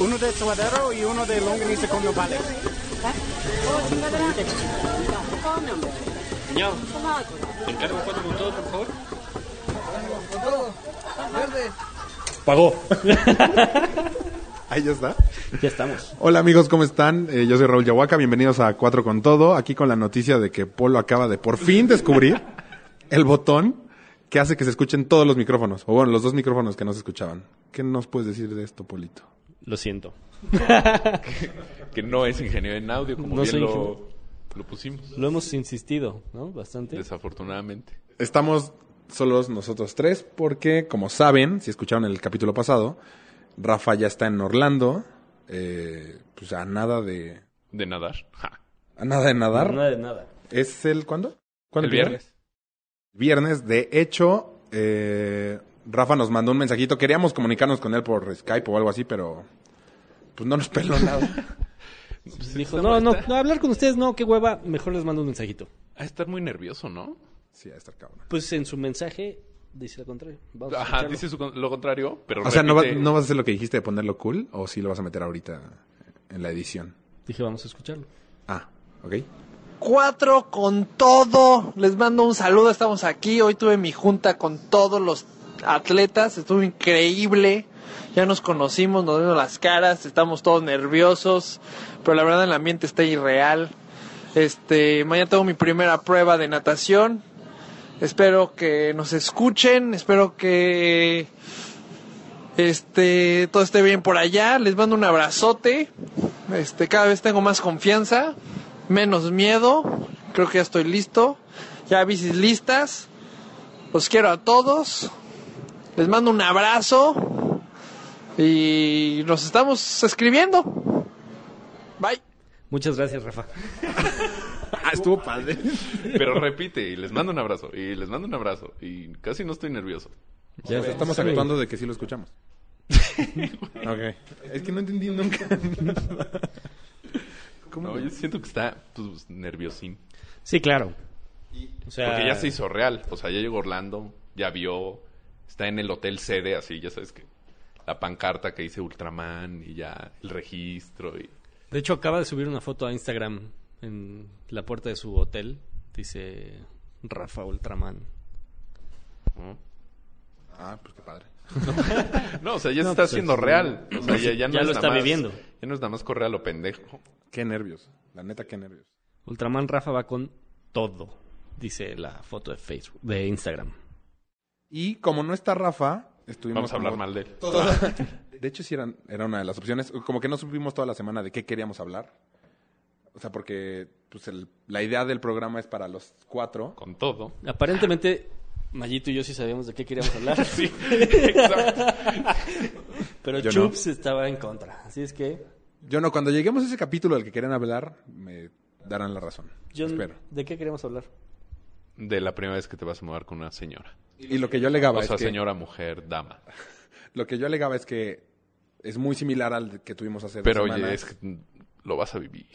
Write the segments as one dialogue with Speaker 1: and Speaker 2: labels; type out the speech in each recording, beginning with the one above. Speaker 1: Uno de suadero y uno de longaniza con nopales.
Speaker 2: Señor, encargo cuatro con todo, por favor.
Speaker 3: Pagó.
Speaker 4: Ahí ya está.
Speaker 3: ya estamos.
Speaker 4: Hola amigos, ¿cómo están? Eh, yo soy Raúl Yahuaca, bienvenidos a Cuatro con Todo, aquí con la noticia de que Polo acaba de por fin descubrir el botón que hace que se escuchen todos los micrófonos, o bueno, los dos micrófonos que no se escuchaban. ¿Qué nos puedes decir de esto, Polito?
Speaker 3: Lo siento.
Speaker 5: Que no es ingeniero en audio, como
Speaker 3: No
Speaker 5: bien
Speaker 3: soy
Speaker 5: lo,
Speaker 3: ingeniero.
Speaker 5: lo pusimos,
Speaker 3: Lo hemos insistido, ¿no? Bastante.
Speaker 5: desafortunadamente.
Speaker 4: Estamos solos nosotros tres porque, como saben, si escucharon el capítulo pasado, Rafa ya está en Orlando, eh, pues a nada de...
Speaker 5: De nadar. Ja.
Speaker 4: A nada de nadar.
Speaker 3: Nada de nada.
Speaker 4: ¿Es el cuándo? ¿Cuándo
Speaker 5: El viernes.
Speaker 4: Viernes, de hecho, eh, Rafa nos mandó un mensajito. Queríamos comunicarnos con él por Skype o algo así, pero pues no nos peló nada.
Speaker 5: Pues,
Speaker 3: Dijo,
Speaker 5: está-
Speaker 3: no, no,
Speaker 5: está-
Speaker 3: no, hablar con ustedes no, qué hueva. Mejor les mando un mensajito.
Speaker 5: Ha de estar muy nervioso, ¿no?
Speaker 4: sí, a estar cabrón.
Speaker 3: Pues en su mensaje dice lo contrario. Vamos a
Speaker 5: Ajá,
Speaker 3: escucharlo.
Speaker 5: dice su con- lo contrario, pero
Speaker 4: O sea, ¿no, va-
Speaker 5: repite-
Speaker 4: no vas a hacer lo que dijiste de ponerlo cool o sí lo vas a meter ahorita en la edición?
Speaker 3: Dije, vamos a escucharlo.
Speaker 4: Ah, ok.
Speaker 6: Cuatro con todo. Les mando un saludo. Estamos aquí. Hoy tuve mi junta con todos los atletas. Estuvo increíble. Ya nos conocimos, nos vimos las caras. Estamos todos nerviosos. Pero la verdad, el ambiente está irreal. Este, mañana tengo mi primera prueba de natación. Espero que nos escuchen. Espero que. Este, todo esté bien por allá. Les mando un abrazote. Este, cada vez tengo más confianza, menos miedo. Creo que ya estoy listo. Ya bicis listas. Los quiero a todos. Les mando un abrazo. Y nos estamos escribiendo. Bye.
Speaker 3: Muchas gracias, Rafa.
Speaker 4: Ah, estuvo padre.
Speaker 5: Pero repite, y les mando un abrazo, y les mando un abrazo, y casi no estoy nervioso.
Speaker 3: Ya
Speaker 4: Estamos
Speaker 3: Sí.
Speaker 4: actuando de que sí lo escuchamos. ok. Es que no entendí nunca.
Speaker 5: No, yo siento que está pues, nerviosín.
Speaker 3: Sí, claro. O sea,
Speaker 5: Porque ya se hizo real. O sea, ya llegó Orlando, ya vio, está en el hotel sede, así, ya sabes que la pancarta que dice Ultraman y ya el registro. Y...
Speaker 3: De hecho, acaba de subir una foto a Instagram en la puerta de su hotel. Dice Rafa Ultraman.
Speaker 5: ¿no?
Speaker 4: ah, pues qué padre.
Speaker 5: No, o sea, ya
Speaker 3: No,
Speaker 5: se está
Speaker 3: pues,
Speaker 5: haciendo
Speaker 3: es-
Speaker 5: real. O sea, ya, ya no
Speaker 3: Ya
Speaker 5: es
Speaker 3: lo
Speaker 5: nada
Speaker 3: está
Speaker 5: más-
Speaker 3: viviendo.
Speaker 5: Ya no es nada más correr a lo pendejo.
Speaker 4: Qué nervios. La neta, qué nervios.
Speaker 3: Ultraman Rafa va con todo, dice la foto de Facebook, de Instagram.
Speaker 4: Y como no está Rafa, estuvimos...
Speaker 5: Vamos a hablar
Speaker 4: como-
Speaker 5: mal de él.
Speaker 4: De hecho, sí eran, era una de las opciones. Como que no supimos toda la semana de qué queríamos hablar. O sea, porque pues el- la idea del programa es para los cuatro.
Speaker 5: Con todo.
Speaker 3: Aparentemente, Mayito y yo sí sabíamos de qué queríamos hablar,
Speaker 5: Sí, exacto.
Speaker 3: pero
Speaker 4: Yo
Speaker 3: Chups estaba en contra. Así es que,
Speaker 4: Yo no, cuando lleguemos a ese capítulo del que querían hablar, me darán la razón.
Speaker 3: yo,
Speaker 4: Espero.
Speaker 3: ¿de qué queríamos hablar?
Speaker 5: De la primera vez que te vas a mudar con una señora.
Speaker 4: Y lo que yo alegaba
Speaker 5: O sea,
Speaker 4: Pues es que...
Speaker 5: señora, mujer, dama.
Speaker 4: Lo que yo alegaba es que es muy similar al que tuvimos hace dos
Speaker 5: Pero
Speaker 4: semanas.
Speaker 5: oye, es que lo vas a vivir.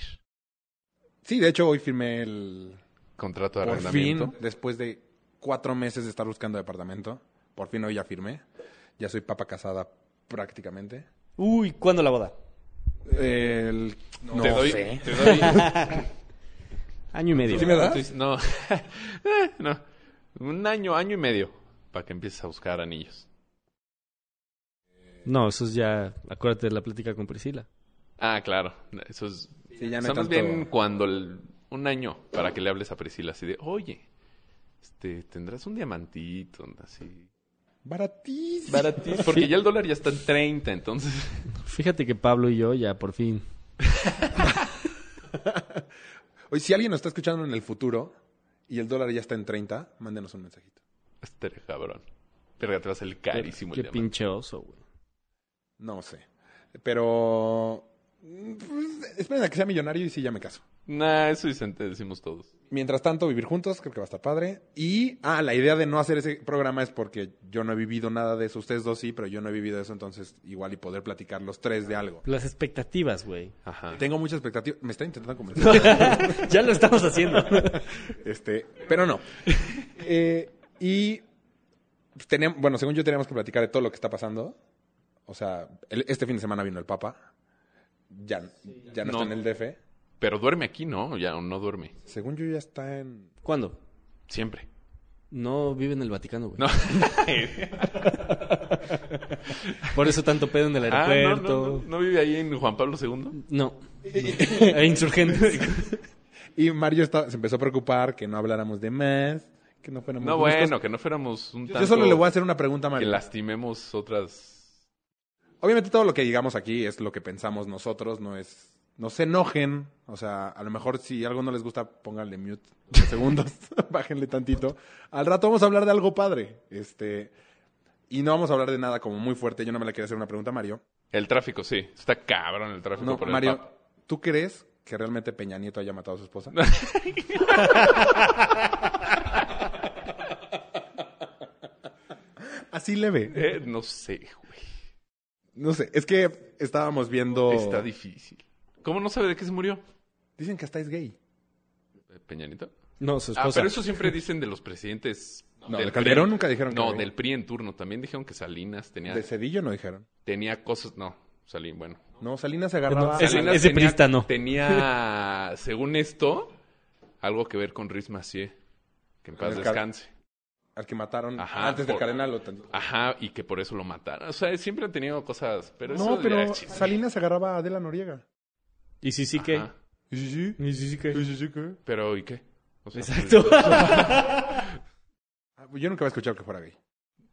Speaker 4: Sí, de hecho, hoy firmé el...
Speaker 5: Contrato de
Speaker 4: Por
Speaker 5: arrendamiento.
Speaker 4: fin, después de cuatro meses de estar buscando departamento, por fin hoy ya firmé. Ya soy papa casada prácticamente.
Speaker 3: Uy, ¿cuándo la boda?
Speaker 4: El... No
Speaker 5: te doy,
Speaker 4: sé.
Speaker 5: te doy
Speaker 3: Año y medio.
Speaker 4: ¿Sí me das?
Speaker 5: Entonces, no. Eh, no. Un año, año y medio para que empieces a buscar anillos.
Speaker 3: No, eso es ya, acuérdate de la plática con Priscila.
Speaker 5: Ah, claro. Eso es.
Speaker 4: Sí, ya no hay
Speaker 5: o sea, más
Speaker 4: tanto-
Speaker 5: bien cuando el- un año para que le hables a Priscila así de, oye, este, tendrás un diamantito, así.
Speaker 4: Baratísimo.
Speaker 5: Porque ya el dólar ya está en 30, entonces.
Speaker 3: Fíjate que Pablo y yo ya por fin.
Speaker 4: Oye, si alguien nos está escuchando en el futuro y el dólar ya está en 30, mándenos un mensajito.
Speaker 5: Este cabrón. Pero ya te va a salir carísimo
Speaker 3: Qué
Speaker 5: el diamante.
Speaker 3: pinche oso, güey.
Speaker 4: No sé. Pero... pues, esperen a que sea millonario y sí, ya me caso.
Speaker 5: Nah, eso dicen- te decimos todos.
Speaker 4: Mientras tanto, vivir juntos, creo que va a estar padre. Y, ah, la idea de no hacer ese programa es porque yo no he vivido nada de eso. Ustedes dos sí, pero yo no he vivido eso, entonces igual y poder platicar los tres de algo.
Speaker 3: Las expectativas, güey.
Speaker 5: Ajá.
Speaker 4: Tengo mucha expectativa. Me está intentando convencer.
Speaker 3: ya lo estamos haciendo.
Speaker 4: este, pero no. Eh, y, pues, teníamos- bueno, según yo teníamos que platicar de todo lo que está pasando. O sea, el- este fin de semana vino el Papa. Ya, ya no,
Speaker 5: No.
Speaker 4: está en el DF.
Speaker 5: Pero duerme aquí, ¿no? Ya no duerme.
Speaker 4: Según yo ya está en...
Speaker 7: ¿Cuándo?
Speaker 5: Siempre.
Speaker 7: No vive en el Vaticano, güey.
Speaker 5: No.
Speaker 7: Por eso tanto pedo en el
Speaker 5: Ah, no, no,
Speaker 7: aeropuerto.
Speaker 5: no, ¿No vive ahí en Juan Pablo II?
Speaker 7: No.
Speaker 3: E
Speaker 7: no. Insurgentes.
Speaker 4: Y Mario está- se empezó a preocupar que no habláramos de más, que no fuéramos...
Speaker 5: No,
Speaker 4: bruscos.
Speaker 5: bueno, que no fuéramos un tanto...
Speaker 4: Yo solo le voy a hacer una pregunta a
Speaker 5: Que
Speaker 4: Mario.
Speaker 5: lastimemos otras...
Speaker 4: Obviamente todo lo que digamos aquí es lo que pensamos nosotros, no es... No se enojen, o sea, a lo mejor si algo no les gusta, pónganle mute de segundos, bájenle tantito. Al rato vamos a hablar de algo padre, este... Y no vamos a hablar de nada como muy fuerte, yo no me la quería hacer una pregunta a Mario.
Speaker 5: El tráfico, sí. Está cabrón el tráfico
Speaker 4: No,
Speaker 5: por el
Speaker 4: Mario,
Speaker 5: Papa.
Speaker 4: ¿tú crees que realmente Peña Nieto haya matado a su esposa? Así leve.
Speaker 5: Eh, no sé, güey.
Speaker 4: No sé, es que estábamos viendo...
Speaker 5: Está difícil. ¿Cómo no sabe de qué se murió?
Speaker 4: Dicen que hasta es gay.
Speaker 5: Eh, Peñanito.
Speaker 7: No, su esposa.
Speaker 5: Ah, pero eso siempre dicen de los presidentes.
Speaker 4: Pues No, de Calderón
Speaker 5: PRI.
Speaker 4: nunca dijeron que
Speaker 5: No,
Speaker 4: no. ¿eh?
Speaker 5: del PRI en turno. También dijeron que Salinas tenía,
Speaker 4: De Cedillo no dijeron.
Speaker 5: tenía cosas. No, Salinas, bueno.
Speaker 4: No, Salinas se agarraba...
Speaker 7: No, Ese-
Speaker 5: Salinas
Speaker 7: ese
Speaker 5: tenía-
Speaker 7: priista no.
Speaker 5: Tenía, según esto, algo que ver con Riz Macié. Que en paz
Speaker 4: El car-
Speaker 5: descanse.
Speaker 4: Al que mataron
Speaker 5: Ajá,
Speaker 4: antes del
Speaker 5: por-
Speaker 4: cardenal. o tan-
Speaker 5: Ajá, y que por eso lo mataron. O sea, siempre han tenido cosas. Pero
Speaker 4: No,
Speaker 5: eso ya
Speaker 4: pero
Speaker 5: es chisme.
Speaker 4: Salinas se agarraba a Adela Noriega.
Speaker 7: Y sí, sí que.
Speaker 5: Ajá.
Speaker 4: Sí, sí, sí.
Speaker 7: Y sí, sí que.
Speaker 4: Sí, sí, sí, ¿qué?
Speaker 5: Pero, ¿y qué? O sea,
Speaker 7: Exacto.
Speaker 4: Ah, Yo nunca había escuchado que fuera gay.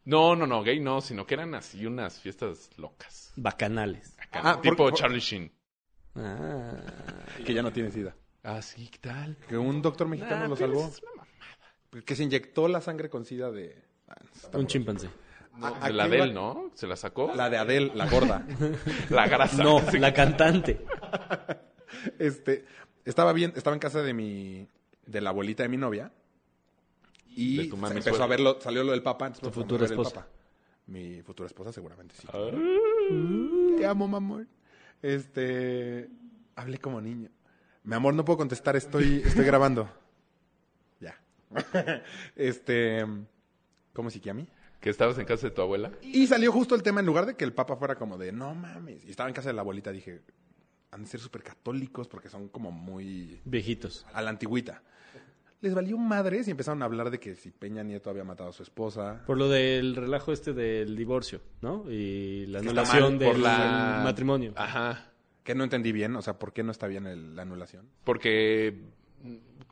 Speaker 5: No, no, no, gay no, sino que eran así unas fiestas locas.
Speaker 7: Bacanales.
Speaker 4: Ah, por-
Speaker 5: tipo
Speaker 4: por-
Speaker 5: Charlie Sheen.
Speaker 7: Ah.
Speaker 4: Que ya no tiene sida.
Speaker 5: Ah, sí, ¿qué tal?
Speaker 4: Que un doctor mexicano
Speaker 5: Nah,
Speaker 4: lo
Speaker 5: pero
Speaker 4: salvó.
Speaker 5: es una mamá.
Speaker 4: Que se inyectó la sangre con sida de... Ah, está
Speaker 7: Un
Speaker 4: bueno.
Speaker 7: chimpancé.
Speaker 4: A-
Speaker 5: Ah, De la
Speaker 4: aquí
Speaker 5: de
Speaker 4: va-
Speaker 5: él, ¿no? ¿Se la sacó?
Speaker 4: La de Adel, la gorda.
Speaker 5: La grasa.
Speaker 7: No, la cantante.
Speaker 4: este, estaba bien, estaba en casa de mi, de la abuelita de mi novia. Y
Speaker 5: De tu mami
Speaker 4: se empezó
Speaker 5: suegra.
Speaker 4: a verlo, salió lo del papa. entonces
Speaker 7: Tu
Speaker 4: empezamos a
Speaker 7: futura
Speaker 4: ver el
Speaker 7: esposa.
Speaker 4: Papa. Mi futura esposa seguramente sí.
Speaker 5: Ah.
Speaker 4: Te amo, mi amor. Este, hablé como niño. Mi amor, no puedo contestar, estoy, estoy grabando. Ya. este, ¿cómo si que a mí?
Speaker 5: ¿Que estabas en casa de tu abuela?
Speaker 4: Y salió justo el tema, en lugar de que el Papa fuera como de, no mames. Y estaba en casa de la abuelita, dije, han de ser súper católicos porque son como muy
Speaker 7: Viejitos.
Speaker 4: a la antigüita. Les valió madres y empezaron a hablar de que si Peña Nieto había matado a su esposa.
Speaker 7: Por lo del relajo este del divorcio, ¿no? Y la
Speaker 4: Que está
Speaker 7: anulación
Speaker 4: mal
Speaker 7: del
Speaker 4: por la-
Speaker 7: matrimonio.
Speaker 5: Ajá.
Speaker 4: Que no entendí bien, o sea, ¿por qué no está bien el- la anulación?
Speaker 5: Porque...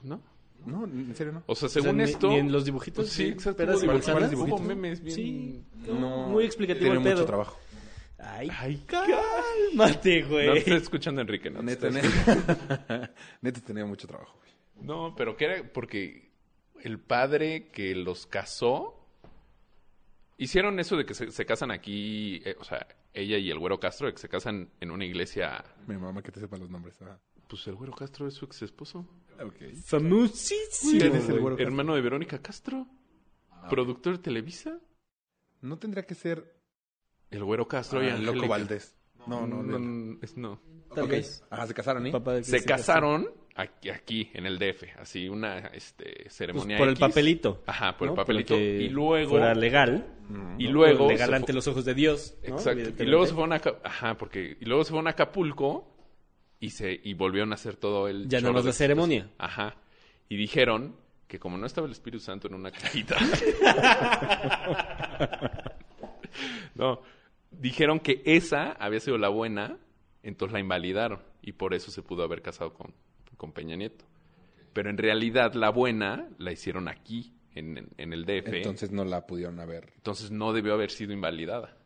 Speaker 5: ¿No?
Speaker 4: No, en serio no.
Speaker 5: O sea, según
Speaker 7: ni-
Speaker 5: esto... pues
Speaker 7: ni en los dibujitos,
Speaker 5: Sí,
Speaker 7: ni-
Speaker 5: exacto.
Speaker 7: peras
Speaker 5: Hubo,
Speaker 7: y
Speaker 5: dibuj-
Speaker 7: manzanas.
Speaker 5: hubo
Speaker 7: ¿Dibujitos?
Speaker 5: memes bien...
Speaker 7: Sí.
Speaker 4: No,
Speaker 7: Muy explicativo
Speaker 4: Tiene
Speaker 7: el
Speaker 4: mucho
Speaker 7: pedo.
Speaker 4: trabajo.
Speaker 7: Ay,
Speaker 5: Ay,
Speaker 7: cálmate, güey.
Speaker 5: No te estoy escuchando, Enrique. No, te
Speaker 4: Neta,
Speaker 5: estoy-
Speaker 4: neta. Neta tenía mucho trabajo. güey.
Speaker 5: no pero que era porque el padre que los casó... Hicieron eso de que se, se casan aquí, eh, o sea, ella y el güero Castro, de que se casan en una iglesia.
Speaker 4: Mi mamá que te sepa los nombres. Ah, ajá.
Speaker 5: Pues el güero Castro es su ex esposo.
Speaker 7: Famosísimo.
Speaker 4: ¿Quién es el
Speaker 7: güey.
Speaker 4: güero Castro?
Speaker 5: Hermano de Verónica Castro.
Speaker 4: Ah.
Speaker 5: Productor de Televisa.
Speaker 4: No tendría que ser
Speaker 5: El güero Castro y
Speaker 4: ah,
Speaker 5: Angélica.
Speaker 4: Loco Valdés. No, no, no.
Speaker 5: es- no.
Speaker 7: Tal
Speaker 4: Ok.
Speaker 7: vez.
Speaker 4: Ajá, se casaron, ¿eh?
Speaker 7: Papá de
Speaker 5: Se
Speaker 7: Cristo.
Speaker 5: casaron aquí, aquí, en el DF. Así, una este,
Speaker 7: Pues,
Speaker 5: ceremonia
Speaker 7: por el
Speaker 5: X.
Speaker 7: papelito.
Speaker 5: Ajá, por
Speaker 7: ¿no?
Speaker 5: el papelito.
Speaker 7: Para que
Speaker 5: Y luego...
Speaker 7: Fuera legal.
Speaker 5: Y luego... se
Speaker 7: Legal
Speaker 5: fu-
Speaker 7: ante los ojos de Dios. ¿no?
Speaker 5: Exacto. Y
Speaker 7: Evidentemente.
Speaker 5: luego se fueron a... Aca- Ajá, porque... Y luego se fueron a Acapulco y se y volvieron a hacer todo el...
Speaker 7: Ya nada
Speaker 5: choro
Speaker 7: más
Speaker 5: de-
Speaker 7: la ceremonia.
Speaker 5: Ajá. Y dijeron que como no estaba el Espíritu Santo en una cajita... no. Dijeron que esa había sido la buena, entonces la invalidaron. Y por eso se pudo haber casado con, con Peña Nieto. Pero en realidad la buena la hicieron aquí, en, en- en el DF. Entonces,
Speaker 4: Entonces no la pudieron haber.
Speaker 5: no debió haber sido invalidada.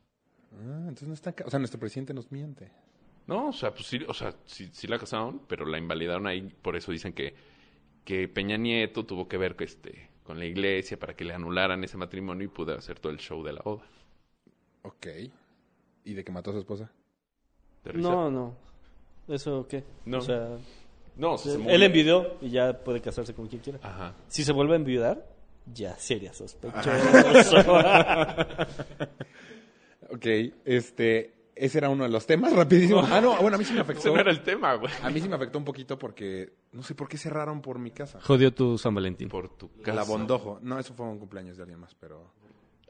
Speaker 4: Ah, entonces no está. ca- O sea, nuestro presidente nos miente.
Speaker 5: No, o sea, pues sí, o sea, sí, sí la casaron, pero la invalidaron ahí. Por eso dicen que, que Peña Nieto tuvo que ver con, este, con la iglesia para que le anularan ese matrimonio y pudo hacer todo el show de la boda.
Speaker 4: Ok. ¿Y de que mató a su esposa?
Speaker 5: ¿Te risa?
Speaker 7: No, no. ¿Eso qué?
Speaker 5: No.
Speaker 7: O sea,
Speaker 5: no, o sea, se
Speaker 7: él
Speaker 5: murió. Ah.
Speaker 7: envidió y ya puede casarse con quien quiera.
Speaker 5: Ajá.
Speaker 7: Si se vuelve a enviudar, ya sería sospechoso.
Speaker 4: Ok, este. Ese era uno de los temas, rapidísimo. Ah, no, bueno, a mí sí me
Speaker 5: Ese
Speaker 4: afectó.
Speaker 5: no era el tema, güey.
Speaker 4: A mí sí me afectó un poquito porque no sé por qué cerraron por mi casa.
Speaker 7: Jodió tu San Valentín.
Speaker 5: Por tu casa.
Speaker 4: La Bondojo. No, eso fue un cumpleaños de alguien más, pero.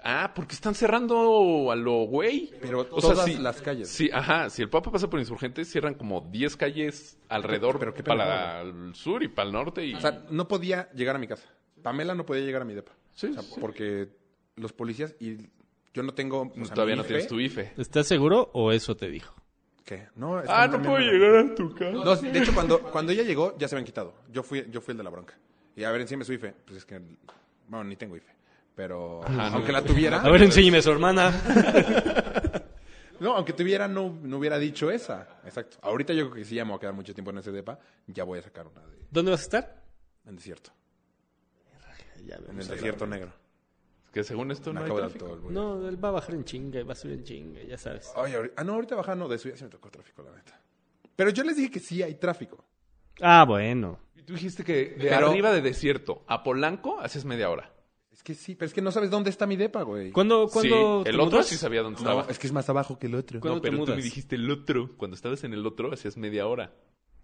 Speaker 5: Ah, porque están cerrando a lo güey.
Speaker 4: Pero
Speaker 5: sea,
Speaker 4: todas
Speaker 5: si-
Speaker 4: las calles.
Speaker 5: Sí, ajá. Si el Papa pasa por Insurgentes, cierran como 10 calles alrededor
Speaker 4: Pero qué
Speaker 5: para el sur y para el norte. Y...
Speaker 4: O sea, no podía llegar a mi casa. Pamela no podía llegar a mi depa.
Speaker 5: Sí,
Speaker 4: O sea,
Speaker 5: sí.
Speaker 4: porque los policías y yo no tengo... o sea,
Speaker 5: todavía
Speaker 4: mi
Speaker 5: no tienes
Speaker 4: IFE,
Speaker 5: tu IFE.
Speaker 3: ¿Estás seguro o eso te dijo?
Speaker 4: ¿Qué? No, es que
Speaker 5: Ah, no
Speaker 4: también
Speaker 5: puedo
Speaker 4: me-
Speaker 5: llegar a tu casa.
Speaker 4: No, de hecho, cuando, cuando ella llegó, ya se me han quitado. Yo fui, yo fui el de la bronca. Y a ver, encima su IFE. Pues es que, bueno, ni tengo IFE. Pero,
Speaker 5: Ajá,
Speaker 4: aunque
Speaker 5: no.
Speaker 4: la tuviera,
Speaker 3: A ver,
Speaker 5: pues.
Speaker 3: enséñeme a su hermana.
Speaker 4: no, aunque tuviera, no, no hubiera dicho esa. Exacto. Ahorita yo creo que sí ya me voy a quedar mucho tiempo en ese depa. Ya voy a sacar una de,
Speaker 3: ¿Dónde vas a estar?
Speaker 4: en desierto. En el desierto negro.
Speaker 5: Que según esto no
Speaker 4: Me
Speaker 5: hay
Speaker 4: acabo de dar
Speaker 5: tráfico.
Speaker 4: todo el mundo.
Speaker 3: No, él va a bajar en chinga y va a subir en chinga, ya sabes.
Speaker 4: Oye, ahori- ah, no, ahorita baja, no, de subida sí me tocó tráfico, la neta. Pero yo les dije que sí hay tráfico.
Speaker 3: Ah, bueno.
Speaker 5: Y tú dijiste que de
Speaker 4: Pero-
Speaker 5: arriba de desierto a Polanco haces media hora.
Speaker 4: Es que sí, pero es que no sabes dónde está mi depa, güey.
Speaker 3: ¿Cuándo, cuándo
Speaker 5: sí,
Speaker 3: te
Speaker 5: el otro
Speaker 3: mudas?
Speaker 5: sí sabía dónde
Speaker 4: No,
Speaker 5: estaba.
Speaker 4: es que es más abajo que el otro.
Speaker 3: ¿Cuándo
Speaker 5: No, pero
Speaker 3: te
Speaker 5: tú
Speaker 3: mudas?
Speaker 5: me dijiste el otro. Cuando estabas en el otro hacías media hora.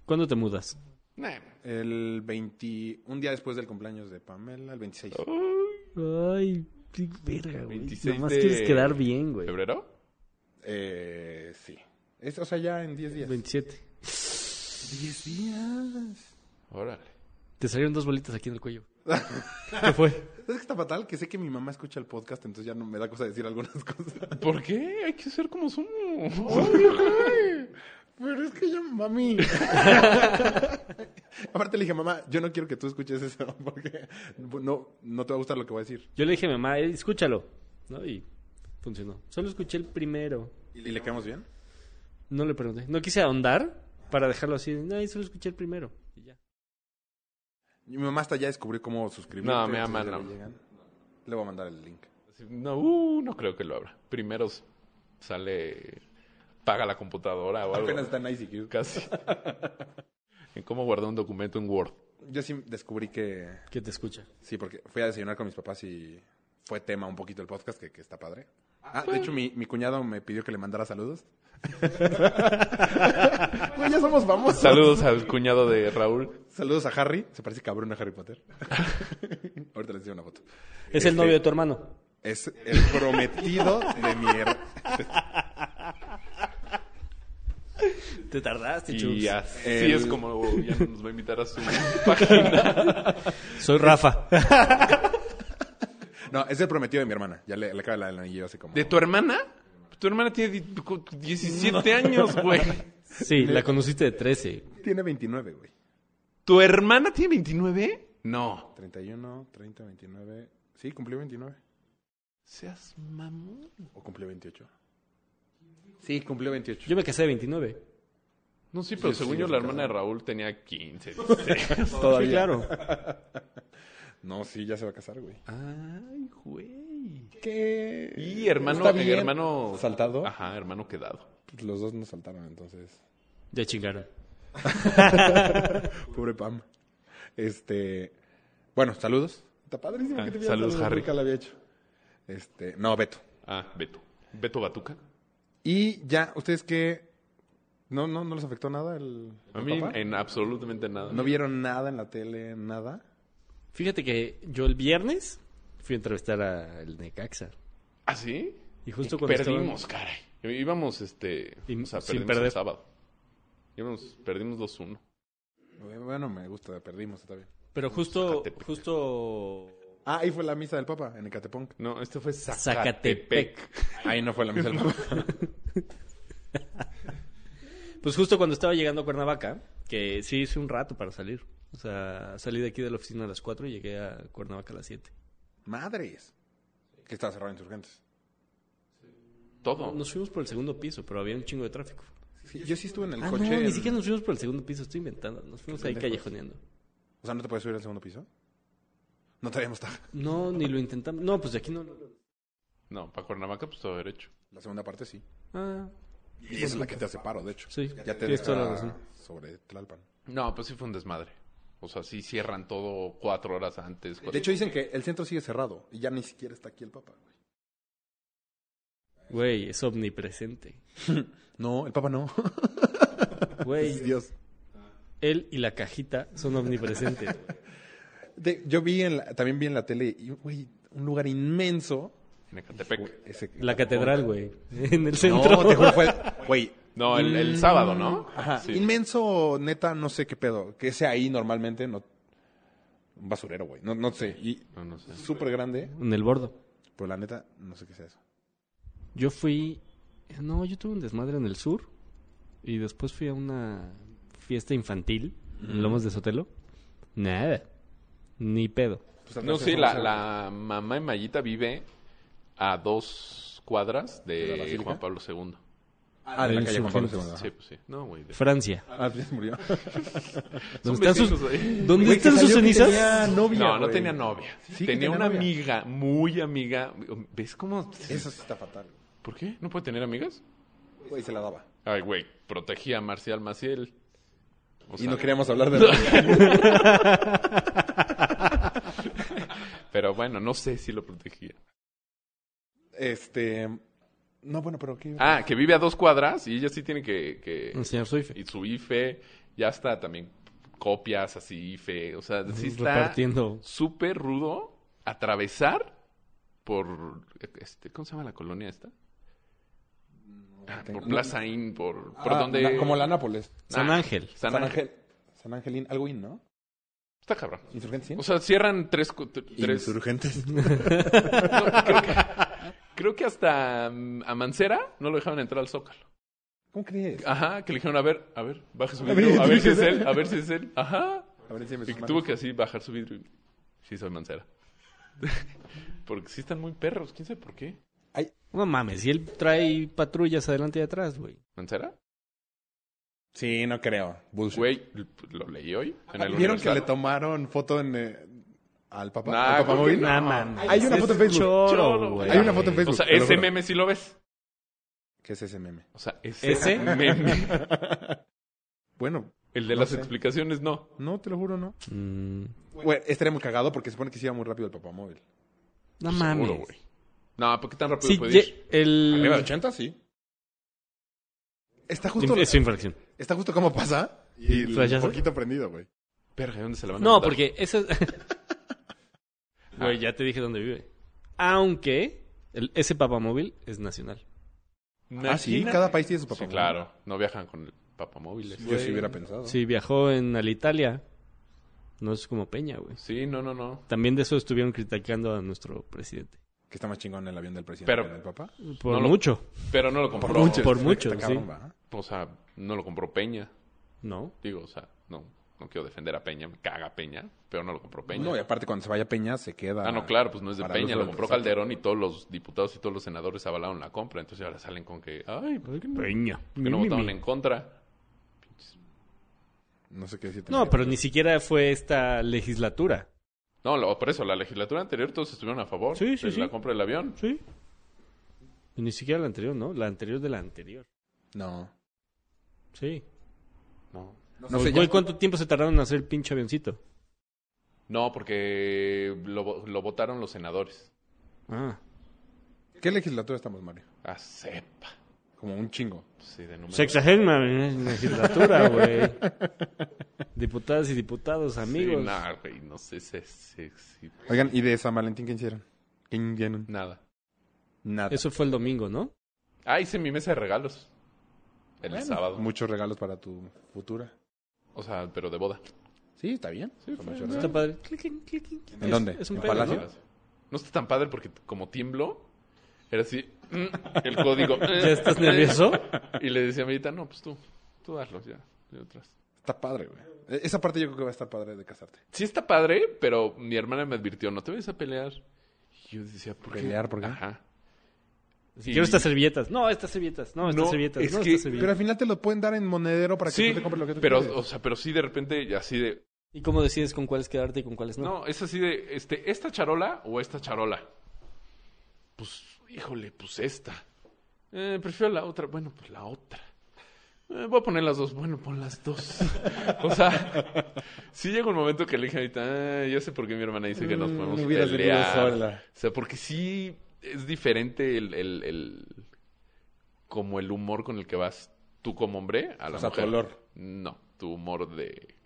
Speaker 3: ¿Cuándo te mudas?
Speaker 5: Nah.
Speaker 4: El 20, un día después del cumpleaños de Pamela, el 26.
Speaker 5: Oh.
Speaker 3: Ay, qué verga, güey.
Speaker 5: 26
Speaker 3: Nomás
Speaker 5: de-
Speaker 3: quieres quedar bien, güey.
Speaker 5: ¿Febrero?
Speaker 4: Eh, sí. Es, o sea, ya en 10 días.
Speaker 3: 27.
Speaker 4: 10 días.
Speaker 5: Órale.
Speaker 3: Te salieron dos bolitas aquí en el cuello. ¿Qué fue?
Speaker 4: ¿Sabes que está fatal? Que sé que mi mamá escucha el podcast, entonces ya no me da cosa decir algunas cosas.
Speaker 5: ¿Por qué? Hay que ser como somos.
Speaker 4: Pero es que ya, mami. Aparte le dije, mamá, yo no quiero que tú escuches eso porque no, no te va a gustar lo que voy a decir.
Speaker 3: Yo le dije a mi mamá, "Eh, escúchalo. ¿No? Y funcionó. Solo escuché el primero.
Speaker 4: ¿Y le quedamos bien?
Speaker 3: No le pregunté. No quise ahondar para dejarlo así. de, No, ahí solo escuché el primero. Y ya.
Speaker 4: Mi mamá hasta ya descubrió cómo suscribirse.
Speaker 5: No, me
Speaker 4: entonces
Speaker 5: ama,
Speaker 4: ya
Speaker 5: no.
Speaker 4: le llegan. Le voy a mandar el link.
Speaker 5: No, uh, no creo que lo abra. Primero s- sale. Paga la computadora o algo.
Speaker 4: Apenas está en ICQ.
Speaker 5: Casi. en cómo guardar un documento en Word.
Speaker 4: Yo sí descubrí que
Speaker 3: Que te escucha.
Speaker 4: Sí, porque fui a desayunar con mis papás y fue tema un poquito el podcast, que, que está padre. Ah, de hecho, mi, mi cuñado me pidió que le mandara saludos. Güey, ya somos famosos.
Speaker 5: Saludos al cuñado de Raúl.
Speaker 4: Saludos a Harry. Se parece cabrón a Harry Potter. Ahorita les digo una foto.
Speaker 3: Es
Speaker 4: Este-
Speaker 3: el novio de tu hermano.
Speaker 4: Es el prometido de mi her-
Speaker 3: Te tardaste,
Speaker 5: Y
Speaker 3: chus.
Speaker 5: así
Speaker 4: El-
Speaker 5: es como "Oh, ya nos va a invitar a su página.
Speaker 3: Soy Rafa.
Speaker 4: No, es el prometido de mi hermana. Ya le, le acaba el anillo hace como...
Speaker 5: ¿De tu hermana? Tu hermana tiene di- cu- 17 años, güey.
Speaker 3: Sí, la conociste de 13.
Speaker 4: Tiene 29, güey.
Speaker 5: ¿Tu hermana tiene 29? No.
Speaker 4: 31, 30, 29... Sí, cumplió 29.
Speaker 5: Seas mamón.
Speaker 4: ¿O cumplió 28? Sí, cumplió 28.
Speaker 3: Yo me casé de 29.
Speaker 5: No, sí, pero
Speaker 4: Sí,
Speaker 5: según
Speaker 4: sí,
Speaker 5: yo la
Speaker 4: sí,
Speaker 5: hermana de Raúl tenía 15. 16.
Speaker 3: Todavía. claro.
Speaker 4: No, sí, ya se va a casar, güey.
Speaker 5: Ay, güey.
Speaker 4: ¿Qué?
Speaker 5: Y hermano, eh,
Speaker 4: Está bien.
Speaker 5: hermano Ah.
Speaker 4: Saltado.
Speaker 5: Ajá, hermano quedado.
Speaker 4: Pues los dos nos saltaron, entonces.
Speaker 3: Ya chingaron.
Speaker 4: Pobre Pam. Este. Bueno, saludos. Está padrísimo
Speaker 5: Ah,
Speaker 4: que te pidan
Speaker 5: saludos, Harry.
Speaker 4: Nunca lo había hecho. Este. No, Beto.
Speaker 5: Ah, Beto. Beto Batuca.
Speaker 4: Y ya, ¿ustedes qué? ¿No, no, no les afectó nada el.
Speaker 5: A
Speaker 4: el
Speaker 5: mí eh,
Speaker 4: papá?
Speaker 5: en absolutamente nada.
Speaker 4: ¿No vieron nada en la tele? ¿Nada?
Speaker 3: Fíjate que yo el viernes fui a entrevistar al Necaxa.
Speaker 5: ¿Ah, sí?
Speaker 3: Y justo cuando
Speaker 5: Perdimos, caray. Íbamos, este...
Speaker 3: Y-
Speaker 5: o sea,
Speaker 3: sin
Speaker 5: perdimos el
Speaker 3: perder.
Speaker 5: sábado. Íbamos, perdimos 2-1.
Speaker 4: Bueno, me gusta, perdimos, está bien.
Speaker 3: estaban- Pero justo,
Speaker 5: Zacatepec.
Speaker 3: justo...
Speaker 4: Ah, ahí fue la misa del Papa, en Ecatepunk.
Speaker 5: No, este fue Zacatepec.
Speaker 3: Zacatepec.
Speaker 4: Ahí no fue la misa del Papa.
Speaker 3: Pues justo cuando estaba llegando a Cuernavaca, que sí hice un rato para salir. O sea, salí de aquí de la oficina a las 4 y llegué a Cuernavaca a las 7.
Speaker 4: Madres. Que estaba cerrado Insurgentes.
Speaker 5: Todo.
Speaker 3: Nos fuimos por el segundo piso, pero había un chingo de tráfico.
Speaker 4: Sí, yo sí estuve en el
Speaker 3: Ah,
Speaker 4: coche.
Speaker 3: no, ni
Speaker 4: en-
Speaker 3: siquiera nos fuimos por el segundo piso, estoy inventando. Nos fuimos ahí
Speaker 4: pendejos.
Speaker 3: callejoneando.
Speaker 4: O sea, ¿no te puedes subir al segundo piso? No traíamos taja.
Speaker 3: No, ni lo intentamos. No, pues de aquí no. lo-
Speaker 5: No, para Cuernavaca, pues todo derecho.
Speaker 4: La segunda parte sí.
Speaker 3: Ah,
Speaker 4: Y esa es la que te hace paro, de hecho.
Speaker 3: Sí,
Speaker 4: Ya te
Speaker 3: tienes
Speaker 4: deja
Speaker 3: toda la razón.
Speaker 4: sobre Tlalpan.
Speaker 5: No, pues sí fue un desmadre. O sea, sí cierran todo cuatro horas antes.
Speaker 4: De hecho, dicen que el centro sigue cerrado y ya ni siquiera está aquí el Papa. güey.
Speaker 3: Güey, es omnipresente.
Speaker 4: No, el Papa no.
Speaker 3: Güey,
Speaker 4: Dios.
Speaker 3: él y la cajita son omnipresentes.
Speaker 4: De- yo vi en la- también vi en la tele, y, güey, un lugar inmenso
Speaker 5: en Ecatepec.
Speaker 4: Ese-
Speaker 3: La catedral, güey. En el
Speaker 4: No,
Speaker 3: centro.
Speaker 4: te juro, fue. Güey.
Speaker 5: No, el, el
Speaker 4: Mm.
Speaker 5: sábado, ¿no?
Speaker 4: Ajá.
Speaker 5: Sí.
Speaker 4: Inmenso, neta, no sé qué pedo. Que sea ahí normalmente, no. Un basurero, güey. No, no sé. Y
Speaker 5: No, no sé.
Speaker 4: súper grande,
Speaker 3: En el bordo.
Speaker 4: pero la neta, no sé qué sea eso.
Speaker 3: Yo fui. No, yo tuve un desmadre en el sur. Y después fui a una fiesta infantil en Lomas de Sotelo. Nada. Ni pedo.
Speaker 4: Pues,
Speaker 5: No, sí, la, la mamá de Mayita vive a dos cuadras
Speaker 4: la
Speaker 5: de
Speaker 4: basílica?
Speaker 5: Juan Pablo II.
Speaker 4: Ah, de la calle Juan Pablo II, ajá.
Speaker 5: Sí, pues sí. No, güey. de-
Speaker 3: Francia.
Speaker 4: Ah, ya se murió.
Speaker 5: Son
Speaker 3: ¿Dónde están sus,
Speaker 5: vecinos, güey.
Speaker 3: ¿dónde
Speaker 4: Güey, que
Speaker 3: están sus
Speaker 4: salió que
Speaker 3: cenizas?
Speaker 4: Tenía novia,
Speaker 5: No, no
Speaker 4: güey.
Speaker 5: tenía novia.
Speaker 4: Sí, que
Speaker 5: tenía una
Speaker 4: novia. ¿Eh?
Speaker 5: amiga, muy amiga. ¿Ves cómo?
Speaker 4: Eso sí está fatal.
Speaker 5: ¿Por qué? ¿No puede tener amigas?
Speaker 4: Güey, se la daba.
Speaker 5: Ay, güey, protegía a Marcial Maciel. O
Speaker 4: y
Speaker 5: sea,
Speaker 4: no queríamos hablar de la
Speaker 5: Pero bueno, no sé si lo protegía.
Speaker 4: Este. No, bueno, pero ¿qué?
Speaker 5: Ah, que vive a dos cuadras y ella sí tiene que... que-
Speaker 3: El señor Soife.
Speaker 5: Y su IFE, ya está también copias así, IFE. O sea,
Speaker 4: Pues
Speaker 5: sí está
Speaker 3: Repartiendo.
Speaker 5: súper rudo atravesar por... Este, ¿Cómo se llama la colonia esta? Ah, Por Plaza Inn, por... por
Speaker 4: Ah,
Speaker 5: donde...
Speaker 4: na- como la Nápoles.
Speaker 3: San
Speaker 5: Ah,
Speaker 3: Ángel.
Speaker 5: San,
Speaker 4: San
Speaker 5: Ángel.
Speaker 4: Ángel. San Angelín, algo in, ¿no?
Speaker 5: Está cabrón.
Speaker 4: Insurgentes
Speaker 5: O sea, cierran tres... cu- t- Pues, tres
Speaker 4: Insurgentes.
Speaker 5: No, creo, que, creo que hasta mm, a Mancera no lo dejaron entrar al Zócalo.
Speaker 4: ¿Cómo crees?
Speaker 5: Ajá, que le dijeron, a ver, a ver, baja su
Speaker 4: A ver,
Speaker 5: vidrio, a ver si es
Speaker 4: sí,
Speaker 5: él, a ver si es él. Ajá.
Speaker 4: A ver, enséñame
Speaker 5: Y
Speaker 4: sus
Speaker 5: tuvo
Speaker 4: manos.
Speaker 5: que así bajar su vidrio. y, Sí, soy Mancera. Porque sí están muy perros, quién sabe por qué.
Speaker 3: No mames, y él trae patrullas adelante y atrás, güey.
Speaker 5: ¿Mancera?
Speaker 4: Sí, no creo. Bullshit.
Speaker 5: Güey, lo leí hoy. En el
Speaker 4: ¿Vieron que
Speaker 5: Universal.
Speaker 4: le tomaron foto en, eh, al papá?
Speaker 5: Nah,
Speaker 4: al papá
Speaker 5: creo que
Speaker 4: móvil?
Speaker 5: no.
Speaker 3: Nah, mames.
Speaker 4: Hay una
Speaker 3: Es
Speaker 4: foto en Facebook.
Speaker 3: Choro,
Speaker 5: Choro,
Speaker 3: güey.
Speaker 4: Hay una foto en Facebook.
Speaker 5: O sea,
Speaker 4: te lo
Speaker 5: ese
Speaker 4: juro.
Speaker 5: meme sí lo ves.
Speaker 4: ¿Qué es ese meme?
Speaker 5: O sea, ese,
Speaker 3: ¿Ese?
Speaker 5: meme.
Speaker 4: Bueno,
Speaker 5: El de
Speaker 4: No
Speaker 5: las
Speaker 4: sé.
Speaker 5: explicaciones, no.
Speaker 4: no, te lo juro, no.
Speaker 3: Mm,
Speaker 4: Güey, estaría muy cagado porque se supone que se iba muy rápido el papá móvil.
Speaker 3: no mames.
Speaker 5: Seguro, güey. No, ¿por qué tan rápido
Speaker 3: Sí,
Speaker 5: puede
Speaker 3: ye-
Speaker 5: ir?
Speaker 4: ¿Arriba de
Speaker 3: el...
Speaker 4: 80? Sí. Está justo,
Speaker 3: Inf- Es su infracción.
Speaker 4: está justo como pasa y el
Speaker 3: ¿Flashazo?
Speaker 4: poquito prendido, güey.
Speaker 5: Verga, ¿dónde se la van a
Speaker 3: No,
Speaker 5: mandar?
Speaker 3: porque eso... Güey, ya te dije dónde vive. Aunque el- ese papamóvil es nacional.
Speaker 4: Ah, sí, cada país tiene su papá
Speaker 5: Sí, claro. No viajan con el papamóviles.
Speaker 4: Yo sí hubiera pensado.
Speaker 3: Sí, viajó en Alitalia. No es como Peña, güey.
Speaker 5: Sí, no, no, no.
Speaker 3: También de eso estuvieron criticando a nuestro presidente.
Speaker 4: Que está más chingón el avión del presidente
Speaker 5: Pero-
Speaker 4: que el del papá.
Speaker 3: Por
Speaker 5: No lo-
Speaker 3: mucho.
Speaker 5: Pero no lo compró.
Speaker 4: Por mucho.
Speaker 3: por mucho, sí.
Speaker 5: O sea, no lo compró Peña.
Speaker 3: No.
Speaker 5: Digo, o sea, no, no quiero defender a Peña, me caga Peña, pero no lo compró Peña.
Speaker 4: No, y aparte cuando se vaya Peña se queda.
Speaker 5: Ah, no, claro, pues no es de
Speaker 4: para
Speaker 5: Peña,
Speaker 4: el uso
Speaker 5: lo
Speaker 4: del-
Speaker 5: compró
Speaker 4: exacto.
Speaker 5: Calderón y todos los diputados y todos los senadores avalaron la compra. Entonces ahora salen con que, ay, ¿por qué no,
Speaker 3: Peña.
Speaker 5: por qué no
Speaker 3: Mi, mi,
Speaker 5: votaron
Speaker 3: mi.
Speaker 5: en contra?
Speaker 4: No sé qué decir.
Speaker 3: No, pero ni siquiera fue esta legislatura.
Speaker 5: No, lo- por eso, la legislatura anterior todos estuvieron a favor
Speaker 3: Sí, sí,
Speaker 5: de la
Speaker 3: sí.
Speaker 5: compra del avión.
Speaker 3: Sí. Ni siquiera la anterior, ¿no? La anterior de la anterior.
Speaker 4: No.
Speaker 3: Sí.
Speaker 5: No,
Speaker 4: No sé,
Speaker 3: Güey,
Speaker 4: ya-
Speaker 3: ¿cuánto tiempo se tardaron en hacer el pinche avioncito?
Speaker 5: no porque lo, vo- lo votaron los senadores.
Speaker 3: Ah.
Speaker 4: ¿Qué legislatura estamos, Mario?
Speaker 5: Ah, sepa.
Speaker 4: Como un chingo.
Speaker 5: Sí, de número.
Speaker 3: Sexagésima legislatura, güey. Diputadas y diputados, amigos.
Speaker 5: Sí, nah, güey, no sé, sé, sé, sí,
Speaker 4: Oigan, ¿y de San Valentín qué hicieron? ¿Qué hicieron?
Speaker 5: nada.
Speaker 4: Nada.
Speaker 3: Eso fue el domingo, ¿no?
Speaker 5: Ah, hice mi mesa de regalos. El
Speaker 4: Bueno,
Speaker 5: sábado.
Speaker 4: Muchos regalos para tu futura.
Speaker 5: O sea, pero de boda.
Speaker 4: Sí, está bien. Son muchos
Speaker 3: Está
Speaker 4: regalos.
Speaker 3: padre. Cliquín, cliquín, cliquín.
Speaker 4: ¿En dónde?
Speaker 3: Es un
Speaker 4: ¿En
Speaker 3: pedo,
Speaker 4: Palacio?
Speaker 3: ¿no?
Speaker 5: No está tan padre porque como tiemblo, era así, mm, el código.
Speaker 3: ¿Ya estás nervioso?
Speaker 5: Y le decía a Mirita, no, pues tú, tú hazlo ya. yo atrás.
Speaker 4: Está padre, güey. Eh, Esa parte yo creo que va a estar padre de casarte.
Speaker 5: Sí está padre, pero mi hermana me advirtió, no te vayas a pelear. Y yo decía, ¿por qué?
Speaker 4: ¿Pelear por qué?
Speaker 5: Ajá. Y-
Speaker 3: Quiero estas servilletas. No, estas servilletas. No, estas
Speaker 5: No,
Speaker 3: servilletas.
Speaker 5: es
Speaker 3: no,
Speaker 5: que-
Speaker 3: estas
Speaker 4: Pero
Speaker 3: servilletas.
Speaker 4: al final te lo pueden dar en monedero para que
Speaker 5: Sí,
Speaker 4: tú te compres lo que tú
Speaker 5: pero,
Speaker 4: quieres.
Speaker 5: o sea, pero sí de repente así de,
Speaker 3: ¿Y cómo decides con cuáles quedarte y con cuáles no?
Speaker 5: No, es así de, este, ¿esta charola o esta charola? Pues, híjole, pues esta. Eh, prefiero la otra. Bueno, pues la otra. Eh, voy a poner las dos. Bueno, pon las dos. o sea, sí llega un momento que le dije ahorita, "Ah, ya sé por qué mi hermana dice que nos
Speaker 4: Mm,
Speaker 5: podemos
Speaker 4: hubieras venido
Speaker 5: pelear.
Speaker 4: sola.
Speaker 5: O sea, porque sí es diferente el, el, el- como el humor con el que vas tú como hombre a la
Speaker 4: O sea, tu
Speaker 5: mujer.
Speaker 4: olor.
Speaker 5: No, tu humor de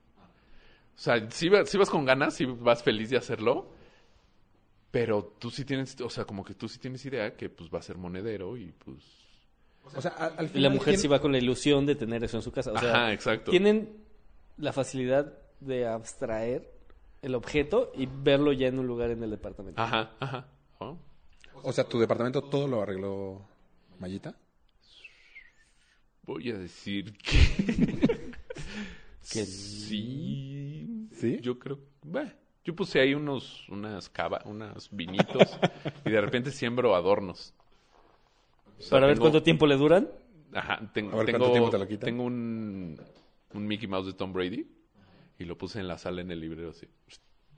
Speaker 5: o sea, si vas, sí vas con ganas, si vas feliz de hacerlo, Pero tú sí tienes, o sea, como que tú sí tienes idea que pues va a ser monedero y pues...
Speaker 8: O sea, al, al
Speaker 3: Y
Speaker 8: final
Speaker 3: la mujer
Speaker 8: ¿quién-
Speaker 3: sí va con la ilusión de tener eso en su casa. O sea,
Speaker 5: Ajá, exacto.
Speaker 3: tienen la facilidad de abstraer el objeto y verlo ya en un lugar en el departamento.
Speaker 5: Ajá, ajá. Oh.
Speaker 4: O sea, tu departamento todo lo arregló Mayita.
Speaker 5: Voy a decir que...
Speaker 3: Que
Speaker 5: sí.
Speaker 4: ¿Sí?
Speaker 5: Yo creo... Bueno, yo puse ahí unos, unas cava, unos vinitos y de repente siembro adornos. O sea,
Speaker 3: Para ver
Speaker 5: tengo-
Speaker 3: cuánto tiempo le duran.
Speaker 5: Ajá, tengo,
Speaker 4: A ver, ¿cuánto
Speaker 5: tengo,
Speaker 4: tiempo te lo quitan?
Speaker 5: tengo un, un Mickey Mouse de Tom Brady y lo puse en la sala en el librero así.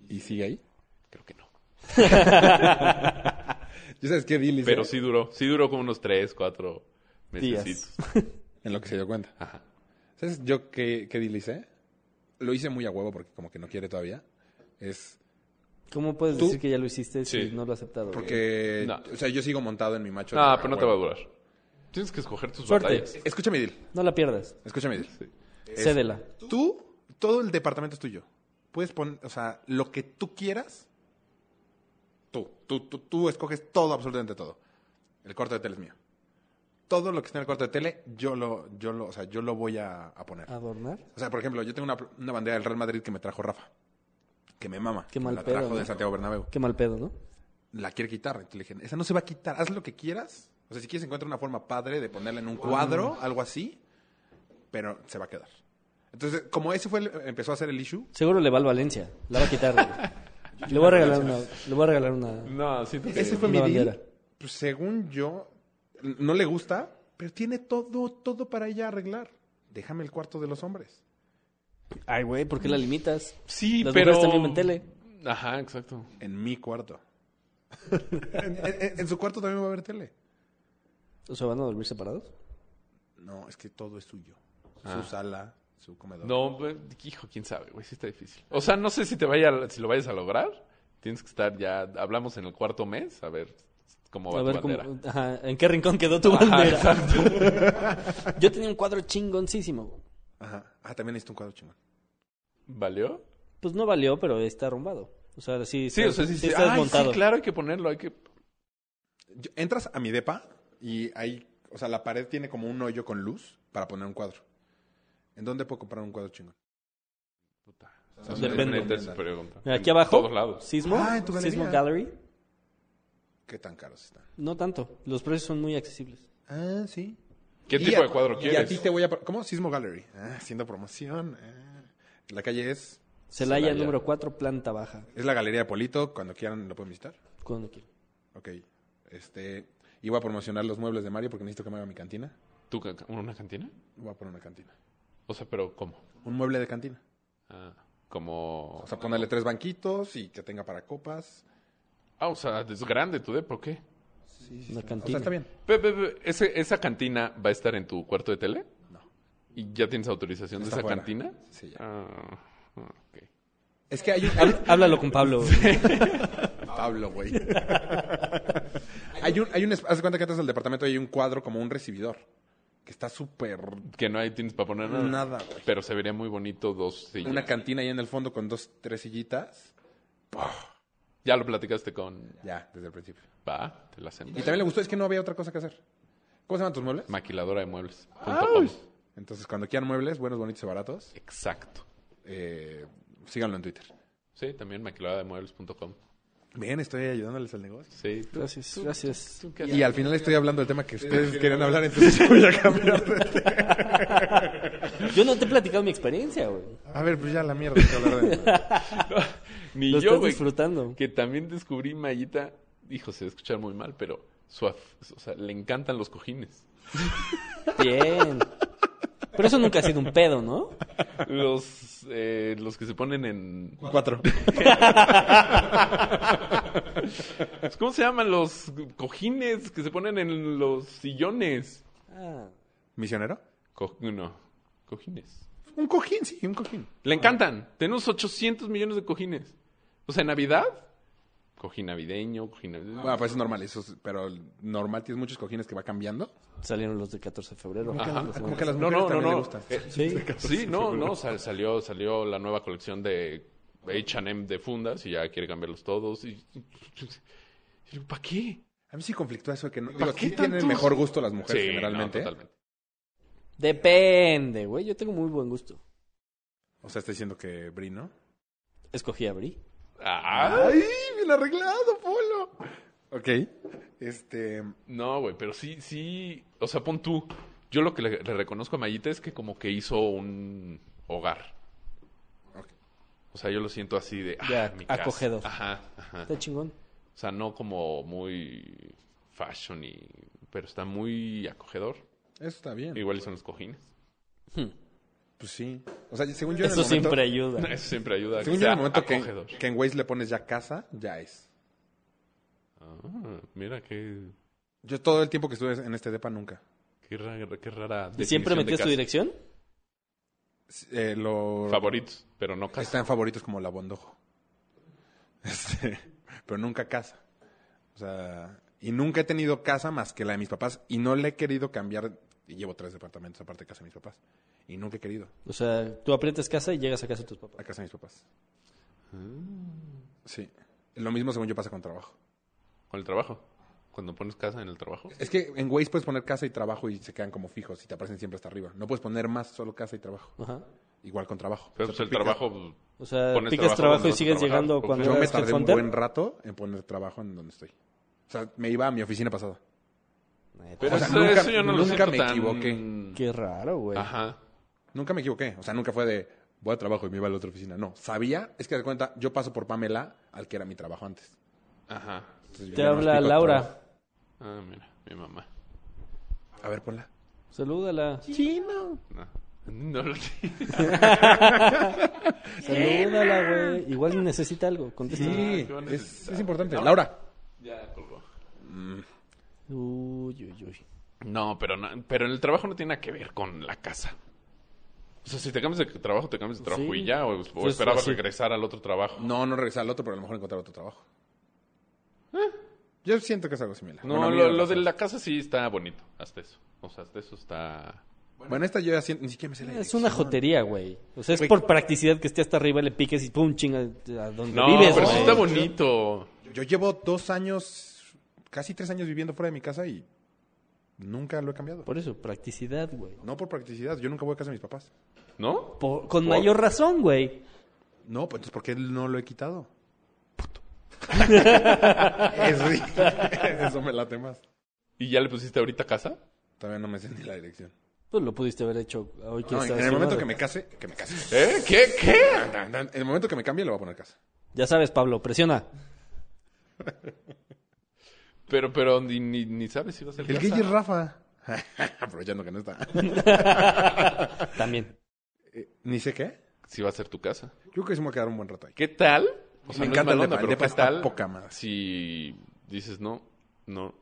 Speaker 4: ¿Y sigue ahí?
Speaker 5: Creo que no.
Speaker 4: ¿Ya sabes qué deal hice?
Speaker 5: Pero sí duró, sí duró como unos tres, cuatro
Speaker 3: Días.
Speaker 5: meses.
Speaker 4: En lo que se dio cuenta.
Speaker 5: Ajá.
Speaker 4: ¿Sabes yo qué, qué deal hice? Lo hice muy a huevo porque como que no quiere todavía. Es
Speaker 3: ¿Cómo puedes
Speaker 4: ¿Tú?
Speaker 3: decir que ya lo hiciste si
Speaker 5: Sí.
Speaker 3: no lo has aceptado?
Speaker 4: porque...
Speaker 5: No.
Speaker 4: O sea, yo sigo montado en mi macho.
Speaker 5: Ah, pero no te va a
Speaker 4: huevo.
Speaker 5: durar. Tienes que escoger tus
Speaker 3: Suerte.
Speaker 5: batallas.
Speaker 4: Escucha mi deal.
Speaker 3: No la pierdas.
Speaker 4: Escucha mi deal. Es-
Speaker 3: Cédela.
Speaker 4: Tú, todo el departamento es tuyo. Puedes poner, o sea, lo que tú quieras, tú, tú, tú, tú escoges todo, absolutamente todo. El cuarto de tele es mío. Todo lo que está en el cuarto de tele, yo lo, yo lo, o sea, yo lo voy a, a poner.
Speaker 3: ¿Adornar?
Speaker 4: O sea, por ejemplo, yo tengo una, una bandera del Real Madrid que me trajo Rafa, que me mama.
Speaker 3: Qué
Speaker 4: que me
Speaker 3: mal
Speaker 4: la
Speaker 3: pedo,
Speaker 4: trajo de
Speaker 3: ¿no?
Speaker 4: Santiago Bernabéu.
Speaker 3: Qué mal pedo, ¿no?
Speaker 4: La quiere quitar. Entonces le dije, esa no se va a quitar, haz lo que quieras. O sea, si quieres encuentra una forma padre de ponerla en un cuadro, algo así, pero se va a quedar. Entonces, como ese fue, el- empezó a ser el issue,
Speaker 3: Seguro le va al Valencia. La va a quitar. güey. le voy a regalar una. Le voy a regalar una.
Speaker 5: No, siento que...
Speaker 4: Ese fue mi
Speaker 3: una
Speaker 4: deal.
Speaker 3: bandera.
Speaker 4: eh, Pues, según yo, n- no le gusta, pero tiene todo, todo para ella arreglar. Déjame el cuarto de los hombres.
Speaker 3: Ay, güey, ¿por qué la limitas?
Speaker 5: Sí,
Speaker 3: Las
Speaker 5: pero...
Speaker 3: mujeres también ven tele.
Speaker 5: Ajá, exacto.
Speaker 4: En mi cuarto. en, en- en su cuarto también va a haber tele.
Speaker 3: O sea, van a dormir separados.
Speaker 4: No, es que todo es suyo.
Speaker 5: Ah.
Speaker 4: Su sala, su comedor.
Speaker 5: No, pues, hijo, quién sabe, güey, sí está difícil. O sea, no sé si te vaya, si lo vayas a lograr. Tienes que estar ya, hablamos en el cuarto mes, a ver cómo
Speaker 3: A
Speaker 5: va tu
Speaker 3: ver
Speaker 5: bandera.
Speaker 3: cómo, ajá, en qué rincón quedó tu
Speaker 5: Ajá,
Speaker 3: bandera.
Speaker 5: exacto.
Speaker 3: Yo tenía un cuadro chingoncísimo. güey.
Speaker 4: Ajá. Ah, también necesito un cuadro chingón.
Speaker 5: ¿Valió?
Speaker 3: Pues no valió, pero está arrumbado. O sea, sí,
Speaker 5: Sí,
Speaker 3: está-
Speaker 5: o sea, sí, sí,
Speaker 3: está
Speaker 5: ay,
Speaker 3: desmontado.
Speaker 5: sí, claro, hay que ponerlo, hay que...
Speaker 4: Yo- entras a mi depa y ahí, o sea, la pared tiene como un hoyo con luz para poner un cuadro. ¿En dónde puedo comprar un cuadro chingón?
Speaker 5: Puta. O sea,
Speaker 3: Depende.
Speaker 5: es neta esa pregunta.
Speaker 3: Mira, aquí
Speaker 5: En
Speaker 3: abajo,
Speaker 5: todos lados.
Speaker 3: Sismo,
Speaker 4: Ah, en tu galería.
Speaker 3: Sismo Gallery.
Speaker 4: ¿Qué tan caros están?
Speaker 3: No tanto. Los precios son muy accesibles.
Speaker 4: Ah, sí.
Speaker 5: ¿Qué
Speaker 4: Y
Speaker 5: tipo
Speaker 4: a-
Speaker 5: de cuadro
Speaker 4: Y a ti
Speaker 5: quieres?
Speaker 4: te voy a... pro- ¿Cómo? Sismo Gallery. Ah, haciendo promoción. Ah. La calle es...
Speaker 3: Celaya
Speaker 5: Celaya.
Speaker 3: número 4, planta baja.
Speaker 4: Es la Galería de Polito. Cuando quieran lo pueden visitar.
Speaker 3: Cuando quieran.
Speaker 4: Ok. Este... Iba a promocionar los muebles de Mario porque necesito que me haga mi cantina.
Speaker 5: ¿Tú ca- una cantina?
Speaker 4: Voy a poner una cantina.
Speaker 5: O sea, pero ¿cómo?
Speaker 4: Un mueble de cantina.
Speaker 5: Ah, como...
Speaker 4: O sea, ponerle tres banquitos y que tenga para copas.
Speaker 5: Ah, o sea, es grande tu depa, ¿o qué?
Speaker 3: Una
Speaker 4: O sea,
Speaker 3: cantina.
Speaker 4: está bien.
Speaker 5: Pe- pe- pe- ese- ¿Esa cantina va a estar en tu cuarto de tele? No. ¿Y ya tienes autorización
Speaker 4: Está
Speaker 5: de esa
Speaker 4: fuera.
Speaker 5: cantina?
Speaker 4: Sí, ya.
Speaker 5: Ah, ok.
Speaker 4: Es que hay un... hay un-
Speaker 3: Háblalo con Pablo.
Speaker 4: Pablo, güey. hay un, hay un, esp- haz de cuenta que entras al departamento y hay un cuadro como un recibidor. Que está súper...
Speaker 5: Que no hay tienes para poner nada.
Speaker 4: Nada, güey.
Speaker 5: Pero se vería muy bonito dos sillas.
Speaker 4: Una cantina ahí en el fondo con dos, tres sillitas.
Speaker 5: Ya lo platicaste con...
Speaker 4: Ya, desde el principio.
Speaker 5: Va, te la hacemos.
Speaker 4: Y también le gustó, es que no había otra cosa que hacer. ¿Cómo se llaman tus muebles?
Speaker 5: Maquiladora de muebles.
Speaker 4: Ah,
Speaker 5: punto com.
Speaker 4: Entonces, cuando quieran muebles, buenos, bonitos y baratos,
Speaker 5: Exacto.
Speaker 4: eh, síganlo en Twitter.
Speaker 5: Sí, también maquiladorademuebles.com.
Speaker 4: Bien, estoy ayudándoles al negocio.
Speaker 5: Sí. tú-
Speaker 3: Gracias,
Speaker 5: tú-
Speaker 3: gracias.
Speaker 5: tú qué
Speaker 4: Y al final estoy hablando del tema que ustedes querían hablar, entonces yo voy a cambiar de tema.
Speaker 3: Yo no te he platicado mi experiencia, güey.
Speaker 4: A ver, pues ya la mierda. hay que hablar de-
Speaker 5: Ni
Speaker 3: Lo
Speaker 5: yo,
Speaker 3: estás
Speaker 5: güey.
Speaker 3: disfrutando.
Speaker 5: Que también descubrí Mayita. Hijo, se va a escuchar muy mal, pero su af- o sea, le encantan los cojines.
Speaker 3: Bien. Pero eso nunca ha sido un pedo, ¿no?
Speaker 5: Los, eh, los que se ponen en.
Speaker 4: Cuatro.
Speaker 5: pues, ¿Cómo se llaman los cojines que se ponen en los sillones?
Speaker 3: Ah,
Speaker 4: ¿Misionero?
Speaker 5: Co- no, cojines.
Speaker 4: Un cojín, sí, un cojín.
Speaker 5: Le
Speaker 4: Ah.
Speaker 5: encantan. Tenemos 800 millones de cojines. O sea, en Navidad, cojín navideño, cojín navideño.
Speaker 4: Bueno, pues es normal, eso es- pero el normal tienes muchos cojines que va cambiando.
Speaker 3: salieron los de 14 de febrero.
Speaker 5: Ajá.
Speaker 3: Los
Speaker 4: Ah, Como que a las
Speaker 5: No,
Speaker 4: mujeres
Speaker 5: no, no, no.
Speaker 4: también les gusta.
Speaker 5: Eh,
Speaker 3: Sí.
Speaker 5: Sí, no, no, sal- salió, salió la nueva colección de H&M de fundas y ya quiere cambiarlos todos. Y, y digo, ¿para qué?
Speaker 4: A mí sí conflictúa eso de que no. Digo,
Speaker 5: qué
Speaker 4: aquí tienen
Speaker 5: tantos?
Speaker 4: mejor gusto las mujeres
Speaker 5: no,
Speaker 4: generalmente. ¿eh?
Speaker 5: totalmente.
Speaker 3: Depende, güey. Yo tengo muy buen gusto.
Speaker 4: o sea, está diciendo que Bri, ¿no?
Speaker 3: Escogí a Bri.
Speaker 5: Ah,
Speaker 4: bien arreglado, Polo. Ok. Este.
Speaker 5: no, güey, pero sí, sí. O sea, pon tú. Yo lo que le, le reconozco a Mayita es que como que hizo un hogar. O sea, yo lo siento así de... ah,
Speaker 3: Ya,
Speaker 5: mi casa.
Speaker 3: acogedor.
Speaker 5: Ajá, ajá.
Speaker 3: Está chingón.
Speaker 5: O sea, no como muy fashion y... Pero está muy acogedor.
Speaker 4: Eso está bien.
Speaker 5: Igual y son los cojines.
Speaker 4: Pues sí. O sea, según yo en
Speaker 3: Eso
Speaker 4: el momento,
Speaker 3: siempre ayuda.
Speaker 5: Eso siempre ayuda. a que
Speaker 4: Según yo en
Speaker 5: sea
Speaker 4: el momento
Speaker 5: acogedor.
Speaker 4: que, que en Waze le pones ya casa, ya es.
Speaker 5: Ah, mira qué,
Speaker 4: Yo todo el tiempo que estuve en este depa nunca.
Speaker 5: qué rara, qué rara
Speaker 3: ¿Y siempre
Speaker 5: definición de
Speaker 3: metías tu
Speaker 5: casa.
Speaker 3: dirección?
Speaker 4: Eh, lo
Speaker 5: Favoritos, pero no casa.
Speaker 4: Están favoritos como la Bondojo. Este, pero nunca casa. O sea, y nunca he tenido casa más que la de mis papás y no le he querido cambiar. Y llevo tres departamentos aparte de casa de mis papás. Y nunca he querido
Speaker 3: O sea, tú aprietas casa y llegas a casa de tus
Speaker 4: a
Speaker 3: papás.
Speaker 4: casa de mis papás. Sí. Lo mismo según yo pasa con trabajo.
Speaker 5: Con el trabajo. Cuando pones casa en el trabajo.
Speaker 4: Es que en Waze puedes poner casa y trabajo y se quedan como fijos y te aparecen siempre hasta arriba. No puedes poner más solo casa y trabajo.
Speaker 3: Ajá.
Speaker 4: Igual con trabajo.
Speaker 5: Pero
Speaker 4: O sea,
Speaker 5: pues
Speaker 4: tú
Speaker 5: el
Speaker 4: picas-
Speaker 5: trabajo...
Speaker 3: O
Speaker 5: pues,
Speaker 3: sea,
Speaker 4: este
Speaker 5: Pones
Speaker 3: picas trabajo
Speaker 5: trabajo donde
Speaker 3: y
Speaker 5: vas a
Speaker 3: sigues
Speaker 5: trabajar,
Speaker 3: llegando
Speaker 5: ok.
Speaker 3: cuando
Speaker 4: Yo me
Speaker 3: eras
Speaker 4: tardé un
Speaker 3: headhunter.
Speaker 4: buen rato en poner trabajo en donde estoy. O sea, me iba a mi oficina pasada.
Speaker 5: Pero
Speaker 4: O sea,
Speaker 5: eso,
Speaker 4: nunca-
Speaker 5: eso yo no lo
Speaker 4: nunca
Speaker 5: siento
Speaker 4: me
Speaker 5: tan-
Speaker 4: equivoqué.
Speaker 3: Qué raro, güey.
Speaker 5: Ajá.
Speaker 4: Nunca me equivoqué. O sea, nunca fue de voy a trabajo y me iba a la otra oficina. No, sabía, es que de cuenta, yo paso por Pamela al que era mi trabajo antes.
Speaker 5: Ajá.
Speaker 4: Entonces, yo
Speaker 3: Te
Speaker 4: ya no
Speaker 3: habla
Speaker 4: explico
Speaker 3: Laura.
Speaker 5: Ah, mira, mi mamá.
Speaker 4: todo. A ver, ponla.
Speaker 3: Salúdala.
Speaker 5: No, no lo sé.
Speaker 3: Salúdala, güey. Igual necesita algo. Contesta.
Speaker 4: Sí,
Speaker 5: qué van a
Speaker 4: es,
Speaker 5: necesitar.
Speaker 4: es importante. Laura.
Speaker 5: Ya colgó.
Speaker 3: Uy, uy, uy.
Speaker 5: No, pero, no, pero en el trabajo no tiene nada que ver con la casa. O sea, si te cambias de trabajo, te cambias de trabajo
Speaker 3: Sí.
Speaker 5: y ya. O, o
Speaker 3: Pues,
Speaker 5: esperabas
Speaker 3: así.
Speaker 5: regresar al otro trabajo.
Speaker 4: No, no regresar al otro, pero a lo mejor encontrar otro trabajo. Yo siento que es algo similar.
Speaker 5: No,
Speaker 4: Bueno, a mí
Speaker 5: lo,
Speaker 4: me
Speaker 5: lo
Speaker 4: pasa.
Speaker 5: de la casa sí está bonito. Hasta eso. O sea, hasta eso está...
Speaker 4: Bueno, esta yo ya siento, ni siquiera me sé la
Speaker 3: Es
Speaker 4: dirección.
Speaker 3: una jotería, güey. O sea, es
Speaker 4: Güey.
Speaker 3: por practicidad que esté hasta arriba, le piques y pum, chinga a donde
Speaker 5: No,
Speaker 3: vives,
Speaker 5: pero sí
Speaker 3: güey.
Speaker 5: está bonito.
Speaker 4: Yo llevo dos años, casi tres años viviendo fuera de mi casa y nunca lo he cambiado.
Speaker 3: Por eso, practicidad, güey.
Speaker 4: No por practicidad, yo nunca voy a casa de mis papás.
Speaker 5: ¿No?
Speaker 3: Por- con mayor razón, güey.
Speaker 4: No, pues entonces, ¿por qué no lo he quitado? Puto. es rico. Eso me late más.
Speaker 5: ¿Y ya le pusiste ahorita casa?
Speaker 4: Todavía no me sé ni la dirección.
Speaker 3: Pues lo pudiste haber hecho hoy que
Speaker 4: No, en
Speaker 3: estás
Speaker 4: el momento
Speaker 3: firmado.
Speaker 4: que me case, que me case.
Speaker 5: ¿Eh? ¿Qué? ¿Qué?
Speaker 4: En el momento que me cambie, le voy a poner casa.
Speaker 3: Ya sabes, Pablo, presiona.
Speaker 5: Pero, pero ni, ni, ni sabes si va a ser
Speaker 4: El
Speaker 5: casa.
Speaker 4: gay es Rafa. Aprovechando que no está.
Speaker 3: También.
Speaker 4: Eh, ni sé qué.
Speaker 5: Si va a ser tu casa.
Speaker 4: Yo creo que sí me voy a quedar un buen rato ahí.
Speaker 5: ¿Qué tal? O no es
Speaker 4: Me encanta el
Speaker 5: mala onda,
Speaker 4: depa, el
Speaker 5: pero
Speaker 4: depa
Speaker 5: ¿qué
Speaker 4: está
Speaker 5: tal
Speaker 4: poca madre.
Speaker 5: Si dices no, no.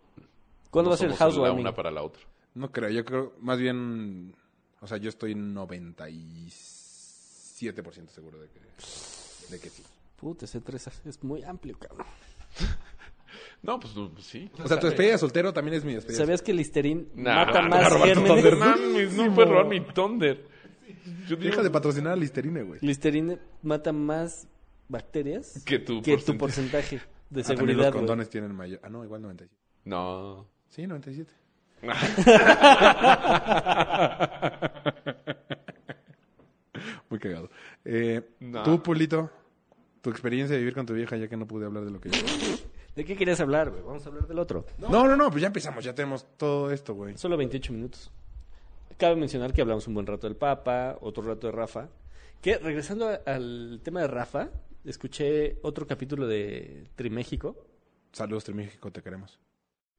Speaker 3: ¿Cuándo
Speaker 5: no
Speaker 3: va a ser el
Speaker 5: somos la
Speaker 3: housewarming?
Speaker 5: una para la otra.
Speaker 4: No creo, yo creo, más bien, o sea, yo estoy 97% seguro de que, de que sí.
Speaker 3: Puta, ese 3 es muy amplio, cabrón.
Speaker 5: No, pues no, pues sí.
Speaker 4: O sea, tu despedida de soltero también es mi despedida.
Speaker 3: ¿Sabías que el Listerine
Speaker 5: Nah,
Speaker 3: mata
Speaker 5: no
Speaker 3: más
Speaker 5: va a robar tu Thunder.
Speaker 3: gérmenes?
Speaker 5: Mames, no puede robar mi Thunder. Yo digo
Speaker 4: Deja de patrocinar a Listerine, güey.
Speaker 3: Listerine mata más bacterias
Speaker 5: que tu
Speaker 3: que tu porcentaje
Speaker 5: porcentaje.
Speaker 3: de
Speaker 4: Ah, también los
Speaker 3: seguridad, güey.
Speaker 4: condones tienen mayor. Ah, no, igual 97.
Speaker 5: No.
Speaker 4: Sí, 97. Muy cagado. Eh,
Speaker 5: No.
Speaker 4: Tú, Pulito, tu experiencia de vivir con tu vieja, ya que no pude hablar de lo que yo.
Speaker 3: ¿De qué querías hablar, güey? Vamos a hablar del otro.
Speaker 4: No, no, no, pues ya empezamos, ya tenemos todo esto, güey.
Speaker 3: Solo 28 minutos. Cabe mencionar que hablamos un buen rato del Papa, otro rato de Rafa. Que regresando a- al tema de Rafa, escuché otro capítulo de Triméxico
Speaker 4: Saludos, Triméxico, te queremos.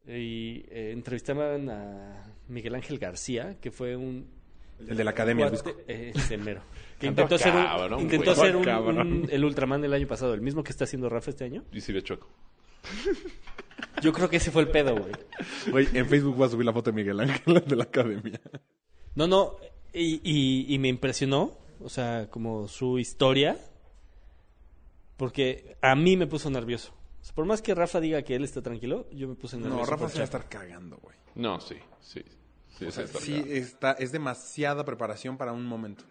Speaker 3: y eh, entrevistaban a Miguel Ángel García, que fue un
Speaker 4: El de la academia, el
Speaker 3: cuate- eh, ese mero. Que
Speaker 5: Cantaba
Speaker 3: intentó ser, un-
Speaker 5: cabrón,
Speaker 3: intentó
Speaker 5: güey.
Speaker 3: ser un-
Speaker 5: Cabrón.
Speaker 3: un- el Ultraman del año pasado, el mismo que está haciendo Rafa este año.
Speaker 5: Y si ve chueco.
Speaker 3: Yo creo que ese fue el pedo, güey.
Speaker 4: bizco. Güey, en Facebook voy a subir la foto de Miguel Ángel de la academia.
Speaker 3: No, no, y, y- y me impresionó, o sea, como su historia, porque a mí me puso nervioso. O sea, por más que Rafa diga que él está tranquilo, yo me puse nervioso.
Speaker 4: No, Rafa
Speaker 3: por
Speaker 4: se va a
Speaker 3: Chapo.
Speaker 4: estar cagando, güey.
Speaker 5: No, sí, sí. Sí,
Speaker 4: O sea,
Speaker 5: esa es
Speaker 4: sí, eh,
Speaker 5: verdad.
Speaker 4: está, es demasiada preparación para un momento.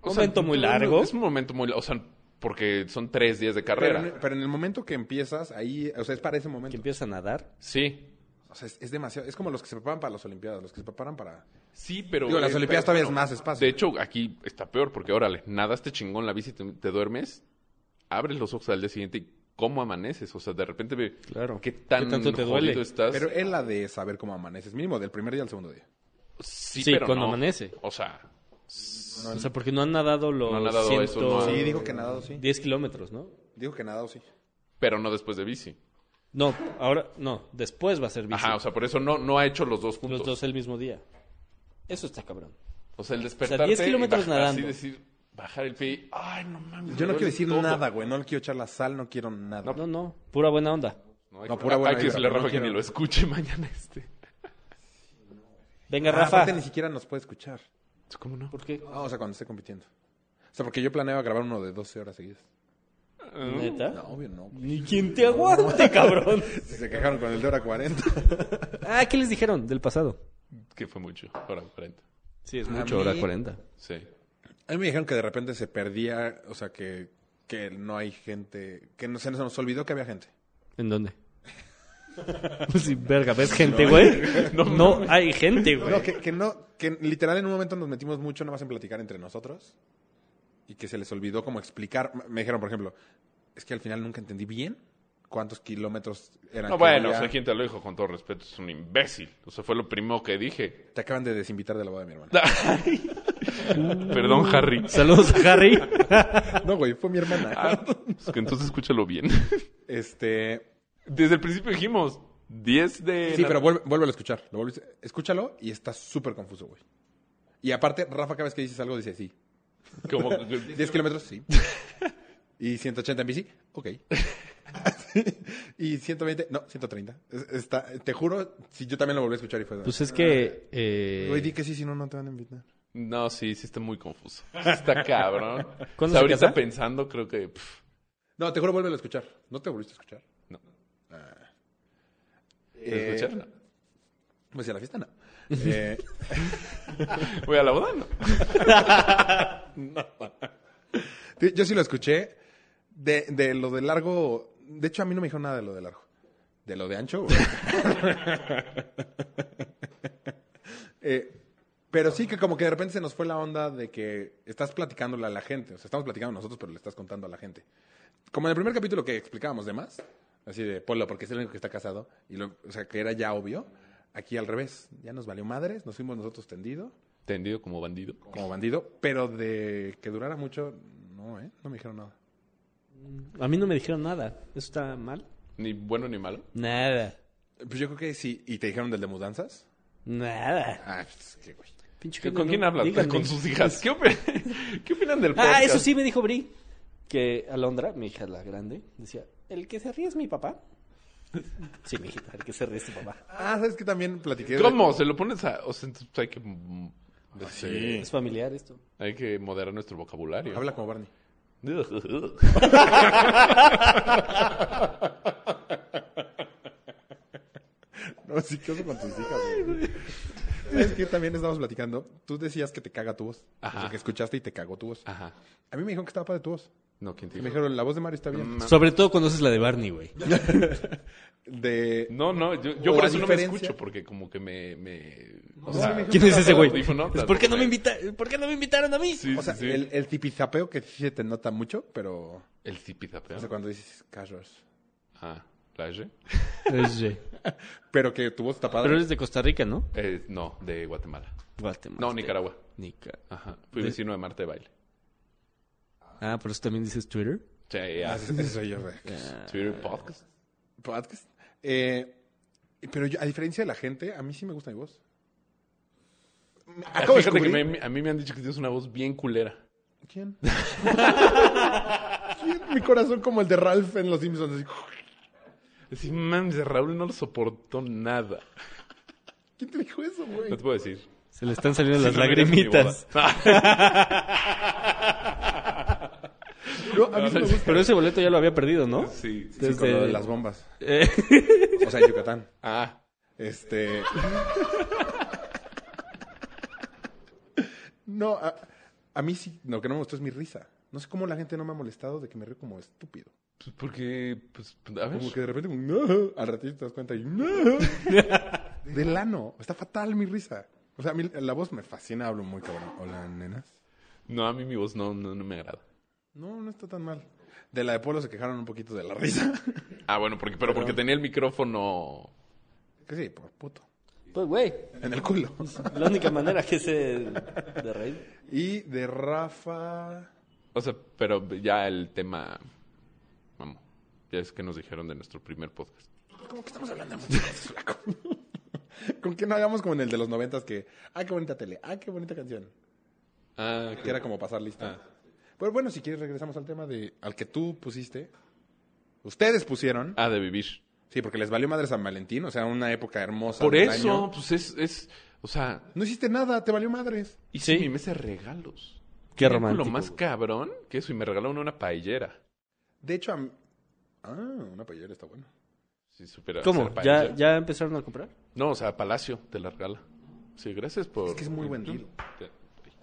Speaker 5: O sea,
Speaker 3: Momento muy
Speaker 5: no,
Speaker 3: largo.
Speaker 5: Es un momento muy largo. O sea, Porque son tres días de
Speaker 4: Pero
Speaker 5: carrera.
Speaker 4: en, pero en el momento que empiezas, ahí, o sea, es para ese
Speaker 3: Que
Speaker 4: momento.
Speaker 3: empiezas a nadar.
Speaker 5: Sí.
Speaker 4: O sea, es, es demasiado. Es como los que se preparan para las Olimpiadas, los que se preparan para.
Speaker 5: Sí, pero...
Speaker 4: Digo, las
Speaker 5: eh,
Speaker 4: Olimpiadas
Speaker 5: pero-
Speaker 4: todavía es más espacio.
Speaker 5: De hecho, aquí está peor porque, órale, nadaste chingón la bici, te, te duermes, abres los ojos al día siguiente y cómo amaneces. O sea, de repente ve
Speaker 3: Claro.
Speaker 5: qué tan
Speaker 3: ¿Qué tanto te
Speaker 5: jodido
Speaker 3: duele?
Speaker 5: estás.
Speaker 4: pero es la de saber cómo amaneces, mínimo del primer día al segundo día.
Speaker 5: sí,
Speaker 3: Sí,
Speaker 5: pero
Speaker 3: cuando
Speaker 5: no.
Speaker 3: amanece.
Speaker 5: O sea,
Speaker 3: O sea, porque no han nadado los
Speaker 5: No han nadado eso,
Speaker 3: 110
Speaker 5: no.
Speaker 4: Sí, dijo que nadado sí.
Speaker 3: kilómetros, ¿no?
Speaker 4: Dijo que nadado sí.
Speaker 5: pero no después de bici.
Speaker 3: No, ahora, no, después va a ser bici.
Speaker 5: Ajá, o sea, por eso no, no ha hecho los dos juntos.
Speaker 3: los dos el mismo día. Eso está cabrón.
Speaker 5: O sea, el despertarte
Speaker 3: 10
Speaker 5: y
Speaker 3: kilómetros
Speaker 5: bajar,
Speaker 3: nadando.
Speaker 5: Así decir, bajar el pie y, ay, no mames.
Speaker 4: Yo
Speaker 5: me
Speaker 4: no quiero
Speaker 5: duele
Speaker 4: decir
Speaker 5: todo".
Speaker 4: nada, güey. No le quiero echar la sal, no quiero nada.
Speaker 3: No, no, pura buena onda.
Speaker 5: No, hay,
Speaker 4: No, pura buena
Speaker 5: hay que
Speaker 4: vibra,
Speaker 5: decirle a
Speaker 4: pero
Speaker 5: Rafa
Speaker 4: no
Speaker 5: que ni
Speaker 4: quiero.
Speaker 5: lo escuche mañana este.
Speaker 3: Venga,
Speaker 4: Ah,
Speaker 3: Rafa.
Speaker 4: aparte ni siquiera nos puede escuchar.
Speaker 5: ¿Cómo no?
Speaker 3: ¿Por qué?
Speaker 4: Ah, o sea, cuando esté compitiendo. O sea, porque yo planeaba grabar uno de 12 horas seguidas. Ah.
Speaker 3: ¿Neta?
Speaker 4: No, obvio no. güey.
Speaker 3: Ni quien te aguante, cabrón.
Speaker 4: Si se quejaron con el de hora 40.
Speaker 3: Ah, ¿qué les dijeron del pasado?
Speaker 5: Que fue mucho, ahora 40.
Speaker 3: Sí, es
Speaker 4: mucho, hora
Speaker 3: 40.
Speaker 5: Sí.
Speaker 4: A mí me dijeron que de repente se perdía, o sea, que, que no hay gente, que no, se nos olvidó que había gente.
Speaker 3: ¿En dónde? sí, verga, ¿ves gente, güey? No, hay gente, güey.
Speaker 4: No, que, que no, que literal en un momento nos metimos mucho nada más en platicar entre nosotros y que se les olvidó como explicar. M- Me dijeron, por ejemplo, es que al final nunca entendí bien cuántos kilómetros
Speaker 3: Ah,
Speaker 4: eran.
Speaker 5: No,
Speaker 4: que
Speaker 5: bueno, o
Speaker 4: había.
Speaker 5: sea, quien te lo dijo con todo respeto es un imbécil. O sea, fue lo primero que dije.
Speaker 4: Te acaban de desinvitar de la boda de mi hermana.
Speaker 5: Perdón, Harry.
Speaker 3: Saludos a Harry.
Speaker 4: No, güey, fue mi hermana.
Speaker 5: Ah, pues que entonces escúchalo bien.
Speaker 4: Este,
Speaker 5: Desde el principio dijimos 10 de.
Speaker 4: Sí,
Speaker 5: la-
Speaker 4: pero vuelve, vuélvelo a escuchar. Lo vuelves- escúchalo y está súper confuso, güey. Y aparte, Rafa, cada vez que dices algo, dice sí.
Speaker 5: Como...
Speaker 4: 10 kilómetros, sí. Y 180 en bici, ok. y 120, no, 130. Es- Está, te juro, si yo también lo volví a escuchar y fue.
Speaker 3: Pues es que...
Speaker 4: Güey,
Speaker 3: Eh,
Speaker 4: di que sí, si no, no te van a invitar.
Speaker 5: No, sí, sí está muy confuso. Sí Está cabrón.
Speaker 3: ¿Cuándo se
Speaker 5: O sea, ahorita
Speaker 3: casa?
Speaker 5: pensando, creo que. pff,
Speaker 4: No, te juro, vuélvelo a escuchar. ¿No te volviste a escuchar?
Speaker 5: No.
Speaker 4: Ah.
Speaker 5: ¿te
Speaker 4: Eh,
Speaker 5: escucharon?
Speaker 4: Pues sí, a la fiesta no. Eh,
Speaker 5: Voy a la boda, ¿no?
Speaker 4: Sí, Yo sí lo escuché. De, de lo de largo. De hecho, a mí no me dijo nada de lo de largo. De lo de ancho, güey. Eh, pero sí que como que de repente se nos fue la onda de que estás platicándole a la gente. O sea, estamos platicando nosotros, pero le estás contando a la gente. Como en el primer capítulo que explicábamos de más, así de Polo, porque es el único que está casado, y lo, o sea, que era ya obvio. Aquí al revés, ya nos valió madres, nos fuimos nosotros tendido,
Speaker 5: Tendido como bandido.
Speaker 4: como bandido, pero de que durara mucho, no, ¿eh? No me dijeron nada.
Speaker 3: a mí no me dijeron nada. ¿Eso está mal?
Speaker 5: Ni bueno ni malo.
Speaker 3: Nada.
Speaker 4: Pues yo creo que sí. ¿Y te dijeron del de mudanzas?
Speaker 3: Nada.
Speaker 4: Ah, pues qué güey.
Speaker 3: Pinche gente,
Speaker 5: ¿Con
Speaker 3: no,
Speaker 5: quién hablas?
Speaker 3: díganme.
Speaker 5: Con sus hijas. ¿Qué, opi- ¿Qué opinan del podcast?
Speaker 3: Ah, eso sí me dijo Bri. Que Alondra, mi hija la grande, decía, el que se ríe es mi papá. Sí, mi hija, el que se ríe es tu papá.
Speaker 4: Ah, ¿sabes que también platiqué? de-
Speaker 5: ¿Cómo? ¿Se lo pones a.? O sea, entonces hay que. mm, este,
Speaker 3: Es familiar esto.
Speaker 5: Hay que moderar nuestro vocabulario.
Speaker 4: Habla como Barney. No, sí, qué oso con tus hijas, güey. ¿Sabes que también estábamos platicando? Tú decías que te caga tu voz. O sea,
Speaker 5: Ajá. Ah.
Speaker 4: que escuchaste y te cagó tu voz.
Speaker 5: Ajá.
Speaker 4: A mí me dijeron que estaba padre tu voz.
Speaker 5: No, ¿quién te
Speaker 4: Y me
Speaker 5: dijo?
Speaker 4: dijeron, la voz de Mario está bien.
Speaker 5: Mm.
Speaker 3: Sobre todo conoces la de Barney, güey.
Speaker 4: De...
Speaker 5: No, no, yo, yo
Speaker 4: O
Speaker 5: por
Speaker 4: a
Speaker 5: eso no me
Speaker 4: diferencia-
Speaker 5: escucho, porque como que me... me o
Speaker 3: ¿Quién es ese güey? Pues,
Speaker 5: Audífonos,
Speaker 3: ¿Por qué no me invita, ¿por qué no me invitaron a mí?
Speaker 5: Sí,
Speaker 4: O sea,
Speaker 5: sí, sí.
Speaker 4: el, el tipizapeo que sí se te nota mucho, pero...
Speaker 5: El zipizapeo.
Speaker 4: O sea, cuando dices casuals.
Speaker 5: Ah, ¿la G?
Speaker 4: Pero que tu voz está padre.
Speaker 3: Pero eres de Costa Rica, ¿no?
Speaker 5: Eh, no, de Guatemala.
Speaker 3: Guatemala.
Speaker 5: No, Nicaragua.
Speaker 3: Nicaragua.
Speaker 5: Ajá. Fui vecino de Marte de Baile.
Speaker 3: Ah, por eso también dices Twitter.
Speaker 5: Sí,
Speaker 4: Ah,
Speaker 5: ah,
Speaker 4: ese- ese soy yo, güey.
Speaker 5: Twitter podcast.
Speaker 4: podcast. Eh, pero yo, a diferencia de la gente, a mí sí me gusta mi voz. Me-
Speaker 5: Ah,
Speaker 4: Acabo de
Speaker 5: fíjate que
Speaker 4: descubrir-
Speaker 5: me- a mí me han dicho que tienes una voz bien culera.
Speaker 4: ¿Quién? ¿Quién? Mi corazón como el de Ralph en Los Simpsons. así.
Speaker 5: Así, mames, Raúl no lo soportó nada.
Speaker 4: ¿Quién te dijo eso,
Speaker 5: No
Speaker 4: güey?
Speaker 5: te puedo decir.
Speaker 3: Se le están saliendo las
Speaker 5: Si no, no eres mi Ah,
Speaker 3: lagrimitas.
Speaker 5: boda.
Speaker 4: No, a mí sí me gusta.
Speaker 3: Pero ese boleto ya lo había perdido, ¿no?
Speaker 5: sí.
Speaker 4: Sí, con lo de
Speaker 3: Desde-
Speaker 4: las bombas.
Speaker 3: Eh,
Speaker 4: O sea, en Yucatán.
Speaker 5: Ah,
Speaker 4: Este. No, a, a mí sí. Lo que no me gustó es mi risa. No sé cómo la gente no me ha molestado de que me río como estúpido.
Speaker 5: Pues porque, pues, a ver.
Speaker 4: Como que de repente, como, "No". al ratito te das cuenta y "No". Del ano. Está fatal mi risa. O sea, a mí la voz me fascina, hablo muy cabrón. Hola, nenas.
Speaker 5: No, a mí mi voz no, no, no me agrada.
Speaker 4: No, no está tan mal. De la de Polo se quejaron un poquito de la risa.
Speaker 5: Ah, bueno, porque, pero porque tenía el micrófono.
Speaker 4: que sí, por puto.
Speaker 3: Pues, güey,
Speaker 4: En el culo.
Speaker 3: la única manera que se de reír.
Speaker 4: Y de Rafa.
Speaker 5: O sea, pero ya el tema. Vamos. Ya es que nos dijeron de nuestro primer podcast.
Speaker 4: Como que estamos hablando de muchas cosas, flaco. Con que no hagamos como en el de los noventas que. ¡Ah, qué bonita tele! ¡Ah, qué bonita canción!
Speaker 5: Ah,
Speaker 4: Que era como pasar lista. Pero bueno, si quieres regresamos al tema de al que tú pusiste. Ustedes pusieron.
Speaker 5: Ah, de vivir.
Speaker 4: Sí, porque les valió madre San Valentín, o sea, una época hermosa.
Speaker 5: Por
Speaker 4: del
Speaker 5: eso,
Speaker 4: año.
Speaker 5: pues es, es. O sea,
Speaker 4: No hiciste nada, te valió madres.
Speaker 5: hice
Speaker 3: Sí.
Speaker 5: mi mesa de regalos.
Speaker 3: Qué
Speaker 5: Era
Speaker 3: romántico.
Speaker 5: Lo más
Speaker 3: güey.
Speaker 5: cabrón que eso. Y me regalaron una paellera.
Speaker 4: De hecho, a mí- ah, una paellera está buena.
Speaker 5: Si supiera
Speaker 3: ¿Cómo?
Speaker 5: hacer paellera.
Speaker 3: ¿Ya, ¿Ya empezaron a comprar?
Speaker 5: No, o sea, Palacio te la regala. Sí, gracias por.
Speaker 4: Es que es muy buen deal.
Speaker 5: Te-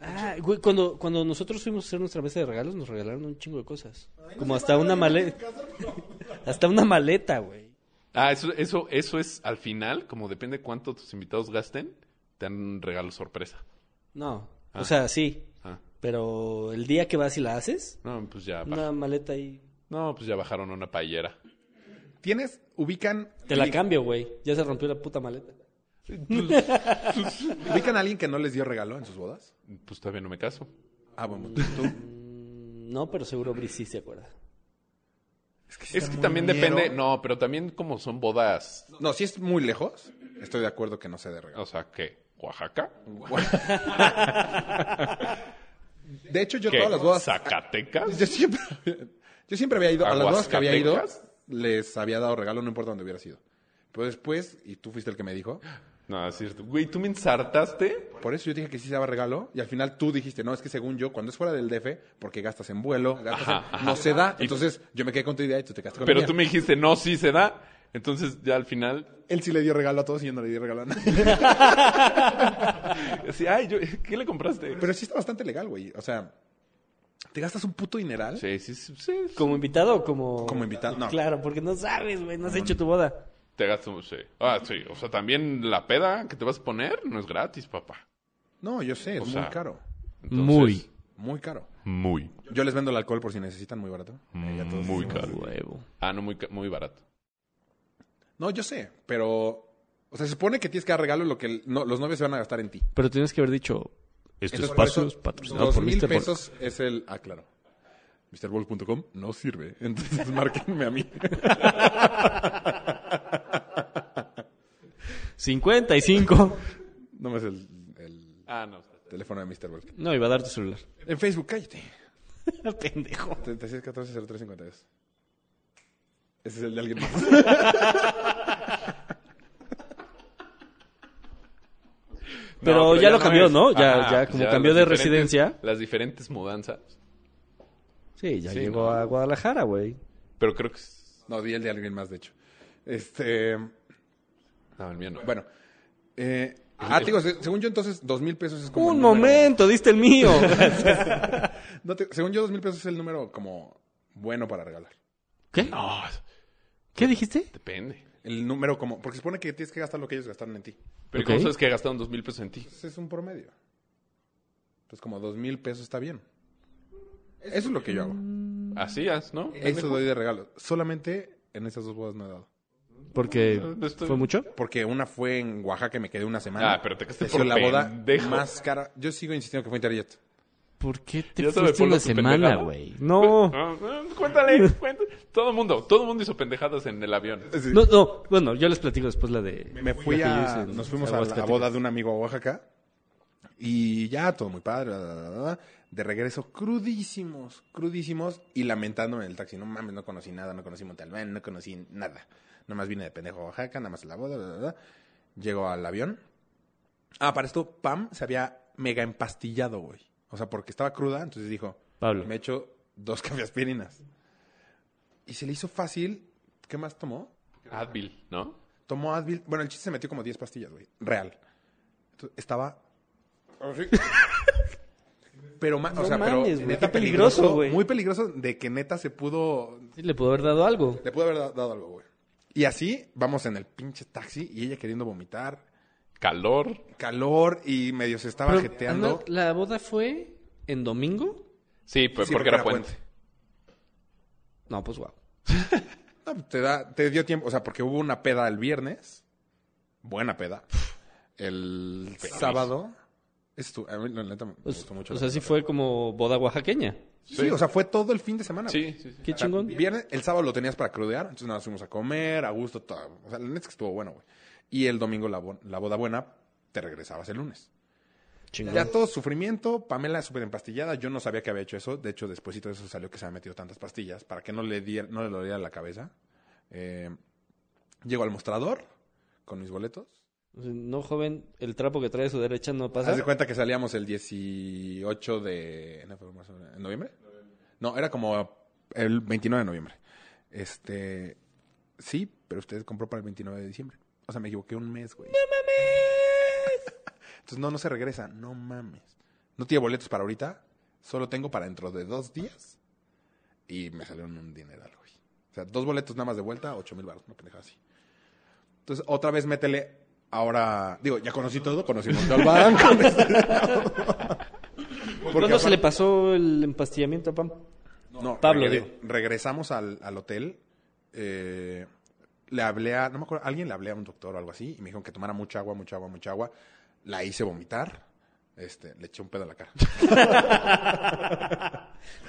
Speaker 3: Ah, güey, cuando, cuando nosotros fuimos a hacer nuestra mesa de regalos, nos regalaron un chingo de cosas. Como hasta una maleta. Hasta una maleta, güey.
Speaker 5: Ah, eso, eso, eso es al final, como depende cuánto tus invitados gasten, te dan un regalo sorpresa.
Speaker 3: No.
Speaker 5: Ah.
Speaker 3: O sea, sí.
Speaker 5: Ah,
Speaker 3: Pero el día que vas y la haces,
Speaker 5: no, pues ya baj-
Speaker 3: una maleta ahí.
Speaker 5: No, pues ya bajaron una paellera.
Speaker 4: Tienes, ubican.
Speaker 3: Te la cambio, güey. Ya se rompió la puta maleta.
Speaker 4: ¿Ubican a alguien que no les dio regalo en sus bodas?
Speaker 5: Pues todavía no me caso.
Speaker 4: Ah, bueno, tú.
Speaker 3: Mm, No, pero seguro Brice sí se acuerda.
Speaker 4: sí
Speaker 5: Es
Speaker 4: está
Speaker 5: que
Speaker 4: muy
Speaker 5: también
Speaker 4: ñero.
Speaker 5: depende, no, pero también como son bodas,
Speaker 4: No, si es muy lejos, estoy de acuerdo que no se dé regalo.
Speaker 5: o sea, ¿qué? ¿Oaxaca?
Speaker 4: De hecho, yo
Speaker 5: ¿Qué?
Speaker 4: todas las bodas.
Speaker 5: ¿Zacatecas?
Speaker 4: Yo siempre, yo siempre había ido, a las bodas que había ido,
Speaker 5: ¿Aguascatecas?
Speaker 4: les había dado regalo, no importa dónde hubiera sido. Pero después, y tú fuiste el que me dijo,
Speaker 5: No, es cierto. Güey, ¿tú me ensartaste?
Speaker 4: por eso yo dije que sí se daba regalo, y al final tú dijiste, no, es que según yo, cuando es fuera del DF, porque gastas en vuelo, gastas
Speaker 5: Ajá,
Speaker 4: en-
Speaker 5: ajá.
Speaker 4: no se da, entonces yo me quedé con tu idea y tú te quedaste con la
Speaker 5: Pero
Speaker 4: mía.
Speaker 5: tú me dijiste, no, sí se da. Entonces ya al final,
Speaker 4: Él sí le dio regalo a todos y yo no le di regalo a nadie.
Speaker 5: así, ay, yo, ¿qué le compraste?
Speaker 4: Pero sí está bastante legal, güey, o sea, te gastas un puto dineral
Speaker 5: Sí, sí, sí, sí.
Speaker 3: ¿Como invitado o como.?
Speaker 4: como invitado, no.
Speaker 3: Claro, porque no sabes, güey. No has hecho tu boda.
Speaker 5: Te gastas, sí. Ah, sí, o sea, también la peda que te vas a poner no es gratis, papá.
Speaker 4: No, yo sé, es
Speaker 5: O
Speaker 4: muy
Speaker 5: sea-
Speaker 4: caro,
Speaker 5: Entonces,
Speaker 7: Muy.
Speaker 4: muy caro.
Speaker 5: Muy,
Speaker 4: Yo les vendo el alcohol por si necesitan, muy barato. Eh, ya todos
Speaker 5: muy
Speaker 4: hicimos-
Speaker 5: caro.
Speaker 7: Huevo.
Speaker 5: Ah, no, muy, ca- muy barato.
Speaker 4: No, yo sé, pero. O sea, se supone que tienes que dar regalo lo que el- no, los novios se van a gastar en ti.
Speaker 7: Pero tienes que haber dicho, este
Speaker 4: Entonces,
Speaker 7: espacio
Speaker 4: por
Speaker 7: es
Speaker 4: eso,
Speaker 7: patrocinado por
Speaker 4: mil
Speaker 7: Mr. Bol-
Speaker 4: pesos es el. Ah, claro. MrBolls.com no sirve. Entonces, márquenme a mí.
Speaker 7: 55.
Speaker 4: No me es el, el
Speaker 5: Ah, no.
Speaker 4: teléfono de Mr. Bolls.
Speaker 7: No, iba a dar tu celular.
Speaker 4: En Facebook, cállate.
Speaker 7: Pendejo.
Speaker 4: 36 14 03 52. Ese es el de alguien más.
Speaker 3: Pero ya lo cambió,
Speaker 5: es.
Speaker 3: ¿no? Ya-
Speaker 5: Ajá,
Speaker 3: ya
Speaker 5: pues
Speaker 3: como cambió
Speaker 5: las
Speaker 3: de
Speaker 5: diferentes-
Speaker 7: residencia.
Speaker 5: Las diferentes mudanzas.
Speaker 7: Sí, ya
Speaker 5: Sí,
Speaker 7: llegó
Speaker 5: ¿no?
Speaker 7: a Guadalajara, güey.
Speaker 5: Pero creo que... es-
Speaker 4: No, di el de alguien más, de hecho. Este.
Speaker 5: No, el mío no.
Speaker 4: Bueno. Eh, ah, te digo, se- según yo, entonces, dos mil pesos es como.
Speaker 7: Un
Speaker 4: el número-
Speaker 7: momento, diste el mío.
Speaker 4: No te- según yo, dos mil pesos es el número como bueno para regalar.
Speaker 7: ¿Qué?
Speaker 5: No,
Speaker 7: ¿Qué dijiste?
Speaker 5: depende.
Speaker 4: El número como... Porque supone que tienes que gastar lo que ellos gastaron en ti.
Speaker 5: Pero
Speaker 7: Ok.
Speaker 5: ¿cómo sabes que gastaron dos mil pesos en ti?
Speaker 4: Entonces Pues, es un promedio. Entonces como dos mil pesos está bien. Eso es lo que yo hago.
Speaker 5: Así es, ¿no?
Speaker 4: Eso doy de regalo. Solamente en esas dos bodas no he dado.
Speaker 7: Porque
Speaker 5: No, no estoy-
Speaker 7: fue mucho.
Speaker 4: Porque una fue en Oaxaca y me quedé una semana. Este,
Speaker 5: Ah, pero te quedaste
Speaker 4: Ha sido
Speaker 5: por
Speaker 4: la boda
Speaker 5: pendejo.
Speaker 4: más cara. Yo sigo insistiendo que fue Interjet.
Speaker 7: ¿Por qué te
Speaker 5: Ya sabe,
Speaker 7: fuiste
Speaker 5: Polo,
Speaker 7: una
Speaker 5: tu
Speaker 7: semana,
Speaker 5: pendejada.
Speaker 7: güey? No.
Speaker 5: Ah, ah, cuéntale, cuéntale. Todo el mundo, todo el mundo hizo pendejadas en el avión.
Speaker 4: Sí.
Speaker 7: No, no. Bueno, yo les platico después la de...
Speaker 4: Me fui
Speaker 7: la que yo
Speaker 4: a...
Speaker 7: hice en
Speaker 4: Nos fuimos a la
Speaker 7: Aguascatecas.
Speaker 4: boda de un amigo a Oaxaca. Y ya, todo muy padre. bla, bla, bla, bla. De regreso, crudísimos, crudísimos. Y lamentándome en el taxi. No mames, no conocí nada, no conocí Montalbán, no conocí nada. Nada más vine de pendejo a Oaxaca, nada más a la boda. bla, bla, bla. Llego al avión. Ah, para esto, Pam se había mega empastillado, güey. O sea, porque estaba cruda, entonces dijo...
Speaker 7: Pablo.
Speaker 4: Me echo dos aspirinas. Y se le hizo fácil. ¿Qué más tomó?
Speaker 5: Advil, ¿no?
Speaker 4: Tomó Advil. Bueno, el chiste se metió como
Speaker 5: Oh,
Speaker 4: 10 pastillas, güey. Real. Entonces, estaba. Pero, ma- o
Speaker 3: No
Speaker 4: sea, pero
Speaker 3: mames, güey,
Speaker 4: neta
Speaker 3: qué peligroso, güey.
Speaker 4: Muy peligroso de que neta se pudo.
Speaker 3: Sí, le pudo haber dado algo.
Speaker 4: Le pudo haber da- dado algo, güey. Y así vamos en el pinche taxi y ella queriendo vomitar,
Speaker 5: Calor.
Speaker 4: calor y medio se estaba
Speaker 3: Pero,
Speaker 4: jeteando.
Speaker 3: Ana, ¿La boda fue en domingo?
Speaker 5: Sí, pues
Speaker 4: Sí,
Speaker 5: porque era puente.
Speaker 3: No, pues wow.
Speaker 4: No, te, da, te dio tiempo, o sea, porque hubo una peda el viernes. Buena peda. El sábado. Es tu, a mí, la neta, me gustó mucho.
Speaker 3: Pues, o sea,
Speaker 4: la peda.
Speaker 3: sí fue como boda oaxaqueña.
Speaker 4: Sí, o sea, fue todo el fin de semana.
Speaker 5: Sí,
Speaker 4: güey.
Speaker 5: sí, sí.
Speaker 3: Qué
Speaker 4: O sea,
Speaker 3: chingón.
Speaker 4: Viernes, el sábado lo tenías para crudear, entonces nada, fuimos a comer, a gusto, todo. O sea, la neta es que estuvo bueno, güey. Y el domingo la, bo- la boda buena, te regresabas el lunes.
Speaker 3: Chingón.
Speaker 4: Ya todo sufrimiento, Pamela súper empastillada, yo no sabía que había hecho eso, de hecho después de eso salió que se había metido tantas pastillas para que no le diera, no le doliera la cabeza. Eh, llego al mostrador con mis boletos.
Speaker 3: O sea, No, joven, el trapo que trae a su derecha no pasa.
Speaker 4: Haz de cuenta que salíamos el 18 de... ¿no fue marzo? ¿En noviembre? No, era como el 29 de noviembre. Este... Sí, pero usted compró para el 29 de diciembre. O sea, me equivoqué un mes, güey. ¡No mames! Entonces, no, no se regresa. No mames. No tiene boletos para ahorita. Solo tengo para dentro de dos días. Y me salieron un dineral, güey. O sea, dos boletos nada más de vuelta, ocho mil baros. Una pendejada así. Entonces, otra vez métele. Ahora, digo, ya conocí todo, conocí Montalbán, conocí
Speaker 3: ¿Cuándo se le pasó el empastillamiento a Pam?
Speaker 4: No,
Speaker 3: Pablo,
Speaker 4: regre-
Speaker 3: digo.
Speaker 4: regresamos al, al hotel. eh, le hablé a, no me acuerdo, alguien le hablé a un doctor o algo así y me dijeron que tomara mucha agua, mucha agua, mucha agua. La hice vomitar. Este, le eché un pedo a la cara.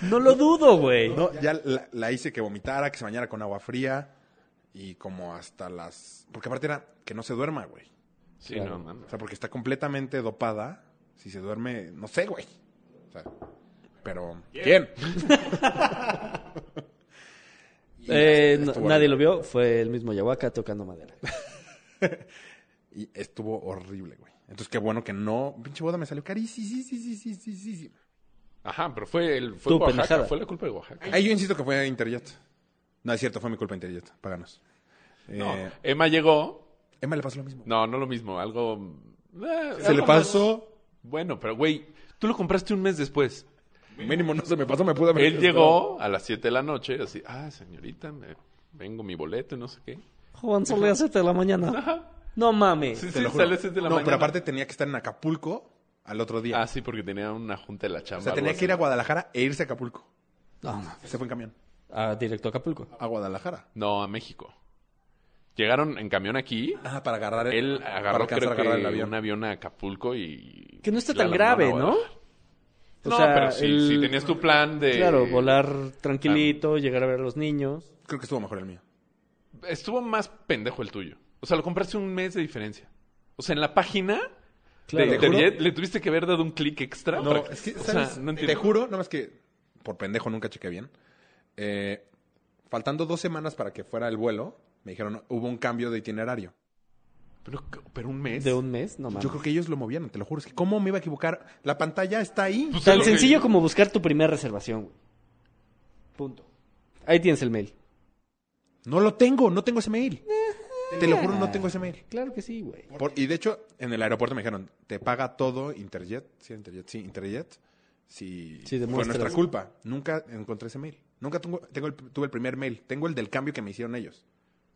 Speaker 3: No lo dudo, güey.
Speaker 4: No, ya la, la hice que vomitara, que se bañara con agua fría y como hasta las. Porque aparte era que no se duerma, güey.
Speaker 5: Sí,
Speaker 3: Claro.
Speaker 5: no mames.
Speaker 4: O sea, porque está completamente dopada. Si se duerme, no sé, güey. O sea, pero. ¿Quién? Y
Speaker 3: Eh,
Speaker 4: estuvo
Speaker 3: no-
Speaker 4: horrible.
Speaker 3: nadie lo vio, fue el mismo Yahuaca tocando madera.
Speaker 4: Y estuvo horrible, güey. Entonces, qué bueno que no. Pinche boda me salió carísimo. Sí, sí, sí, sí, sí, sí, sí.
Speaker 5: Ajá, pero fue el fue
Speaker 3: Tu
Speaker 5: Oaxaca,
Speaker 3: pendejada.
Speaker 5: fue la culpa de Oaxaca.
Speaker 4: Ahí yo insisto que fue Interjet. No, es cierto, fue mi culpa Interjet. Páganos.
Speaker 5: No,
Speaker 4: Eh,
Speaker 5: Emma llegó,
Speaker 4: Emma le pasó lo mismo.
Speaker 5: no, no lo mismo, algo eh,
Speaker 4: Se le
Speaker 5: algo
Speaker 4: pasó.
Speaker 5: más- Bueno, pero güey, tú lo compraste un mes después.
Speaker 4: Mínimo no se me pasó, me pude haber
Speaker 5: Él
Speaker 4: gastado.
Speaker 5: llegó a las 7 de la noche, así, ah, señorita, me vengo mi boleto y no sé qué.
Speaker 3: Juan, son las 7 de la mañana.
Speaker 5: Ajá.
Speaker 3: No mames.
Speaker 5: Sí,
Speaker 4: Te
Speaker 5: sí,
Speaker 4: lo juro.
Speaker 5: sale 7 de la
Speaker 4: no,
Speaker 5: mañana.
Speaker 4: pero aparte tenía que estar en Acapulco al otro día.
Speaker 5: Ah, sí, porque tenía una junta de la chamba.
Speaker 4: o sea,
Speaker 5: algo
Speaker 4: tenía
Speaker 5: así.
Speaker 4: que ir a Guadalajara e irse a Acapulco.
Speaker 3: No mames.
Speaker 4: Se fue en camión.
Speaker 3: Ah, directo a Acapulco.
Speaker 4: A Guadalajara.
Speaker 5: No, a México. Llegaron en camión aquí.
Speaker 4: Ah, para agarrar el...
Speaker 5: Él
Speaker 4: para
Speaker 5: agarró
Speaker 4: alcanzar
Speaker 5: creo
Speaker 4: a agarrar
Speaker 5: que
Speaker 4: el avión.
Speaker 5: un avión a Acapulco y...
Speaker 3: Que no está
Speaker 5: la
Speaker 3: tan
Speaker 5: lanzaron
Speaker 3: grave,
Speaker 5: a
Speaker 3: ¿no?
Speaker 5: Guadalajara.
Speaker 3: O
Speaker 5: no,
Speaker 3: sea,
Speaker 5: pero sí,
Speaker 3: el-
Speaker 5: sí tenías tu plan de...
Speaker 3: Claro, volar tranquilito, llegar a ver a los niños.
Speaker 4: Creo que estuvo mejor el mío.
Speaker 5: Estuvo más pendejo el tuyo. O sea, lo compraste un mes de diferencia. O sea, en la página
Speaker 3: Claro.
Speaker 5: de
Speaker 4: Te juro-
Speaker 5: Interjet le tuviste que haber dado un clic extra.
Speaker 4: No,
Speaker 5: para que-
Speaker 4: es que,
Speaker 5: o
Speaker 4: ¿sabes?
Speaker 5: sea, no
Speaker 4: te
Speaker 5: entiendo.
Speaker 4: juro, no más que por pendejo nunca chequé bien. Eh, faltando dos semanas para que fuera el vuelo, me dijeron, hubo un cambio de itinerario.
Speaker 5: Pero, pero un mes.
Speaker 3: De un mes, no mames.
Speaker 4: Yo creo que ellos lo movieron, te lo juro. Es que, ¿cómo me iba a equivocar? La pantalla está ahí.
Speaker 5: Pues es
Speaker 3: Tan
Speaker 5: lo que-
Speaker 3: sencillo como buscar tu primera reservación, güey. Punto. Ahí tienes el mail.
Speaker 4: No lo tengo, no tengo ese mail.
Speaker 5: eh,
Speaker 4: Te lo juro, no tengo ese mail.
Speaker 3: Claro que sí, güey.
Speaker 4: Por- y de hecho, en el aeropuerto me dijeron, te paga todo Interjet, sí, Interjet, sí, Interjet, si
Speaker 3: Sí,
Speaker 4: fue
Speaker 3: demuestras.
Speaker 4: nuestra culpa. Nunca encontré ese mail. Nunca tengo, tengo el- tuve el primer mail. Tengo el del cambio que me hicieron ellos.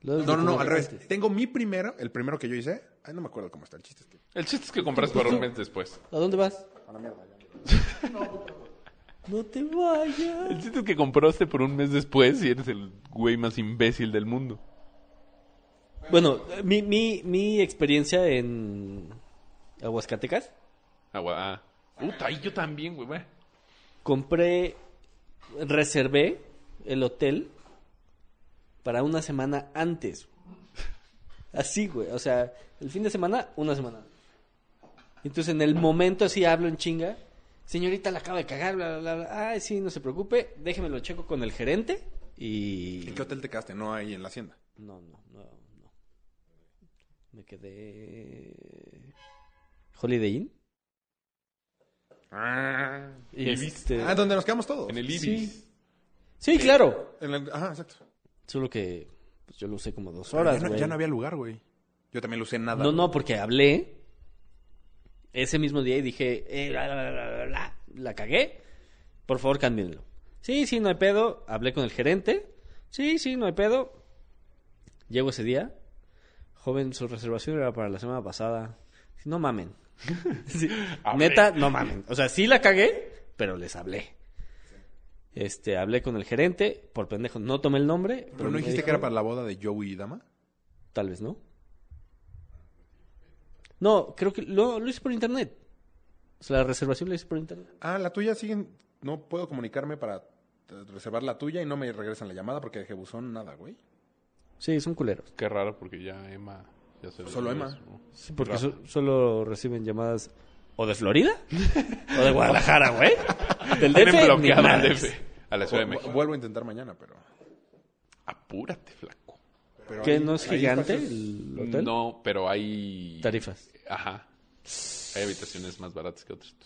Speaker 3: Los
Speaker 4: No, no, no, al revés.
Speaker 3: documentos.
Speaker 4: Tengo mi primero, el primero que yo hice. Ay, no me acuerdo cómo está el chiste. es que-
Speaker 5: El chiste es que compraste para un mes después.
Speaker 3: ¿A dónde vas? A la mierda. no te vayas.
Speaker 5: El chiste es que compraste por un mes después y eres el güey más imbécil del mundo.
Speaker 3: Bueno, mi, mi, mi experiencia en Aguascatecas,
Speaker 5: Ah, gua- ah. Puta, y yo también, güey. bueno.
Speaker 3: compré, reservé el hotel para una semana antes. Así, güey. O sea, el fin de semana, una semana. Entonces, en el momento así hablo en chinga. Señorita, la acaba de cagar, bla, bla, bla. Ay, sí, no se preocupe. Déjemelo checo con el gerente y...
Speaker 4: ¿En qué hotel te quedaste? No, ahí en la hacienda.
Speaker 3: No, no, no, no. Me quedé. Holiday Inn. Y este-
Speaker 4: Ah, donde nos quedamos todos.
Speaker 5: En el Ibis.
Speaker 3: Sí, claro.
Speaker 4: En la- Ajá, exacto.
Speaker 3: Solo que pues, yo lo usé como dos
Speaker 4: Pero
Speaker 3: horas.
Speaker 4: ya, no,
Speaker 3: güey.
Speaker 4: ya no había lugar, güey. Yo también lo usé nada.
Speaker 3: No,
Speaker 4: güey.
Speaker 3: no, porque hablé ese mismo día y dije, eh, bla, bla, bla, bla, bla, bla. la cagué, por favor cámbienlo. Sí, sí, no hay pedo. Hablé con el gerente. Sí, sí, no hay pedo. Llego ese día. Joven, su reservación era para la semana pasada. No mamen. Sí,
Speaker 5: Hablé.
Speaker 3: Neta, no mamen. O sea, sí la cagué, pero les hablé. Este, hablé con el gerente, por pendejo, no tomé el nombre.
Speaker 4: Pero no
Speaker 3: me
Speaker 4: dijiste
Speaker 3: dijo-
Speaker 4: que era para la boda de Joey y Dama.
Speaker 3: Tal vez, ¿no? No, creo que lo, lo hice por internet. O sea, la reservación la hice por internet.
Speaker 4: Ah, la tuya siguen. No puedo comunicarme para eh, reservar la tuya y no me regresan la llamada porque dejé buzón, nada, güey.
Speaker 3: Sí, son culeros.
Speaker 5: Qué raro porque ya Emma... Ya se lo
Speaker 4: Solo Emma.
Speaker 5: regresó.
Speaker 3: Sí, porque so- solo reciben llamadas o de Florida o de Guadalajara, güey. Del
Speaker 5: Tienen
Speaker 3: DF, ni
Speaker 5: bloqueado al
Speaker 3: madres.
Speaker 5: DF. A la Ciudad de
Speaker 4: Vu-
Speaker 5: México.
Speaker 4: Vuelvo a intentar mañana, pero.
Speaker 5: Apúrate, flaco.
Speaker 4: pero
Speaker 3: ¿Qué
Speaker 4: ahí-
Speaker 3: no es
Speaker 4: ahí
Speaker 3: gigante
Speaker 4: espacios-
Speaker 3: el hotel?
Speaker 5: No, pero hay...
Speaker 3: Tarifas.
Speaker 5: Ajá. Hay habitaciones más baratas que otras.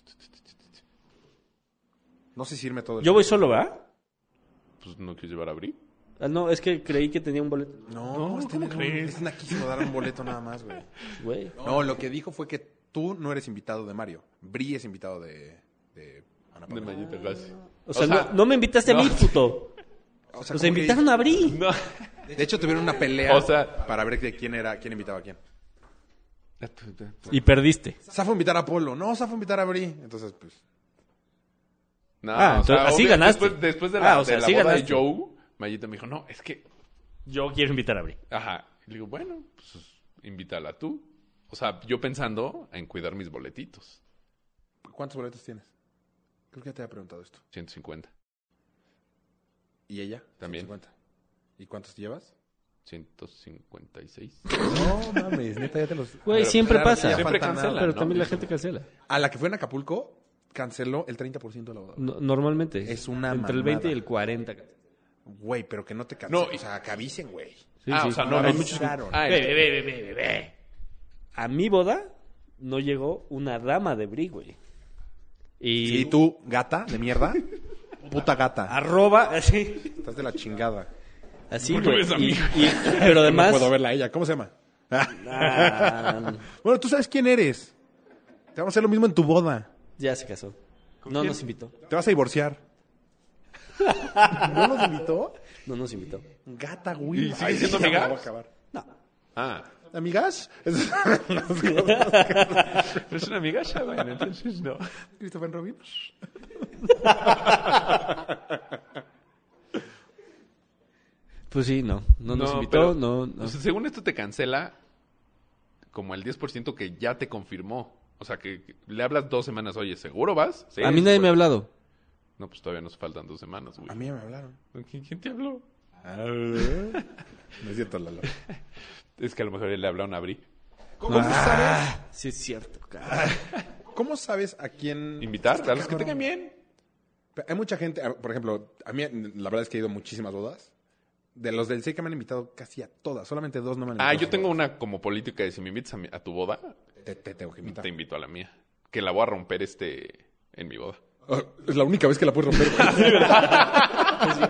Speaker 4: No sé si irme todo. el-
Speaker 3: Yo voy solo, ¿va?
Speaker 5: Pues no quieres llevar a Bri.
Speaker 3: Ah, no, es que creí que tenía un boleto.
Speaker 4: No,
Speaker 5: No,
Speaker 4: no, este
Speaker 5: ¿cómo
Speaker 4: no,
Speaker 5: crees?
Speaker 4: este no quiso dar un boleto nada más, güey.
Speaker 3: Güey.
Speaker 4: No, lo que dijo fue que tú no eres invitado de Mario. Bri es invitado de. de Ana
Speaker 5: De
Speaker 4: Paula.
Speaker 5: Mayita Gassi.
Speaker 3: O sea, no, no me invitaste a mí,
Speaker 5: no.
Speaker 3: puto.
Speaker 4: O sea,
Speaker 3: O sea,
Speaker 4: como que-
Speaker 3: invitaron a Bri.
Speaker 5: No.
Speaker 4: De hecho, tuvieron una pelea
Speaker 5: O sea-
Speaker 4: para ver de quién era, quién invitaba a quién.
Speaker 5: Ah,
Speaker 3: Y perdiste.
Speaker 4: Safo invitar a Polo, no, Safo invitar a Bri. Entonces, pues.
Speaker 5: No,
Speaker 3: Ah, entonces, así ganaste.
Speaker 5: Después, después de la,
Speaker 3: Ah, o sea,
Speaker 5: de la
Speaker 3: así
Speaker 5: boda
Speaker 3: ganaste.
Speaker 5: de Joe, Mayita me dijo, no, es que...
Speaker 3: Yo quiero invitar a Bri.
Speaker 5: Ajá. Y le digo, bueno, pues invítala tú. O sea, yo pensando en cuidar mis boletitos.
Speaker 4: ¿Cuántos boletos tienes? Creo que ya te había preguntado esto.
Speaker 5: 150.
Speaker 4: ¿Y ella?
Speaker 5: También.
Speaker 4: 150. ¿Y cuántos llevas?
Speaker 5: 156.
Speaker 4: No mames, neta, ya te los.
Speaker 3: Güey,
Speaker 5: Pero,
Speaker 3: siempre
Speaker 4: claro,
Speaker 3: pasa.
Speaker 4: ya
Speaker 5: Siempre
Speaker 4: falta nada.
Speaker 5: cancela.
Speaker 3: Pero
Speaker 5: ¿no?
Speaker 3: también la gente cancela.
Speaker 4: A la que fue en Acapulco, canceló el 30% de la boda.
Speaker 3: No- normalmente.
Speaker 4: Es una
Speaker 3: Entre el
Speaker 4: mamada.
Speaker 3: 20 y el 40.
Speaker 4: Güey, pero que no te cancelen.
Speaker 5: No, y-
Speaker 4: o sea, que avisen, güey.
Speaker 3: Sí,
Speaker 5: ah,
Speaker 3: sí.
Speaker 5: o sea, no,
Speaker 4: Hay
Speaker 5: no.
Speaker 4: muchos-
Speaker 5: Ah,
Speaker 3: Ve, ve, ve, ve, ve, ve. A mi boda no llegó una dama de Bri, güey. Y
Speaker 4: Y tú, gata de mierda. Puta gata.
Speaker 3: arroba así,
Speaker 4: Estás de la chingada.
Speaker 3: así
Speaker 5: ¿Por qué
Speaker 3: güey.
Speaker 5: ves a
Speaker 3: Y-
Speaker 5: mí?
Speaker 3: y- pero
Speaker 4: No
Speaker 3: además,
Speaker 4: puedo verla a ella. ¿Cómo se llama?
Speaker 3: ah,
Speaker 4: Bueno, tú sabes quién eres. Te vamos a hacer lo mismo en tu boda.
Speaker 3: ya se casó. No nos invitó.
Speaker 4: Te vas a divorciar. ¿No nos invitó?
Speaker 3: No nos invitó.
Speaker 4: Gata, güey.
Speaker 5: ¿Y sigue
Speaker 4: Ay,
Speaker 5: siendo
Speaker 4: ya me
Speaker 5: amigas?
Speaker 4: voy a acabar.
Speaker 5: ah.
Speaker 4: ¿Amigas?
Speaker 5: Pero es una amiga, Shaban, entonces no.
Speaker 4: Christopher Robin.
Speaker 3: Pues sí, no, no pues nos invitó,
Speaker 5: pero,
Speaker 3: no, no.
Speaker 5: o sea, según esto te cancela como el 10% que ya te confirmó. O sea, que que le hablas dos semanas, oye, ¿seguro vas? Sí,
Speaker 3: A mí nadie
Speaker 5: pues.
Speaker 3: me ha hablado.
Speaker 5: No, pues todavía nos faltan dos semanas, güey.
Speaker 4: A mí ya me hablaron.
Speaker 5: ¿Qui- ¿Quién te habló?
Speaker 4: No es cierto, Lalo.
Speaker 5: Es que a lo mejor le hablaron a Bri.
Speaker 4: ¿Cómo
Speaker 3: Ah.
Speaker 4: sabes?
Speaker 3: Sí es cierto, cara.
Speaker 4: ¿Cómo sabes a quién
Speaker 5: Invitar a los que tengan bien.
Speaker 4: Pero Hay mucha gente, a- por ejemplo, a mí la verdad es que he ido a muchísimas bodas. De los del que me han invitado casi a todas, solamente dos no me han invitado.
Speaker 5: Ah, yo tengo una como política de si me invitas a, mi- a tu boda,
Speaker 4: Te, te tengo que invitar.
Speaker 5: te invito a la mía. Que la voy a romper este en mi boda.
Speaker 4: Ah, es la única vez que la puedes romper. güey.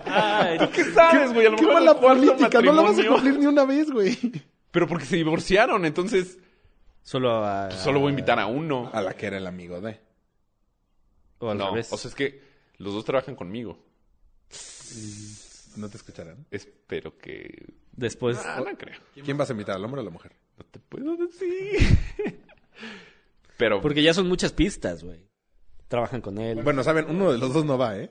Speaker 3: Ay,
Speaker 5: ¿Qué sabes, güey? A lo
Speaker 4: Qué
Speaker 5: mejor
Speaker 4: mala
Speaker 5: el cuarto
Speaker 4: política, no la vas a
Speaker 5: matrimonio.
Speaker 4: cumplir ni una vez, güey.
Speaker 5: Pero porque se divorciaron, entonces
Speaker 3: solo a
Speaker 5: solo voy a invitar a uno.
Speaker 4: A la que era el amigo de.
Speaker 3: o al
Speaker 5: no,
Speaker 3: revés.
Speaker 5: o sea, es que los dos trabajan conmigo.
Speaker 4: No te escucharán.
Speaker 5: Espero que...
Speaker 3: Después
Speaker 5: Ah, no creo.
Speaker 4: ¿Quién vas a invitar, al hombre o a la mujer?
Speaker 5: No te puedo decir. Pero...
Speaker 3: porque ya son muchas pistas, güey. Trabajan con él.
Speaker 4: Bueno, saben, uno de los dos no va, ¿eh?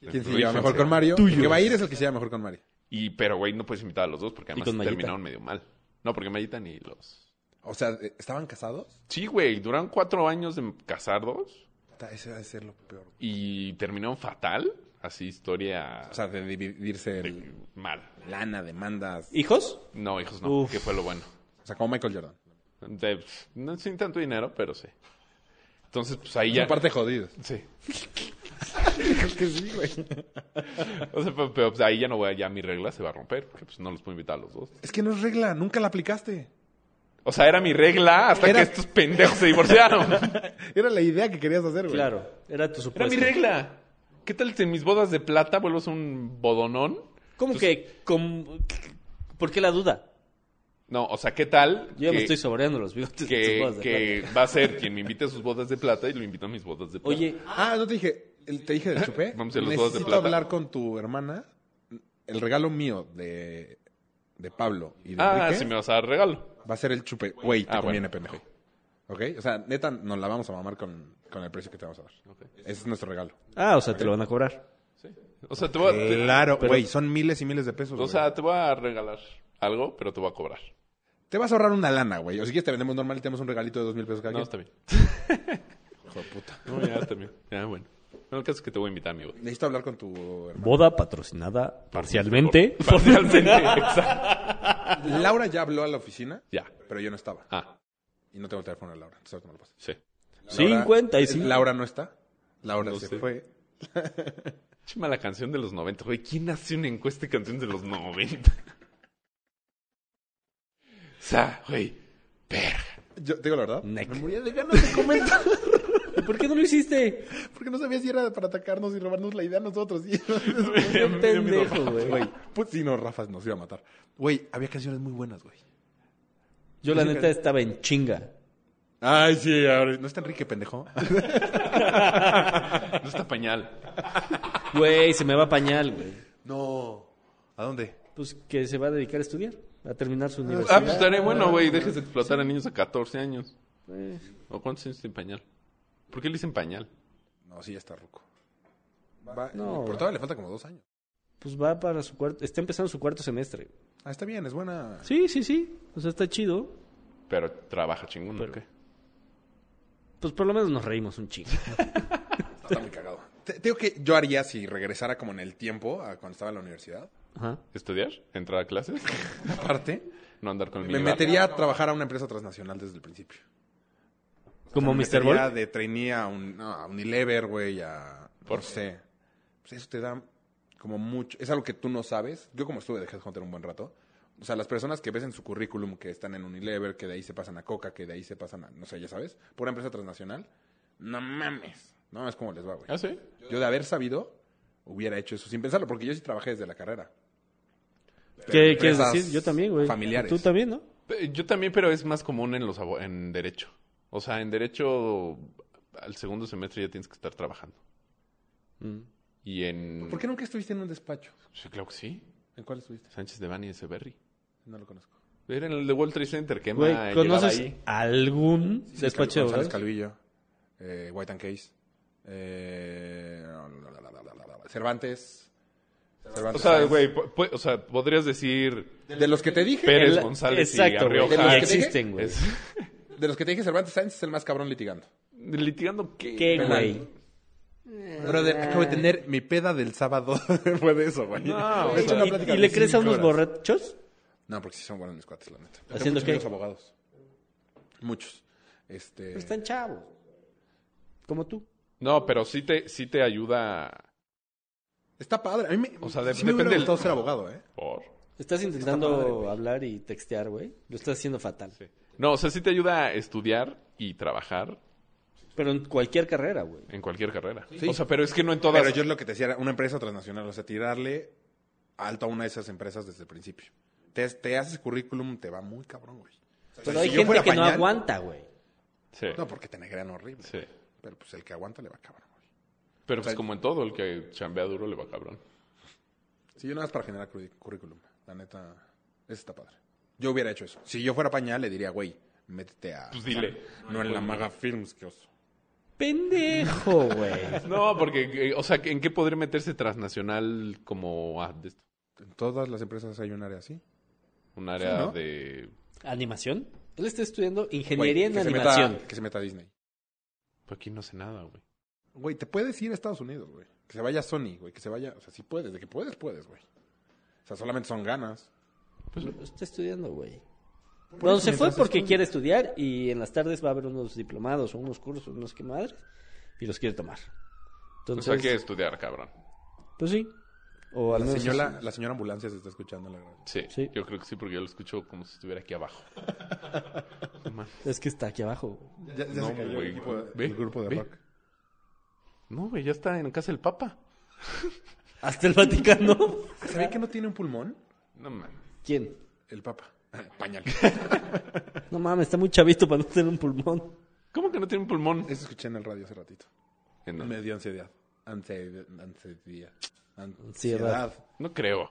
Speaker 4: ¿Quién se lleva
Speaker 5: Rífense.
Speaker 4: mejor con Mario? El que va a ir es el que se lleva mejor con Mario.
Speaker 5: Y, pero, güey, no puedes invitar a los dos porque además
Speaker 3: con Mayita?
Speaker 5: terminaron medio mal. No, porque Mayita ni los...
Speaker 4: O sea, eh, ¿estaban casados?
Speaker 5: Sí, güey, duraron cuatro años de casados
Speaker 4: Puta, Ese va a ser lo peor.
Speaker 5: y terminaron fatal. Así, historia...
Speaker 4: O sea, de dividirse el-
Speaker 5: mal.
Speaker 4: lana, demandas.
Speaker 3: ¿Hijos?
Speaker 5: No, hijos, no.
Speaker 3: Uf.
Speaker 5: Que fue lo bueno.
Speaker 4: O sea, como Michael Jordan.
Speaker 5: De- pf, no sin tanto dinero, pero sí. Entonces, pues ahí ya...
Speaker 4: Aparte parte jodidos.
Speaker 5: Sí.
Speaker 4: que sí, güey.
Speaker 5: O sea, pero, pero, pues, ahí ya no voy a... Ya mi regla se va a romper porque pues no los puedo invitar a los dos.
Speaker 4: Es que no es regla, nunca la aplicaste.
Speaker 5: O sea, era mi regla hasta
Speaker 4: Era-
Speaker 5: que estos pendejos se divorciaron.
Speaker 4: Era la idea que querías hacer, güey.
Speaker 3: Claro, era tu
Speaker 5: Era
Speaker 3: supuesto.
Speaker 5: mi regla. ¿Qué tal si en mis bodas de plata vuelves un bodonón?
Speaker 3: ¿Cómo que? com- ¿Por qué la duda?
Speaker 5: No, o sea, ¿qué tal?
Speaker 3: Yo ya me
Speaker 5: que-
Speaker 3: estoy saboreando los bigotes de tus
Speaker 5: que,
Speaker 3: bodas de plata.
Speaker 5: que va a ser quien me invite a sus bodas de plata y lo invito a mis bodas de plata.
Speaker 3: Oye,
Speaker 4: Ah, no te dije, el- te dije del chupé.
Speaker 5: Vamos a los
Speaker 4: Necesito
Speaker 5: dos de plata.
Speaker 4: hablar con tu hermana. El regalo mío de, de Pablo y de
Speaker 5: ah,
Speaker 4: Enrique
Speaker 5: si me vas a dar regalo.
Speaker 4: va a ser el chupé. Güey, te
Speaker 5: Ah,
Speaker 4: conviene,
Speaker 5: bueno,
Speaker 4: pendejo. ¿Ok? O sea, neta, nos la vamos a mamar con, con el precio que te vamos a dar. Ese es nuestro regalo.
Speaker 7: Ah, o sea, te lo van a cobrar.
Speaker 5: O sea, te voy a, te-
Speaker 4: Claro, güey, son miles y miles de pesos.
Speaker 5: o
Speaker 4: güey.
Speaker 5: sea, te voy a regalar algo, pero te voy a cobrar.
Speaker 4: te vas a ahorrar una lana, güey. O si quieres, te vendemos normal y tenemos un regalito de dos mil pesos cada
Speaker 5: No,
Speaker 4: quien.
Speaker 5: está bien.
Speaker 4: Hijo de puta.
Speaker 5: No, ya está bien. Ya, bueno. Bueno, el caso es que te voy a invitar, amigo.
Speaker 4: Necesito hablar con tu hermana.
Speaker 7: Boda patrocinada parcialmente.
Speaker 5: Parcialmente, exacto.
Speaker 4: Laura ya habló a la oficina,
Speaker 5: Ya.
Speaker 4: pero yo no estaba.
Speaker 5: Ah,
Speaker 4: Y no tengo teléfono de Laura. Entonces, ahorita me lo paso.
Speaker 5: sí.
Speaker 4: Laura-
Speaker 7: 55.
Speaker 4: Laura no está. Laura
Speaker 5: No
Speaker 4: se
Speaker 5: sé.
Speaker 4: fue.
Speaker 5: Chima la canción de los 90, güey. ¿Quién hace una encuesta de canciones de los 90? O sea, güey. Verga.
Speaker 4: Yo te digo la verdad.
Speaker 7: Nec.
Speaker 4: Me moría de ganas de comentar.
Speaker 3: ¿por qué no lo hiciste?
Speaker 4: Porque no sabía si era para atacarnos y robarnos la idea a nosotros. Y entonces,
Speaker 5: Qué
Speaker 3: Pendejo, güey.
Speaker 4: Güey, pues si no, Rafa nos iba a matar. Güey, había canciones muy buenas, güey.
Speaker 3: Yo la neta estaba en chinga.
Speaker 4: Ay, sí, ahora. No está Enrique, pendejo.
Speaker 5: No está pañal.
Speaker 3: Güey, se me va pañal, güey.
Speaker 4: No. ¿A dónde?
Speaker 3: Pues que se va a dedicar a estudiar, a terminar su
Speaker 5: Ah,
Speaker 3: universidad.
Speaker 5: pues estaré bueno, güey. Dejes de explotar a niños a 14 años. ¿O cuántos años en pañal? ¿Por qué le dicen pañal?
Speaker 4: No, sí, ya está Ruco. Va,
Speaker 3: No.
Speaker 4: Por todavía le falta como dos años.
Speaker 3: Pues va para su cuarto, está empezando su cuarto semestre.
Speaker 4: Ah, está bien, es buena.
Speaker 3: Sí, sí, sí. O sea, está chido.
Speaker 5: Pero trabaja chingón, ¿o
Speaker 3: Pero-
Speaker 5: qué?
Speaker 3: Pues por lo menos nos reímos un chingo.
Speaker 4: Está muy cagado. Te, te digo que yo haría si regresara como en el tiempo a cuando estaba en la universidad.
Speaker 3: Ajá.
Speaker 5: ¿Estudiar? ¿Entrar a clases?
Speaker 4: Aparte,
Speaker 5: ¿No andar con el
Speaker 4: me
Speaker 5: minibar?
Speaker 4: metería a trabajar a una empresa transnacional desde el principio.
Speaker 7: Como
Speaker 4: Me
Speaker 7: Mr.
Speaker 4: metería
Speaker 7: Ball.
Speaker 4: de trainee a, un, no, a Unilever, güey, a... ¿Por sé. Pues eso te da como mucho... Es algo que tú no sabes. Yo como estuve de Headhunter un buen rato. O sea, las personas que ves en su currículum que están en Unilever, que de ahí se pasan a Coca, que de ahí se pasan a... No sé, ya sabes. Por una empresa transnacional. No mames. No, es como les va, güey.
Speaker 5: ¿Ah, sí?
Speaker 4: Yo de haber sabido, hubiera hecho eso sin pensarlo. Porque yo sí trabajé desde la carrera.
Speaker 3: ¿Qué quieres
Speaker 4: Empresas
Speaker 3: decir? Yo también, güey.
Speaker 4: familiares.
Speaker 3: Tú también, ¿no?
Speaker 5: Pe- Yo también, pero es más común en los abo- en derecho. O sea, en derecho al segundo semestre ya tienes que estar trabajando. Y en...
Speaker 4: Mm. ¿Por qué nunca estuviste en un despacho?
Speaker 5: Sí, claro que sí.
Speaker 4: ¿En cuál estuviste?
Speaker 5: Sánchez de Bani y Echeverry.
Speaker 4: No lo conozco.
Speaker 5: Era en el de Wall Trade Center. ¿Qué
Speaker 3: Güey,
Speaker 5: más?
Speaker 3: ¿conoces algún
Speaker 4: Despacho
Speaker 3: despacho de abogados?
Speaker 4: Calvillo, eh, White and Case, eh, la, la, la, la, la, la, Cervantes.
Speaker 5: O
Speaker 4: Cervantes
Speaker 5: sea,
Speaker 4: Sáenz.
Speaker 5: güey, po- po- o sea, podrías decir
Speaker 4: De los que te dije,
Speaker 5: Pérez
Speaker 3: El-
Speaker 5: González y
Speaker 3: Exacto, güey. De
Speaker 5: Arrioja.
Speaker 3: los que
Speaker 4: ¿Qué dije?
Speaker 3: existen, güey.
Speaker 5: Es-
Speaker 4: de los que te dije, Cervantes Sáenz es el más cabrón litigando.
Speaker 5: ¿Litigando qué?
Speaker 3: ¿Qué,
Speaker 4: Penal.
Speaker 3: güey?
Speaker 4: Brother, acabo de tener mi peda del sábado. Fue de eso, güey.
Speaker 5: No,
Speaker 4: Me he hecho
Speaker 5: o
Speaker 4: una
Speaker 5: sea,
Speaker 4: plática
Speaker 3: ¿Y
Speaker 4: de
Speaker 3: le crees a
Speaker 4: cinco
Speaker 3: unos
Speaker 4: horas.
Speaker 3: borrachos?
Speaker 4: No, porque sí son buenos mis cuates, la neta. Tengo
Speaker 3: ¿Haciendo
Speaker 4: muchos
Speaker 3: qué?
Speaker 4: amigos abogados. Muchos. Este,
Speaker 3: Pero están chavos. Como tú.
Speaker 5: No, pero sí te, sí te ayuda
Speaker 4: Está padre. A mí me,
Speaker 5: O sea, de-
Speaker 4: sí me hubiera
Speaker 5: depende del-
Speaker 4: gustado ser abogado, ¿eh?
Speaker 5: por...
Speaker 3: Estás intentando hablar y textear, güey. Lo estás haciendo fatal.
Speaker 5: No, o sea, sí te ayuda a estudiar y trabajar
Speaker 3: Pero en cualquier carrera, güey.
Speaker 5: en cualquier carrera. O sea, pero es que no en todas...
Speaker 4: Pero yo lo que te decía era una empresa transnacional, o sea, tirarle alto a una de esas empresas desde el principio. Te, te haces currículum, te va muy cabrón, güey. O sea,
Speaker 3: Pero
Speaker 4: si
Speaker 3: hay
Speaker 4: yo
Speaker 3: gente
Speaker 4: fuera
Speaker 3: que no
Speaker 4: pañal-
Speaker 3: aguanta, güey.
Speaker 5: Sí,
Speaker 4: No, porque te negrean horrible.
Speaker 5: sí.
Speaker 4: Pero pues el que aguanta le va cabrón, güey.
Speaker 5: Pero pues como en todo, el que chambea duro le va cabrón.
Speaker 4: Sí, yo nada más para generar curri- currículum. La neta, eso está padre. Yo hubiera hecho eso. Si yo fuera pañal, le diría, güey, métete a.
Speaker 5: Pues dile.
Speaker 4: No en la Maga Films, que oso.
Speaker 3: Pendejo, güey.
Speaker 5: No, porque, eh, o sea, ¿en qué podría meterse transnacional como ah, de esto?
Speaker 4: En todas las empresas hay un área así.
Speaker 5: un área
Speaker 4: Sí, ¿no?
Speaker 5: de...
Speaker 3: ¿Animación? Él está estudiando
Speaker 4: Güey,
Speaker 3: ingeniería
Speaker 4: que
Speaker 3: en
Speaker 4: se meta-
Speaker 3: animación.
Speaker 4: que se meta a Disney.
Speaker 5: Pues aquí no sé nada, güey.
Speaker 4: Güey, te puedes ir a Estados Unidos, güey. Que se vaya Sony, güey. Que se vaya. O sea, si puedes. De que puedes, puedes, güey. O sea, solamente son ganas.
Speaker 3: Lo está estudiando, güey. Bueno, se fue porque quiere estudiar y en las tardes va a haber unos diplomados o unos cursos, unos qué madres, y los quiere tomar.
Speaker 5: O
Speaker 3: Entonces,
Speaker 5: sea, hay que estudiar, cabrón.
Speaker 3: pues sí. O al
Speaker 4: La
Speaker 3: menos
Speaker 4: señora, la señora ambulancia se está escuchando en la grabación.
Speaker 5: Sí,
Speaker 3: Sí.
Speaker 5: yo creo que sí, porque yo lo escucho como si estuviera aquí abajo. No mames.
Speaker 3: es, es que está aquí abajo. güey.
Speaker 4: Ya,
Speaker 5: No, se cayó el güey. equipo de- Ve, el grupo de ve. rock. No, güey, ya está en casa del Papa.
Speaker 3: Hasta el Vaticano.
Speaker 4: ¿Sabía que no tiene un pulmón?
Speaker 5: No mames.
Speaker 3: ¿Quién?
Speaker 4: El Papa. Ah, Pañal.
Speaker 3: No mames, está muy chavito para no tener un pulmón.
Speaker 5: ¿Cómo que no tiene un pulmón? Eh,
Speaker 4: Eso escuché en el radio hace ratito.
Speaker 5: ¿En dónde?
Speaker 4: Me dio ansiedad. Ansiedad. Ansiedad.
Speaker 3: Ansiedad.
Speaker 4: Ansiedad.
Speaker 5: No creo.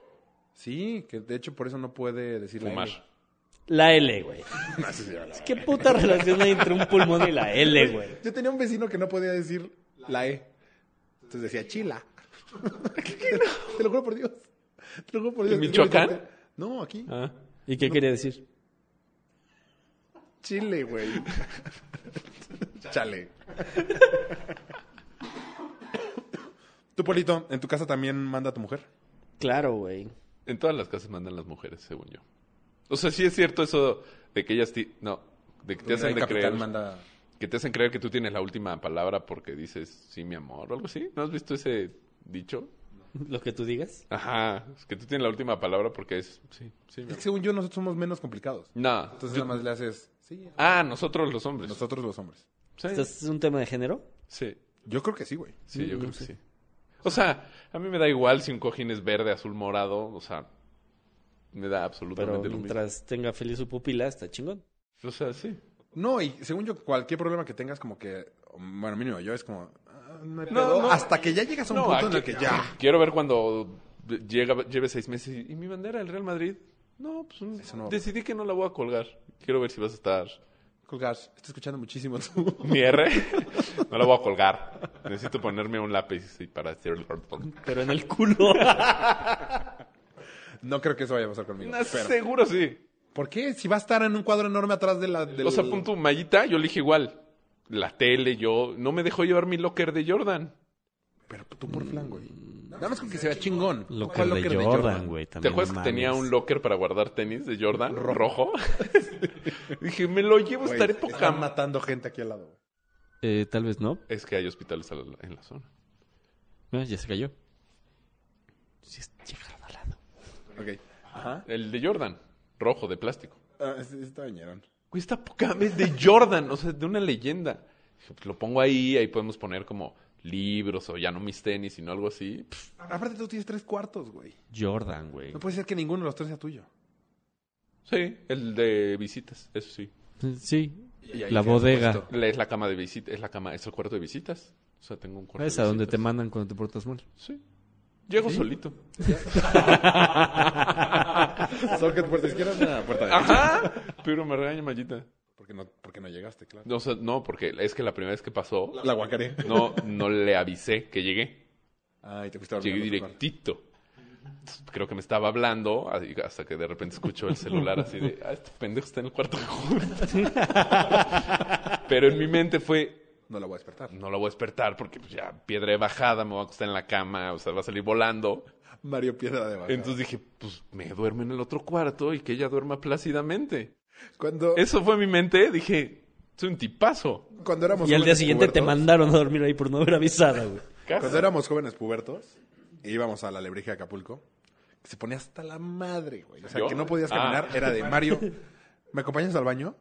Speaker 4: Sí, que de hecho por eso no puede decir la
Speaker 5: Fumar.
Speaker 4: L.
Speaker 3: La L, güey.
Speaker 4: Ah,
Speaker 3: ¿Qué puta relación hay entre un pulmón y la L, güey?
Speaker 4: Yo tenía un vecino que no podía decir la E. Entonces decía chila. Te lo juro por Dios. Te lo juro por Dios.
Speaker 5: ¿En Michoacán?
Speaker 4: No, aquí.
Speaker 5: Ah.
Speaker 3: ¿Y qué quería decir?
Speaker 4: Chile, güey. Chale. Tú, Polito, ¿en tu casa también manda a tu mujer?
Speaker 3: Claro, güey.
Speaker 5: En todas las casas mandan las mujeres, según yo. O sea, sí es cierto eso de que ellas... ti- No, de que te hacen
Speaker 4: El
Speaker 5: de
Speaker 4: capitán
Speaker 5: creer...
Speaker 4: manda...
Speaker 5: Que te hacen creer que tú tienes la última palabra porque dices, sí, mi amor, o algo así. ¿No has visto ese dicho?
Speaker 3: Lo que tú digas.
Speaker 5: Ajá, es que tú tienes la última palabra porque es, sí, sí, mi
Speaker 4: Es que
Speaker 5: amor.
Speaker 4: según yo, nosotros somos menos complicados.
Speaker 5: No.
Speaker 4: Entonces
Speaker 5: yo-
Speaker 4: nada más le haces... Sí.
Speaker 5: Ah, nosotros los hombres.
Speaker 4: Nosotros los hombres.
Speaker 5: Sí,
Speaker 3: ¿Esto es un tema de género?
Speaker 5: sí,
Speaker 4: Yo creo que sí, güey.
Speaker 5: sí, yo creo que sí. O sea, a mí me da igual si un cojín es verde, azul, morado, o sea, me da
Speaker 3: Pero
Speaker 5: absolutamente lo mismo.
Speaker 3: mientras tenga feliz su pupila, está chingón.
Speaker 5: O sea, sí.
Speaker 4: No, y según yo, cualquier problema que tengas, como que... Bueno, mínimo yo, es como... ah, no hay
Speaker 5: No,
Speaker 4: pedo.
Speaker 5: no.
Speaker 4: Hasta que ya llegas a un
Speaker 5: No,
Speaker 4: punto en
Speaker 5: aquí-
Speaker 4: el que ya...
Speaker 5: Quiero ver cuando llega, lleve seis meses y, "¿Y mi bandera del Real Madrid. No, pues un-
Speaker 4: Eso no.
Speaker 5: decidí que no la voy a colgar. Quiero ver si vas a estar
Speaker 4: Colgar, estoy escuchando muchísimo tú.
Speaker 5: mi R. no la voy a colgar. Necesito ponerme un lápiz y para hacer el
Speaker 3: Pero en el culo.
Speaker 4: No creo que eso vaya a pasar conmigo.
Speaker 5: No,
Speaker 4: pero-
Speaker 5: Seguro sí.
Speaker 4: ¿Por qué? Si va a estar en un cuadro enorme atrás de la... Del...
Speaker 5: O sea, pon tu mallita, yo le dije igual. La tele, yo. No me dejó llevar mi locker de Jordan.
Speaker 4: Pero tú por flan, güey. Nada más con que se vea chingón.
Speaker 7: Mm, Lo que
Speaker 4: ¿Cuál
Speaker 7: de
Speaker 4: locker
Speaker 7: Jordan, güey.
Speaker 5: ¿Te
Speaker 7: también,
Speaker 5: acuerdas
Speaker 7: no
Speaker 5: que tenía
Speaker 7: mames.
Speaker 5: un locker para guardar tenis de Jordan rojo? dije, me lo llevo,
Speaker 4: Güey,
Speaker 5: estaré poca
Speaker 4: Están
Speaker 5: ma-
Speaker 4: matando gente aquí al lado. güey.
Speaker 7: Eh, tal vez no.
Speaker 5: Es que hay hospitales a la- en la zona.
Speaker 7: Ah, ya se cayó.
Speaker 3: Sí, es- llegaron al lado.
Speaker 4: Ok. Ajá.
Speaker 5: El de Jordan, rojo, de plástico.
Speaker 4: Ah, sí, está bañeron.
Speaker 5: Güey, está poca es de Jordan, o sea, de una leyenda. Dije, pues, lo pongo ahí, ahí podemos poner como libros o ya no mis tenis, sino algo así. Pff,
Speaker 4: Aparte tú tienes tres cuartos, güey.
Speaker 7: Jordan, güey.
Speaker 4: No puede ser que ninguno de los tres sea tuyo.
Speaker 5: sí, el de visitas, eso sí.
Speaker 3: pues,
Speaker 7: Sí.
Speaker 4: Y ahí
Speaker 7: La
Speaker 4: queda
Speaker 7: bodega.
Speaker 4: puesto.
Speaker 5: La- Es la cama de visitas, es la cama, es el cuarto de visitas. O sea, tengo un cuarto
Speaker 7: Es
Speaker 5: de
Speaker 7: a donde te
Speaker 5: visitas.
Speaker 7: mandan cuando te portas mal.
Speaker 5: Sí. Llego solito.
Speaker 4: Socket puerta izquierda, no, puerta derecha.
Speaker 5: Ajá. Pero me regaña Mayita.
Speaker 4: Porque no, porque no llegaste, claro.
Speaker 5: No, o sea, no, porque es que la primera vez que pasó,
Speaker 4: La guacaré.
Speaker 5: no, no le avisé que llegué.
Speaker 4: Ay, te fuiste a dormir.
Speaker 5: Llegué
Speaker 4: al otro
Speaker 5: directito. Entonces, Creo que me estaba hablando así, hasta que de repente escucho el celular así de, ah, este pendejo está en el cuarto de junta". Pero en mi mente fue,
Speaker 4: cuarto. No la voy a despertar.
Speaker 5: no la voy a despertar porque pues, ya piedra de bajada, me voy a acostar en la cama, o sea, va a salir volando.
Speaker 4: Mario Piedra de Baja.
Speaker 5: Entonces dije, pues me duermo en el otro cuarto y que ella duerma plácidamente.
Speaker 4: cuando,
Speaker 5: Eso fue mi mente, dije, soy un tipazo.
Speaker 4: cuando éramos
Speaker 3: Y al día
Speaker 4: jóvenes
Speaker 3: siguiente te
Speaker 4: pubertos-
Speaker 3: mandaron a dormir ahí por no haber avisado, güey.
Speaker 4: Cuando éramos jóvenes pubertos, e íbamos a la lebrija de Acapulco, se ponía hasta la madre, güey. O sea,
Speaker 5: ¿Yo?
Speaker 4: que no podías caminar,
Speaker 5: Ah.
Speaker 4: era de Mario. ¿Me acompañas al baño?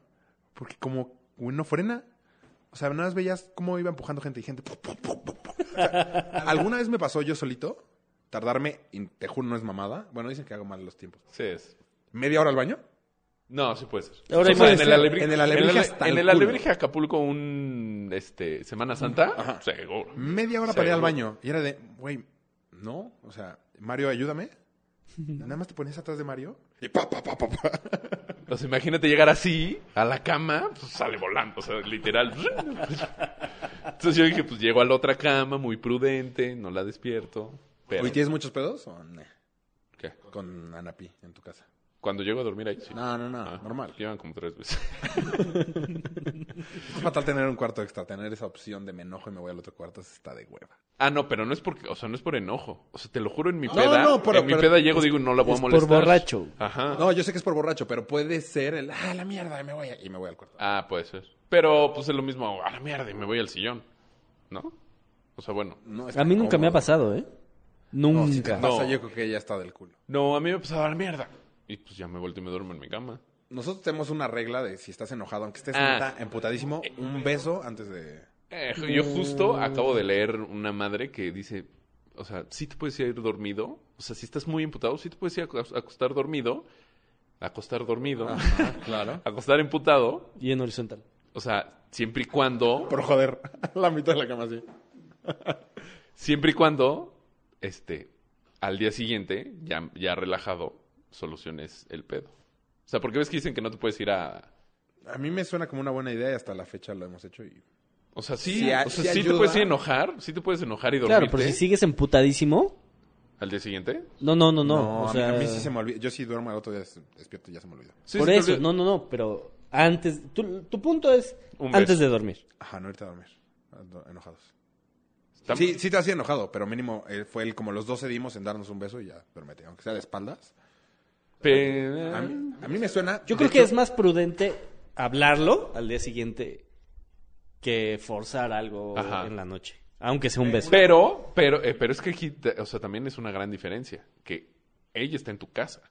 Speaker 4: Porque como güey, no frena. O sea, nada más veías cómo iba empujando gente y gente. pu, pu, pu, pu, pu. O sea, alguna vez me pasó yo solito tardarme, y te juro, no es mamada. Bueno, dicen que hago mal los tiempos.
Speaker 5: Sí es.
Speaker 4: ¿Media hora al baño?
Speaker 5: No, sí puede ser.
Speaker 3: Ahora
Speaker 5: O sea,
Speaker 3: hay
Speaker 5: en,
Speaker 3: más.
Speaker 5: el alebrije,
Speaker 4: En el alebrije
Speaker 5: en el-
Speaker 4: hasta
Speaker 5: en
Speaker 4: el
Speaker 5: el
Speaker 4: culo.
Speaker 5: alebrije Acapulco un este Semana Santa, seguro.
Speaker 4: Media hora para ir al
Speaker 5: Seguro.
Speaker 4: baño. Y era de, güey, no. O sea, Mario, ayúdame. Nada más te ponías atrás de Mario y pa, pa, pa, pa, pa.
Speaker 5: O sea, imagínate llegar así a la cama, pues sale volando, o sea, literal. Entonces yo dije, pues llego a la otra cama, muy prudente, no la despierto. Pero
Speaker 4: ¿Hoy tienes muchos pedos o nah?
Speaker 5: ¿qué?
Speaker 4: Con Anapi en tu casa.
Speaker 5: cuando llego a dormir ahí, sí.
Speaker 4: No, no, no,
Speaker 5: Ah,
Speaker 4: normal.
Speaker 5: Llevan como tres veces.
Speaker 4: Es fatal tener un cuarto extra, tener esa opción de me enojo y me voy al otro cuarto, eso está de hueva.
Speaker 5: Ah, no, pero no es porque, o sea, no es por enojo. O sea, te lo juro en mi
Speaker 4: No,
Speaker 5: peda.
Speaker 4: no, pero-
Speaker 5: en mi
Speaker 4: pero-
Speaker 5: peda llego digo, no la voy
Speaker 3: es
Speaker 5: a
Speaker 3: por
Speaker 5: molestar.
Speaker 3: borracho.
Speaker 5: Ajá.
Speaker 4: No, yo sé que es por borracho, pero puede ser el, ah, la mierda, y me voy, a- y me voy al cuarto.
Speaker 5: Ah, puede ser. Pero pues es lo mismo, a la mierda y me voy al sillón. ¿No? O sea, bueno.
Speaker 4: No, está
Speaker 3: A mí nunca me ha
Speaker 4: incómodo.
Speaker 3: pasado, ¿eh?
Speaker 4: No, si te
Speaker 3: Nunca.
Speaker 4: pasa,
Speaker 5: No.
Speaker 4: yo creo que ya está del culo.
Speaker 5: No, a mí me pasaba a la mierda. Y pues ya me vuelto y me duermo en mi cama.
Speaker 4: Nosotros tenemos una regla de si estás enojado, aunque estés
Speaker 5: Ah.
Speaker 4: neta emputadísimo, un beso antes de...
Speaker 5: Eh, yo
Speaker 4: Mm.
Speaker 5: justo acabo de leer una madre que dice, o sea, sí te puedes ir dormido, o sea, si estás muy imputado, sí te puedes ir a acos- acostar dormido, acostar dormido,
Speaker 8: Claro.
Speaker 5: acostar emputado,
Speaker 3: Y en horizontal.
Speaker 5: o sea, siempre y cuando,
Speaker 4: Por joder, la mitad de la cama así.
Speaker 5: siempre y cuando, este, al día siguiente, ya, ya relajado, soluciones el pedo. O sea, porque ves que dicen que no te puedes ir a...
Speaker 4: A mí me suena como una buena idea y hasta la fecha lo hemos hecho. Y...
Speaker 5: O sea, sí,
Speaker 8: Sí, a-
Speaker 5: o sea,
Speaker 8: sí
Speaker 5: sí te
Speaker 8: ayuda.
Speaker 5: puedes ir a enojar, sí te puedes enojar y dormirte
Speaker 3: Claro, pero si sigues emputadísimo.
Speaker 5: al día siguiente.
Speaker 3: No, no, no, no.
Speaker 4: No,
Speaker 3: o
Speaker 4: a, mí,
Speaker 3: sea,
Speaker 4: a mí sí se me olvida. Yo sí duermo al otro día des- despierto y ya se me olvida.
Speaker 5: Sí,
Speaker 3: por
Speaker 5: sí te
Speaker 3: eso,
Speaker 5: olvidas.
Speaker 3: no, no, no, pero antes, tu, tu punto es
Speaker 5: Un
Speaker 3: antes
Speaker 5: beso.
Speaker 3: de dormir.
Speaker 4: Ajá, no ahorita a dormir. Ando Enojados.
Speaker 5: Tam-
Speaker 4: Sí, sí te hacía enojado, pero mínimo eh, fue el, como los dos cedimos en darnos un beso y ya duérmete. Aunque sea de espaldas.
Speaker 5: Pero-
Speaker 4: A mí, a mí me suena.
Speaker 3: Yo
Speaker 4: de
Speaker 3: creo que
Speaker 4: hecho,
Speaker 3: es más prudente hablarlo al día siguiente que forzar algo
Speaker 5: Ajá. Eh,
Speaker 3: en la noche, aunque sea un beso.
Speaker 5: Pero, pero, eh, pero es que aquí, te- o sea, también es una gran diferencia. Que ella está en tu casa.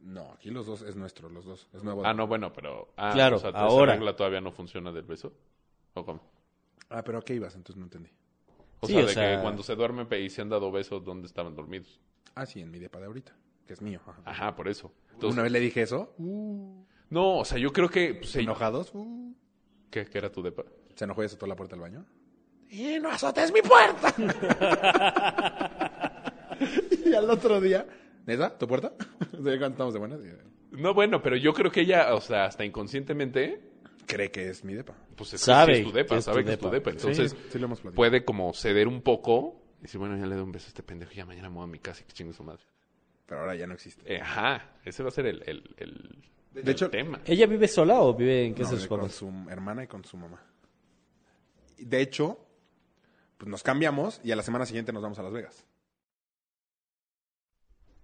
Speaker 4: No, aquí los dos es nuestro, los dos. Es nuevo.
Speaker 5: Ah, no, bueno, pero. Ah,
Speaker 3: Claro,
Speaker 5: o sea,
Speaker 3: ahora.
Speaker 5: ¿Esa regla todavía no funciona del beso? ¿O cómo?
Speaker 4: Ah, pero ¿a qué ibas? Entonces no entendí.
Speaker 5: O
Speaker 3: Sí,
Speaker 5: sea,
Speaker 3: o
Speaker 5: de
Speaker 3: sea-
Speaker 5: que cuando se duermen pe- y se han dado besos, ¿dónde estaban dormidos?
Speaker 4: Ah, sí, en mi depa de ahorita, que es mío. Ajá.
Speaker 5: Ajá, por eso. Ah, Entonces, Uh,
Speaker 4: Una vez le dije eso,
Speaker 5: No, o sea, yo creo que. pues, se-
Speaker 4: enojados, uh,
Speaker 5: ¿Qué, qué era tu depa?
Speaker 4: se enojó y azotó la puerta del baño.
Speaker 8: ¡Y no azotes mi puerta!
Speaker 4: Y al otro día, ¿neta? ¿Tu puerta? ¿Se ve cuando estamos de buenas? Y-
Speaker 5: No, bueno, pero yo creo que ella, o sea, hasta inconscientemente,
Speaker 4: Cree que es mi depa.
Speaker 5: pues es,
Speaker 3: Sabe
Speaker 5: que sí es tu depa,
Speaker 3: que es tu
Speaker 5: sabe que es tu
Speaker 3: depa.
Speaker 5: depa. Entonces,
Speaker 4: Sí, sí lo hemos platicado.
Speaker 5: puede como ceder un poco y decir, bueno, ya le doy un beso a este pendejo y ya mañana me voy a mi casa y que chingue su madre.
Speaker 4: Pero ahora ya no existe.
Speaker 5: Eh, ajá, ese va a ser el, el, el- el
Speaker 4: hecho- eh,
Speaker 5: tema.
Speaker 3: ¿Ella vive sola o vive en
Speaker 4: No,
Speaker 3: casa de
Speaker 4: vive
Speaker 3: sus
Speaker 4: con
Speaker 3: papás?
Speaker 4: su hermana y con su mamá. Y De hecho, pues nos cambiamos y a la semana siguiente nos vamos a Las Vegas.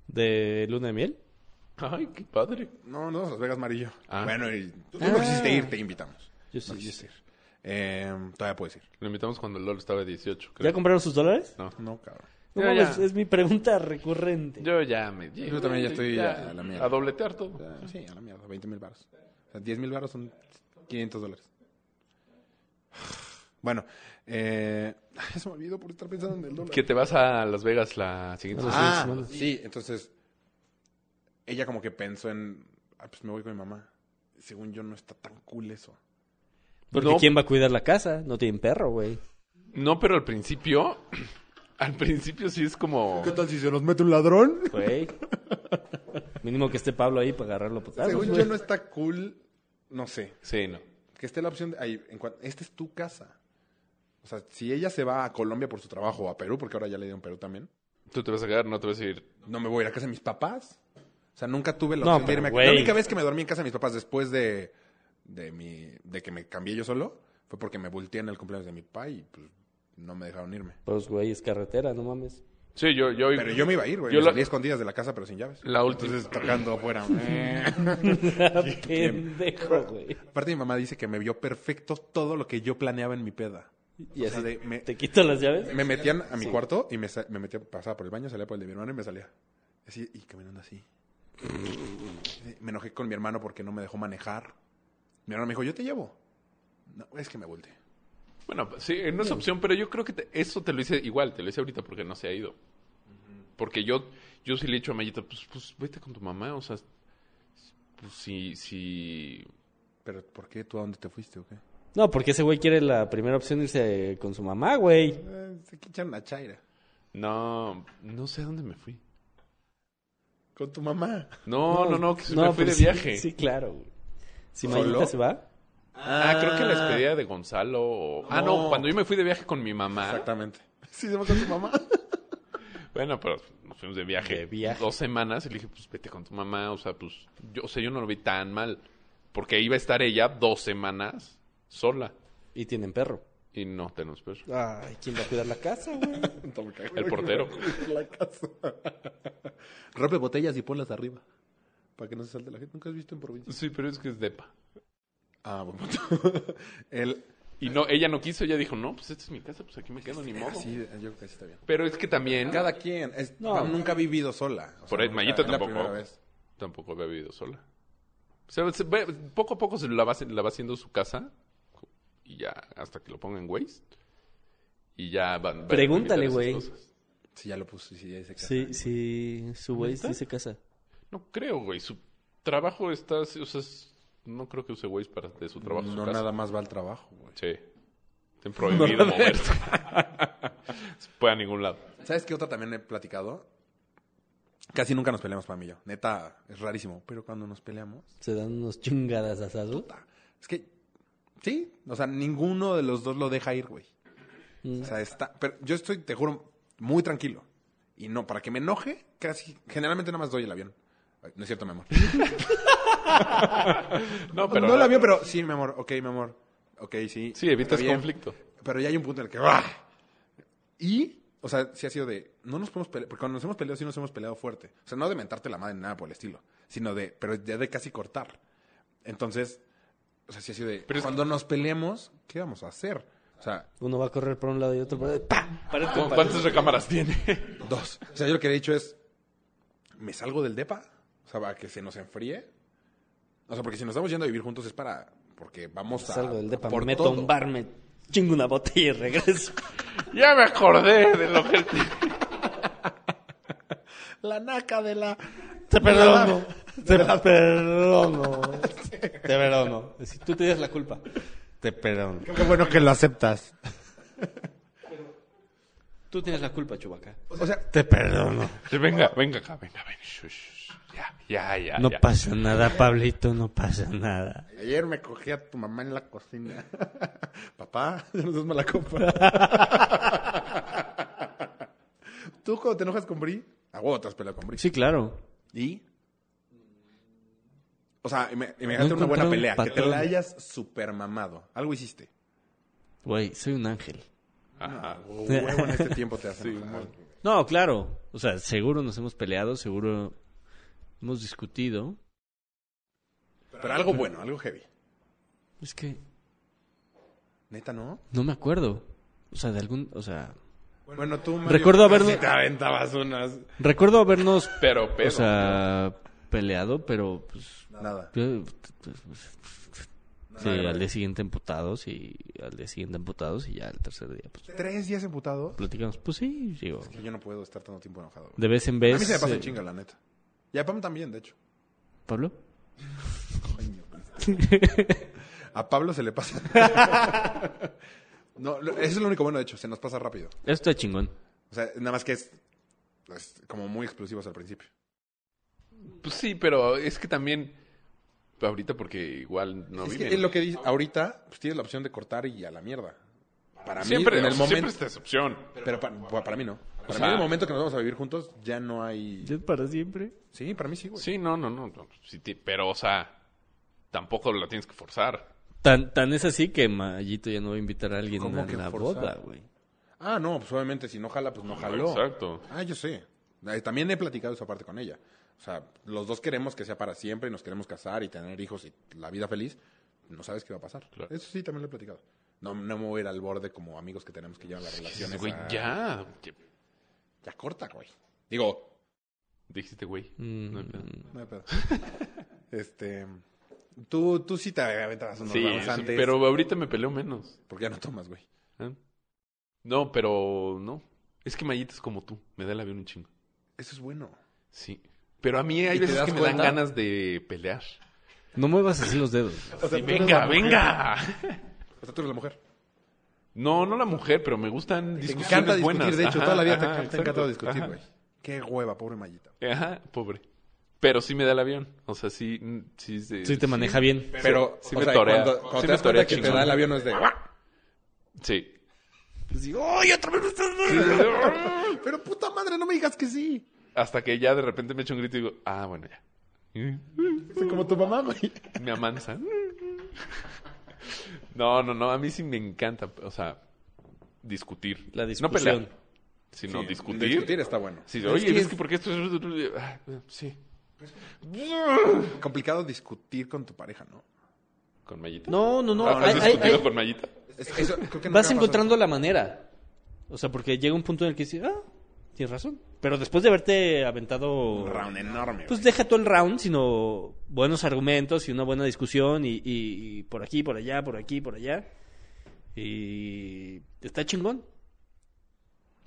Speaker 3: ¿De luna de miel?
Speaker 5: Ay, qué padre.
Speaker 4: No, no, Las Vegas, Marillo.
Speaker 5: Ah.
Speaker 4: Bueno, y tú no quisiste ir, te invitamos.
Speaker 3: Yo sí,
Speaker 4: no
Speaker 3: yo
Speaker 4: quisiste ir. Eh, todavía puedes ir.
Speaker 5: Lo invitamos cuando el LOL estaba 18, creo.
Speaker 3: ¿Ya compraron sus dólares?
Speaker 4: No, cabrón.
Speaker 3: No,
Speaker 5: Ya,
Speaker 3: mames,
Speaker 5: ya.
Speaker 3: es mi pregunta recurrente.
Speaker 5: Yo ya me...
Speaker 4: Yo también ya estoy a- a la mierda.
Speaker 5: A dobletear todo.
Speaker 4: Sí, a la mierda, 20 mil baros. O sea, 10 mil baros son 500 dólares. Bueno, eh, eso me olvidó por estar pensando en el dólar.
Speaker 5: Que te vas a Las Vegas la siguiente semana.
Speaker 4: Ah, sí, entonces ella como que pensó en, ah, pues me voy con mi mamá. Según yo no está tan cool eso.
Speaker 3: Porque
Speaker 5: No.
Speaker 3: ¿quién va a cuidar la casa? No tienen perro, güey.
Speaker 5: No, pero al principio... Al principio sí es como...
Speaker 4: tal si se nos mete un ladrón?
Speaker 3: Güey. Mínimo que esté Pablo ahí para agarrarlo a putazos,
Speaker 4: Según
Speaker 3: güey.
Speaker 4: yo no está cool, no sé.
Speaker 5: Sí, no.
Speaker 4: Que esté la opción de, ay, en cuan- esta es tu casa. O sea, si ella se va a Colombia por su trabajo o a Perú, porque ahora ya le dieron Perú también.
Speaker 5: Tú te vas a quedar, no te vas a ir...
Speaker 4: no me voy a ir a casa de mis papás. O sea, nunca tuve la
Speaker 3: No,
Speaker 4: opción de
Speaker 3: pero,
Speaker 4: irme a
Speaker 3: güey.
Speaker 4: La única vez que me dormí en casa de mis papás después de, de, mi, de que me cambié yo solo fue porque me volteé en el cumpleaños de mi papá y pues no me dejaron irme.
Speaker 3: Pues, güey, es carretera, no mames.
Speaker 5: Sí, yo... yo
Speaker 4: Pero yo me iba a ir, güey.
Speaker 5: Yo
Speaker 4: me
Speaker 5: la-
Speaker 4: salí a escondidas de la casa, pero sin llaves.
Speaker 5: La última...
Speaker 4: Entonces, tocando afuera.
Speaker 3: Pendejo, güey.
Speaker 4: Aparte, mi mamá dice que me vio perfecto todo lo que yo planeaba en mi peda.
Speaker 3: Y
Speaker 4: O sea,
Speaker 3: así,
Speaker 4: de- me,
Speaker 3: ¿te quito las llaves?
Speaker 4: me metían a mi cuarto y me, sa- me metía, pasaba por el baño, salía por el de mi hermano y me salía. Así, y caminando así. Me enojé con mi hermano porque no me dejó manejar. Mi hermano me dijo, yo te llevo. No, es que me volteé.
Speaker 5: Bueno, sí, eh,
Speaker 4: Mm.
Speaker 5: no es opción, pero yo creo que te- eso te lo hice igual, te lo hice ahorita porque no se ha ido. Porque yo, yo sí le he dicho a Mayita, pues, pues vete con tu mamá, o sea, pues si, si...
Speaker 4: Pero ¿por qué tú a dónde te fuiste o qué?
Speaker 3: No, porque ese güey quiere la primera opción irse con su mamá, güey.
Speaker 4: Eh, se quitan la chaira.
Speaker 5: No, no sé a dónde me fui.
Speaker 4: Con tu mamá.
Speaker 5: No, no, no, que se- me
Speaker 3: pero
Speaker 5: fui
Speaker 4: pues
Speaker 5: de
Speaker 3: pues sí-
Speaker 5: viaje.
Speaker 3: Sí, claro, güey. Si
Speaker 4: ¿Solo?
Speaker 3: Mayita se va,
Speaker 5: Ah, creo que la despedida de Gonzalo. o- Ah, no,
Speaker 4: No.
Speaker 5: cuando yo me fui de viaje con mi mamá.
Speaker 4: Exactamente. Sí, se va con tu mamá.
Speaker 5: Bueno, pero nos fuimos de viaje,
Speaker 3: De viaje.
Speaker 5: dos semanas y le dije, pues vete con tu mamá, o sea, pues yo, o sea, yo no lo vi tan mal. Porque iba a estar ella dos semanas sola
Speaker 3: y tienen perro.
Speaker 5: y no tenemos peso.
Speaker 3: Ay, ¿quién va a cuidar la casa, güey?
Speaker 5: El portero.
Speaker 4: la casa. Rompe botellas y ponlas arriba. Para que no se salte la gente. ¿Nunca has visto en provincia?
Speaker 5: Sí, pero es que es depa.
Speaker 4: Ah, buen punto. El,
Speaker 5: Y no, ella no quiso, ella dijo, no, pues esta es mi casa, pues aquí me quedo ni modo.
Speaker 4: Sí, yo creo que sí está bien.
Speaker 5: Pero es que también
Speaker 4: Cada quien. Es-
Speaker 3: No.
Speaker 4: Pam nunca ha vivido sola. O
Speaker 5: Por ahí,
Speaker 4: nunca-
Speaker 5: Mayita
Speaker 4: es
Speaker 5: tampoco.
Speaker 4: La primera vez.
Speaker 5: tampoco había vivido sola. O sea, se ve- poco a poco se la va, haci- la va haciendo su casa y ya hasta que lo pongan Waze. Y ya van. van a
Speaker 3: Pregúntale,
Speaker 5: evitar
Speaker 3: güey.
Speaker 5: esas cosas.
Speaker 4: Sí, ya lo puse. Sí, ya dice que-
Speaker 3: Sí, sí, su güey sí se casa.
Speaker 5: No creo, güey. Su trabajo está... O sea, es- no creo que use Waze para de su trabajo. a su
Speaker 4: No
Speaker 5: casa.
Speaker 4: nada más va al trabajo, güey.
Speaker 5: Sí. Estén prohibido moverse. Se puede a ningún lado.
Speaker 4: ¿Sabes qué otra también he platicado? Casi nunca nos peleamos, Pam y yo. Neta, es rarísimo. Pero cuando nos peleamos...
Speaker 3: Se dan unos chingadas asados.
Speaker 4: Es que, sí, o sea, ninguno de los dos lo deja ir, güey. O sea, está, pero yo estoy, te juro, muy tranquilo. Y no, para que me enoje, casi, generalmente nada más doy el avión. Ay, No es cierto, mi amor.
Speaker 5: No, pero...
Speaker 4: no el avión, pero sí, mi amor, ok, mi amor. Ok, sí.
Speaker 5: Sí, evitas
Speaker 4: Está bien.
Speaker 5: conflicto.
Speaker 4: Pero ya hay un punto en el que... ¡ah! Y, o sea, sí ha sido de, no nos podemos pelear, porque cuando nos hemos peleado, sí nos hemos peleado fuerte. O sea, no de mentarte la madre, nada por el estilo, sino de, pero ya de casi cortar. Entonces, o sea, sí ha sido de,
Speaker 5: Pero es
Speaker 4: cuando nos peleemos, ¿qué vamos a hacer? O sea,
Speaker 3: Uno va a correr por un lado y otro por otro. ¡Pam! Pared con
Speaker 5: ¿Cu-
Speaker 3: pared.
Speaker 5: ¿Cuántas recámaras tiene?
Speaker 4: Dos. O sea, yo lo que he dicho es, me salgo del depa, o sea, para que se nos enfríe. O sea, porque si nos estamos yendo a vivir juntos es para, porque vamos a...
Speaker 3: Salgo del depa, me
Speaker 4: por
Speaker 3: meto a
Speaker 4: todo.
Speaker 3: un bar, me chingo una botella y regreso.
Speaker 5: ya me acordé de lo que...
Speaker 4: La naca de la...
Speaker 3: Te perdono. Te perdono. Te perdono. Si tú te das la culpa. Te perdono.
Speaker 4: Qué bueno que lo aceptas.
Speaker 3: Tú tienes la culpa, Chubaca.
Speaker 4: O sea,
Speaker 3: Te perdono.
Speaker 5: Sí, venga, venga acá, venga, venga. Shush, shush. Ya, ya, ya.
Speaker 3: No
Speaker 5: ya.
Speaker 3: pasa nada, Pablito, no pasa nada.
Speaker 4: ayer me cogí a tu mamá en la cocina. Papá, ya nos das mala copa. ¿Tú cuando te enojas con Bri? A huevo te has peleado con Bri.
Speaker 7: Sí, claro.
Speaker 4: ¿Y? O sea, ime-
Speaker 7: No
Speaker 4: imagínate una
Speaker 7: encontré
Speaker 4: buena
Speaker 7: un
Speaker 4: pelea, que te
Speaker 7: patrón.
Speaker 4: la hayas super mamado. Algo hiciste.
Speaker 7: Güey, soy un ángel.
Speaker 5: Ajá.
Speaker 4: O huevo en este tiempo te hace enojar.
Speaker 7: No, claro. O sea, seguro nos hemos peleado, seguro hemos discutido.
Speaker 4: Pero algo bueno, algo heavy.
Speaker 7: Es que
Speaker 4: Neta, ¿no?
Speaker 7: no me acuerdo. O sea, de algún... O sea...
Speaker 4: Bueno, tú, Mario,
Speaker 7: Recuerdo haber-
Speaker 4: casi te aventabas unas...
Speaker 7: Recuerdo habernos...
Speaker 5: Pero, pero.
Speaker 7: o sea, peleado, pero pues...
Speaker 4: Nada.
Speaker 7: yo- pues, Sí, al día siguiente emputados y al día siguiente emputados y ya el tercer día pues
Speaker 4: ¿Tres días emputado?
Speaker 7: platicamos. Pues sí, digo,
Speaker 4: Yo no puedo estar tanto tiempo enojado. güey.
Speaker 7: de vez en
Speaker 4: A
Speaker 7: vez...
Speaker 4: mí se me pasa en
Speaker 7: eh,
Speaker 4: chinga, la neta. Y a Pam también, de hecho.
Speaker 7: ¿Pablo?
Speaker 4: A Pablo se le pasa. no, lo- eso es lo único bueno, de hecho. Se nos pasa rápido.
Speaker 7: Eso está chingón.
Speaker 4: O sea, nada más que es, es como muy explosivos al principio.
Speaker 5: Pues sí, pero es que también. Ahorita porque igual no
Speaker 4: es
Speaker 5: viven.
Speaker 4: que es lo que dice, ahorita pues, tienes la opción de cortar y a la mierda. Para
Speaker 5: siempre,
Speaker 4: mí, en el
Speaker 5: o sea,
Speaker 4: momento...
Speaker 5: siempre está esa opción.
Speaker 4: Pero pa- pa- para mí no. Para mí
Speaker 5: sea-
Speaker 4: en el momento que nos vamos a vivir juntos ya no hay...
Speaker 7: ¿Es para siempre?
Speaker 4: Sí, para mí sí, güey.
Speaker 5: Sí, no, no, no. no. Sí ti- pero, o sea, tampoco la tienes que forzar.
Speaker 7: Tan, tan es así que Mayito ya no va a invitar a alguien
Speaker 4: ¿Cómo
Speaker 7: a
Speaker 4: que
Speaker 7: la
Speaker 4: forzar?
Speaker 7: boda, güey.
Speaker 4: Ah, no, pues obviamente si no jala, pues no jaló.
Speaker 5: Exacto.
Speaker 4: Ah, yo sé. Eh, También he platicado esa parte con ella. O sea, los dos queremos que sea para siempre y nos queremos casar y tener hijos y la vida feliz. No sabes qué va a pasar.
Speaker 5: Claro.
Speaker 4: Eso sí, también lo he platicado. No, no me voy a ir al borde como amigos que tenemos que llevan las relaciones.
Speaker 5: Güey,
Speaker 4: a-
Speaker 5: ya. Ya-
Speaker 4: Ya corta, güey. Digo,
Speaker 5: Dijiste, güey.
Speaker 7: Mm,
Speaker 5: No hay pedo.
Speaker 4: no hay pedo. este. Tú, tú sí te aventabas unos
Speaker 5: sí,
Speaker 4: rounds
Speaker 5: sí,
Speaker 4: antes.
Speaker 5: pero ahorita me peleo menos.
Speaker 4: Porque ya no tomas, güey.
Speaker 5: ¿eh? No, pero no. Es que Mayita es como tú. Me da el avión un chingo.
Speaker 4: Eso es bueno.
Speaker 5: Sí. Pero a mí hay
Speaker 4: ¿Y te
Speaker 5: veces
Speaker 4: das
Speaker 5: que me
Speaker 4: cuenta?
Speaker 5: dan ganas de pelear.
Speaker 7: No muevas así los dedos.
Speaker 4: O sea,
Speaker 5: Sí,
Speaker 4: tú eres
Speaker 5: venga,
Speaker 4: la mujer.
Speaker 5: venga.
Speaker 4: O sea, tú eres la mujer.
Speaker 5: No, no la mujer, pero me gustan
Speaker 4: Te
Speaker 5: discusiones
Speaker 4: encanta discutir,
Speaker 5: buenas.
Speaker 4: de hecho,
Speaker 5: Ajá,
Speaker 4: toda la vida te,
Speaker 5: ajá,
Speaker 4: encanta- te ha encantado
Speaker 5: exacto.
Speaker 4: discutir,
Speaker 5: Ajá.
Speaker 4: güey. Qué hueva, pobre mallita.
Speaker 5: Ajá, pobre. Pero sí me da el avión. O sea, sí. mm, Sí, sí,
Speaker 7: Sí te maneja bien.
Speaker 4: Pero,
Speaker 5: sí
Speaker 4: o
Speaker 5: me
Speaker 4: sea,
Speaker 5: torea.
Speaker 4: cuando, cuando
Speaker 5: Sí
Speaker 4: te
Speaker 5: me
Speaker 4: das cuenta
Speaker 5: torea
Speaker 4: que te
Speaker 5: chingón.
Speaker 4: da el avión no es de... "Ah".
Speaker 5: Sí.
Speaker 4: Pues Pero puta madre, no me digas que sí.
Speaker 5: Hasta que ya de repente me echo un grito y digo, ah, bueno, ya.
Speaker 4: Soy como tu mamá, güey.
Speaker 5: Me amansa. No, no, no. A mí sí me encanta, o sea, discutir.
Speaker 3: La
Speaker 5: No
Speaker 3: discusión.
Speaker 5: pelear, sino
Speaker 4: Sí,
Speaker 5: discutir.
Speaker 4: Discutir está bueno.
Speaker 5: Sí,
Speaker 4: Es
Speaker 5: oye,
Speaker 4: que
Speaker 5: es que porque esto es... Ah, Sí.
Speaker 4: es complicado discutir con tu pareja, ¿no?
Speaker 5: Con Mayita.
Speaker 3: No, no, no.
Speaker 4: Ah,
Speaker 5: ¿Has
Speaker 3: hay- hay-
Speaker 5: discutido
Speaker 3: hay-
Speaker 5: con Mayita?
Speaker 4: Es- eso creo que nunca
Speaker 3: vas
Speaker 4: me pasó.
Speaker 3: encontrando la manera. O sea, porque llega un punto en el que dices, ah, tienes razón. Pero después de haberte aventado...
Speaker 4: Un round enorme.
Speaker 3: Pues
Speaker 4: güey.
Speaker 3: deja todo el round, sino buenos argumentos y una buena discusión y, y- y por aquí, por allá, por aquí, por allá. Y está chingón.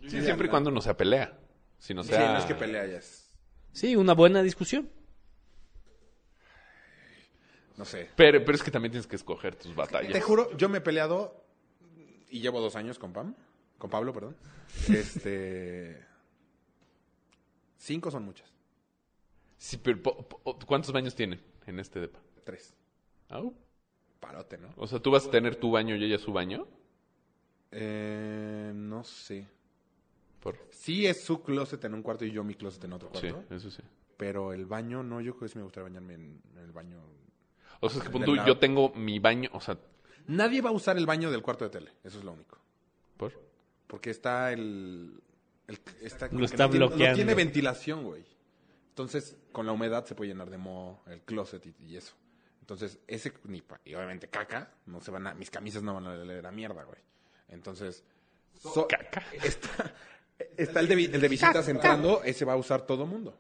Speaker 5: Sí, siempre y cuando no sea pelea. Si no
Speaker 4: Sí,
Speaker 5: sea...
Speaker 4: no es que pelea ya es...
Speaker 3: Sí, una buena discusión.
Speaker 4: No sé.
Speaker 5: Pero, pero es que también tienes que escoger tus batallas.
Speaker 4: Te juro, yo me he peleado y llevo dos años con Pam. Con Pablo, perdón. Este. Cinco son muchas.
Speaker 5: Sí, pero po- po- ¿cuántos baños tienen en este depa?
Speaker 4: Tres.
Speaker 5: Au.
Speaker 4: Parote, ¿no?
Speaker 5: O sea, tú vas a tener tu baño y ella su baño.
Speaker 4: Eh, no sé.
Speaker 5: Por...
Speaker 4: Sí es su closet en un cuarto y yo mi closet en otro
Speaker 5: Sí,
Speaker 4: cuarto.
Speaker 5: eso sí.
Speaker 4: Pero el baño, no, yo creo que sí me gustaría bañarme en, en el baño.
Speaker 5: O sea, es que pon
Speaker 4: Del
Speaker 5: tú,
Speaker 4: lado.
Speaker 5: yo tengo mi baño, o sea,
Speaker 4: Nadie va a usar el baño del cuarto de tele, eso es lo único.
Speaker 5: por.
Speaker 4: Porque está el... el- está como
Speaker 7: Lo
Speaker 4: que
Speaker 7: está
Speaker 4: no tiene-
Speaker 7: bloqueando.
Speaker 4: No tiene ventilación, güey. Entonces, con la humedad se puede llenar de moho el closet y, y eso. Entonces, ese... ni pa- y obviamente caca, no se van a... Mis camisas no van a leer a mierda, güey. Entonces... so- Está, está el, de, vi- el de visitas entrando, ese va a usar todo mundo.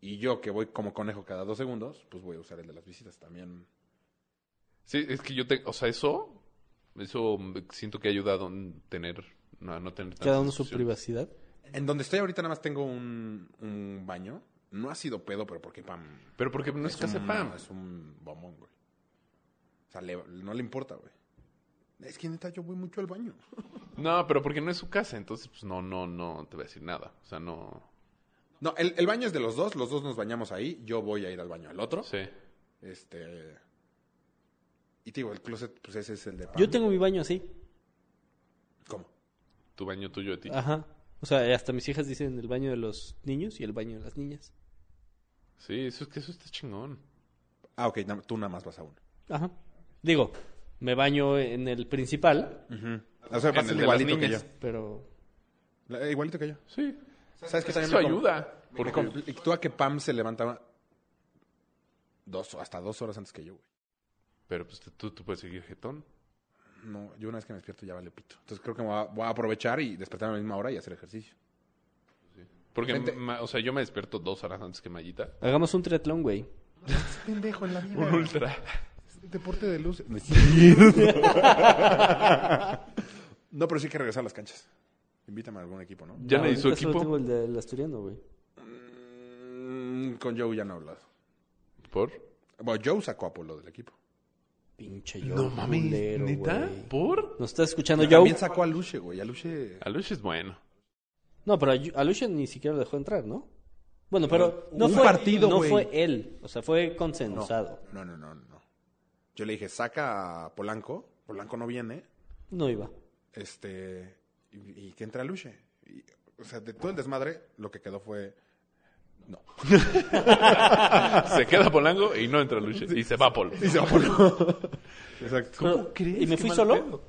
Speaker 4: Y yo, que voy como conejo cada dos segundos, pues voy a usar el de las visitas también.
Speaker 5: Sí, es que yo tengo, o sea, eso, eso mm, siento que ha ayudado a tener, no, a no tener
Speaker 3: Cada
Speaker 5: tantas
Speaker 3: uno su
Speaker 5: discusiones.
Speaker 3: privacidad.
Speaker 4: En donde estoy ahorita nada más tengo un, un baño. No ha sido pedo, pero porque Pam...
Speaker 5: Pero porque no es, casa
Speaker 4: un-
Speaker 5: Pam.
Speaker 4: Es un bombón, güey. O sea, le- no le importa, güey. Es que neta, yo voy mucho al baño.
Speaker 5: No, pero porque no es su casa, entonces pues no, no, no te voy a decir nada. O sea, no.
Speaker 4: No, el, el baño es de los dos. Los dos nos bañamos ahí. Yo voy a ir al baño al otro.
Speaker 5: Sí.
Speaker 4: Este... Y te digo, el closet, pues ese es el de Pam.
Speaker 3: Yo tengo mi baño así.
Speaker 4: ¿Cómo?
Speaker 5: Tu baño tuyo a ti.
Speaker 3: Ajá. O sea, hasta mis hijas dicen el baño de los niños y el baño de las niñas.
Speaker 5: Sí, eso es que eso está chingón.
Speaker 4: Ah, ok, na- tú nada más vas a uno.
Speaker 3: Ajá. Digo, me baño en el principal,
Speaker 4: O sea, vas
Speaker 5: el de
Speaker 4: igualito
Speaker 5: las
Speaker 4: que yo.
Speaker 5: niñas.
Speaker 3: pero
Speaker 4: La- Igualito que yo.
Speaker 5: Sí.
Speaker 4: ¿Sabes qué?
Speaker 5: Eso ayuda.
Speaker 4: Me
Speaker 5: Porque
Speaker 4: conflictúa que Pam se levantaba dos, hasta dos horas antes que yo, güey.
Speaker 5: Pero pues tú, tú puedes seguir jetón.
Speaker 4: No, yo una vez que me despierto ya vale pito. Entonces creo que me voy a, voy a aprovechar y despertarme a la misma hora y hacer ejercicio.
Speaker 5: Porque,
Speaker 4: Gente-
Speaker 5: ma- o sea, yo me despierto dos horas antes que Mayita.
Speaker 3: hagamos un triatlón, güey.
Speaker 4: Pendejo en la vida.
Speaker 5: Un ultra.
Speaker 4: Deporte de luz. no, pero sí hay que regresar a las canchas. Invítame a algún equipo, ¿no?
Speaker 5: Ya
Speaker 3: Ah,
Speaker 5: le hizo
Speaker 3: ahorita solo tengo
Speaker 5: equipo.
Speaker 3: el del asturiano, güey.
Speaker 4: Mm, con Joe ya no he hablado.
Speaker 5: ¿Por?
Speaker 4: Bueno, Joe sacó a Polo del equipo.
Speaker 3: Pinche yo. culero, güey.
Speaker 5: ¿Por?
Speaker 3: ¿Nos está escuchando
Speaker 4: También
Speaker 3: Joe?
Speaker 4: sacó a Luche, güey. A Luche...
Speaker 5: Alush es bueno.
Speaker 3: No, pero a Yu- a Lucian ni siquiera lo dejó entrar, ¿no? Bueno, pero no,
Speaker 4: un
Speaker 3: fue,
Speaker 4: partido,
Speaker 3: no
Speaker 4: güey.
Speaker 3: fue él. O sea, fue
Speaker 4: No,
Speaker 3: consensado.
Speaker 4: no, no, no, no. Yo le dije, saca a Polanco. Polanco no viene.
Speaker 3: No iba.
Speaker 4: Este. Y, y que entra Luche. Y, o sea, de todo el desmadre, lo que quedó fue. No.
Speaker 5: Se queda Polanco y no entra Alush. Y se va Polo.
Speaker 4: Y se va Polanco. Exacto.
Speaker 3: Pero- ¿Y me fui solo?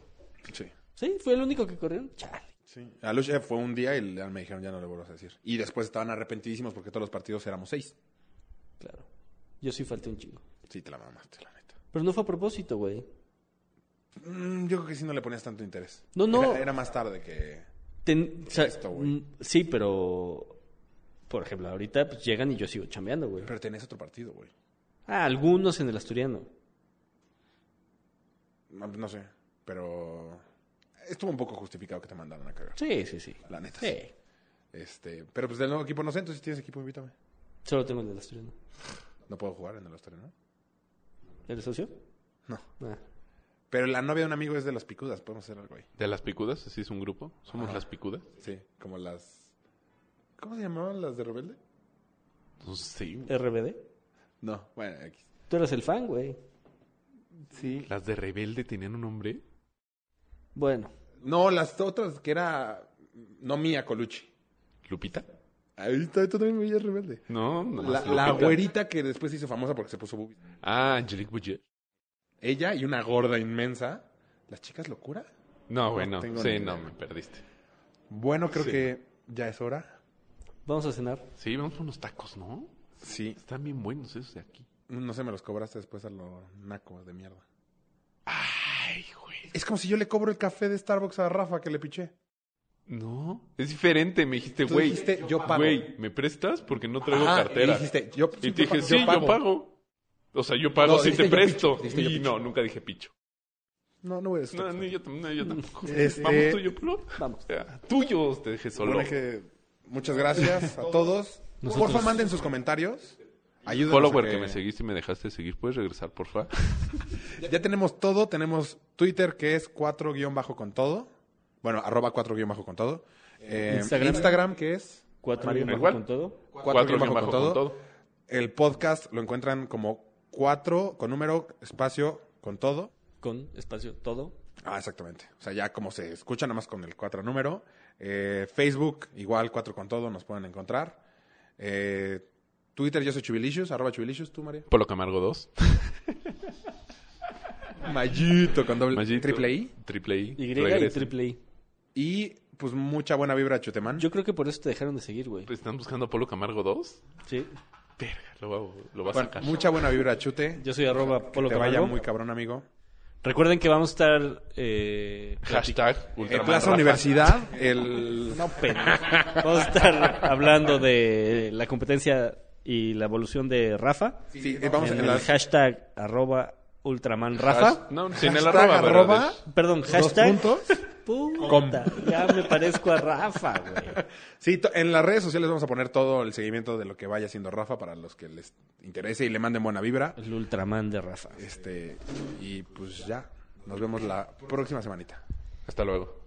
Speaker 4: Sí.
Speaker 3: Sí, fue el único que corrió. Chale.
Speaker 4: Sí. A Luche fue un día y le- me dijeron, ya no le vuelvas a decir. Y después estaban arrepentidísimos porque todos los partidos éramos seis.
Speaker 3: Claro. Yo sí falté un chingo.
Speaker 4: Sí, te la mamaste, la neta.
Speaker 3: Pero no fue a propósito, güey.
Speaker 4: Mm, yo creo que sí no le ponías tanto interés.
Speaker 3: No, no.
Speaker 4: Era, era más tarde que.
Speaker 3: Ten- o sea,
Speaker 4: Esto, güey.
Speaker 3: mm, sí, pero... Por ejemplo, ahorita pues, llegan y yo sigo chambeando, güey.
Speaker 4: Pero tenés otro partido, güey.
Speaker 3: Ah, algunos en el asturiano.
Speaker 4: No, no sé. Pero. Estuvo un poco justificado que te mandaron a cagar.
Speaker 3: Sí, sí, sí.
Speaker 4: La neta.
Speaker 3: Sí.
Speaker 4: Este, pero pues del nuevo equipo no sé, entonces si tienes equipo, invítame.
Speaker 3: Solo tengo el del asturiano.
Speaker 4: No puedo jugar en el Australia, ¿no?
Speaker 3: ¿Eres socio?
Speaker 4: No.
Speaker 3: Ah.
Speaker 4: Pero la novia de un amigo es de las picudas, podemos hacer algo ahí.
Speaker 5: ¿De las picudas? ¿Así es un grupo? ¿Somos las picudas?
Speaker 4: Sí, como las. ¿Cómo se llamaban las de Rebelde?
Speaker 5: Pues sí. güey.
Speaker 3: ¿RBD?
Speaker 4: No, bueno, X.
Speaker 3: Tú eres el fan, güey.
Speaker 4: Sí.
Speaker 5: ¿Las de Rebelde tenían un nombre?
Speaker 3: Bueno.
Speaker 4: No, las otras que era. No mía, Colucci.
Speaker 5: ¿Lupita?
Speaker 4: Ahí está, tú también me veías Rebelde.
Speaker 5: No,
Speaker 4: La,
Speaker 5: nomás
Speaker 4: la
Speaker 5: Lupita.
Speaker 4: güerita que después se hizo famosa porque se puso boobies.
Speaker 5: Ah, Angelique Boyer.
Speaker 4: Ella y una gorda inmensa. ¿Las chicas locura?
Speaker 5: No, güey,
Speaker 4: No
Speaker 5: no.
Speaker 4: tengo ni
Speaker 5: Sí,
Speaker 4: idea.
Speaker 5: no, me perdiste.
Speaker 4: Bueno, creo que ya es hora.
Speaker 3: Vamos a cenar.
Speaker 5: Sí, vamos por unos tacos, ¿no?
Speaker 4: Sí.
Speaker 5: Están bien buenos esos de aquí.
Speaker 4: No sé, me los cobraste después a lo naco de mierda.
Speaker 5: Ay, güey.
Speaker 4: Es como si yo le cobro el café de Starbucks a Rafa que le piché.
Speaker 5: No, es diferente. Me dijiste,
Speaker 4: Tú
Speaker 5: güey.
Speaker 4: dijiste, yo pago.
Speaker 5: Güey, ¿me prestas? Porque no traigo
Speaker 4: Ajá,
Speaker 5: cartera.
Speaker 4: y dijiste, yo-
Speaker 5: y
Speaker 4: sí,
Speaker 5: te
Speaker 4: yo
Speaker 5: dije,
Speaker 4: pago,
Speaker 5: sí,
Speaker 4: yo
Speaker 5: yo pago.
Speaker 4: pago.
Speaker 5: O sea, yo pago
Speaker 4: No,
Speaker 5: si
Speaker 4: dijiste
Speaker 5: te
Speaker 4: yo
Speaker 5: presto.
Speaker 4: picho, dijiste yo
Speaker 5: y
Speaker 4: picho.
Speaker 5: no, nunca dije picho.
Speaker 4: No, no voy a decir.
Speaker 5: No, ni yo, tam- no, yo tampoco.
Speaker 4: Este-
Speaker 5: Vamos tuyo, Polo.
Speaker 3: Vamos.
Speaker 5: Ah, Tuyos, te dejé solo.
Speaker 4: Bueno, que muchas gracias a todos. Por favor, manden sus comentarios. Ayúdanos
Speaker 5: Follower
Speaker 4: a
Speaker 5: que me seguiste y me dejaste de seguir, ¿puedes regresar, por favor?
Speaker 4: Ya tenemos todo. Tenemos Twitter, que es 4 guión bajo con todo. Bueno, arroba 4 guión bajo con todo. Eh, Instagram.
Speaker 3: Instagram.
Speaker 4: que es
Speaker 3: Cuatro guión bajo
Speaker 5: igual.
Speaker 3: con todo.
Speaker 4: 4
Speaker 5: Cuatro
Speaker 4: guión bajo con todo.
Speaker 5: todo.
Speaker 4: El podcast lo encuentran como 4 con número, espacio, con todo.
Speaker 3: Con espacio todo.
Speaker 4: Ah, exactamente. O sea, ya como se escucha, nada más con el 4 número. Eh, Facebook, igual 4 con todo, nos pueden encontrar. Eh, Twitter, yo soy Chubilicious, arroba Chubilicious, tú, María.
Speaker 5: Polo Camargo 2.
Speaker 4: Mayito con doble,
Speaker 5: Mallito.
Speaker 4: triple I.
Speaker 5: Triple I.
Speaker 9: Y y
Speaker 5: Regresen.
Speaker 9: triple I.
Speaker 4: Y pues mucha buena vibra, Chutemán.
Speaker 9: Yo creo que por eso te dejaron de seguir, güey.
Speaker 5: Pues, ¿Están buscando a Polo Camargo 2?
Speaker 9: Sí.
Speaker 5: Verga, lo va, lo va a
Speaker 4: Bueno,
Speaker 5: sacar.
Speaker 4: mucha buena vibra, Chute.
Speaker 9: Yo soy arroba
Speaker 4: que
Speaker 9: Polo
Speaker 4: te vaya
Speaker 9: Camargo.
Speaker 4: muy cabrón, amigo.
Speaker 3: Recuerden que vamos a estar. Eh,
Speaker 5: Hashtag
Speaker 4: En
Speaker 5: Ultraman
Speaker 4: Plaza
Speaker 5: Rafa.
Speaker 4: Universidad, el...
Speaker 3: No, pendejo. Vamos a estar hablando de la competencia y la evolución de Rafa.
Speaker 4: Sí, eh, vamos
Speaker 3: en
Speaker 4: en
Speaker 3: el
Speaker 4: la...
Speaker 3: hashtag arroba Ultraman Rafa.
Speaker 5: Hash- No, sin el
Speaker 4: hashtag
Speaker 5: arroba, pero
Speaker 4: arroba,
Speaker 5: de-
Speaker 3: Perdón,
Speaker 4: dos
Speaker 3: hashtag.
Speaker 4: puntos.
Speaker 3: Puta, ya me parezco a Rafa, güey.
Speaker 4: Sí, to- en las redes sociales vamos a poner todo el seguimiento de lo que vaya haciendo Rafa para los que les interese y le manden buena vibra.
Speaker 3: El Ultraman de Rafa.
Speaker 4: Este, y pues ya, nos vemos la próxima semanita.
Speaker 5: Hasta luego.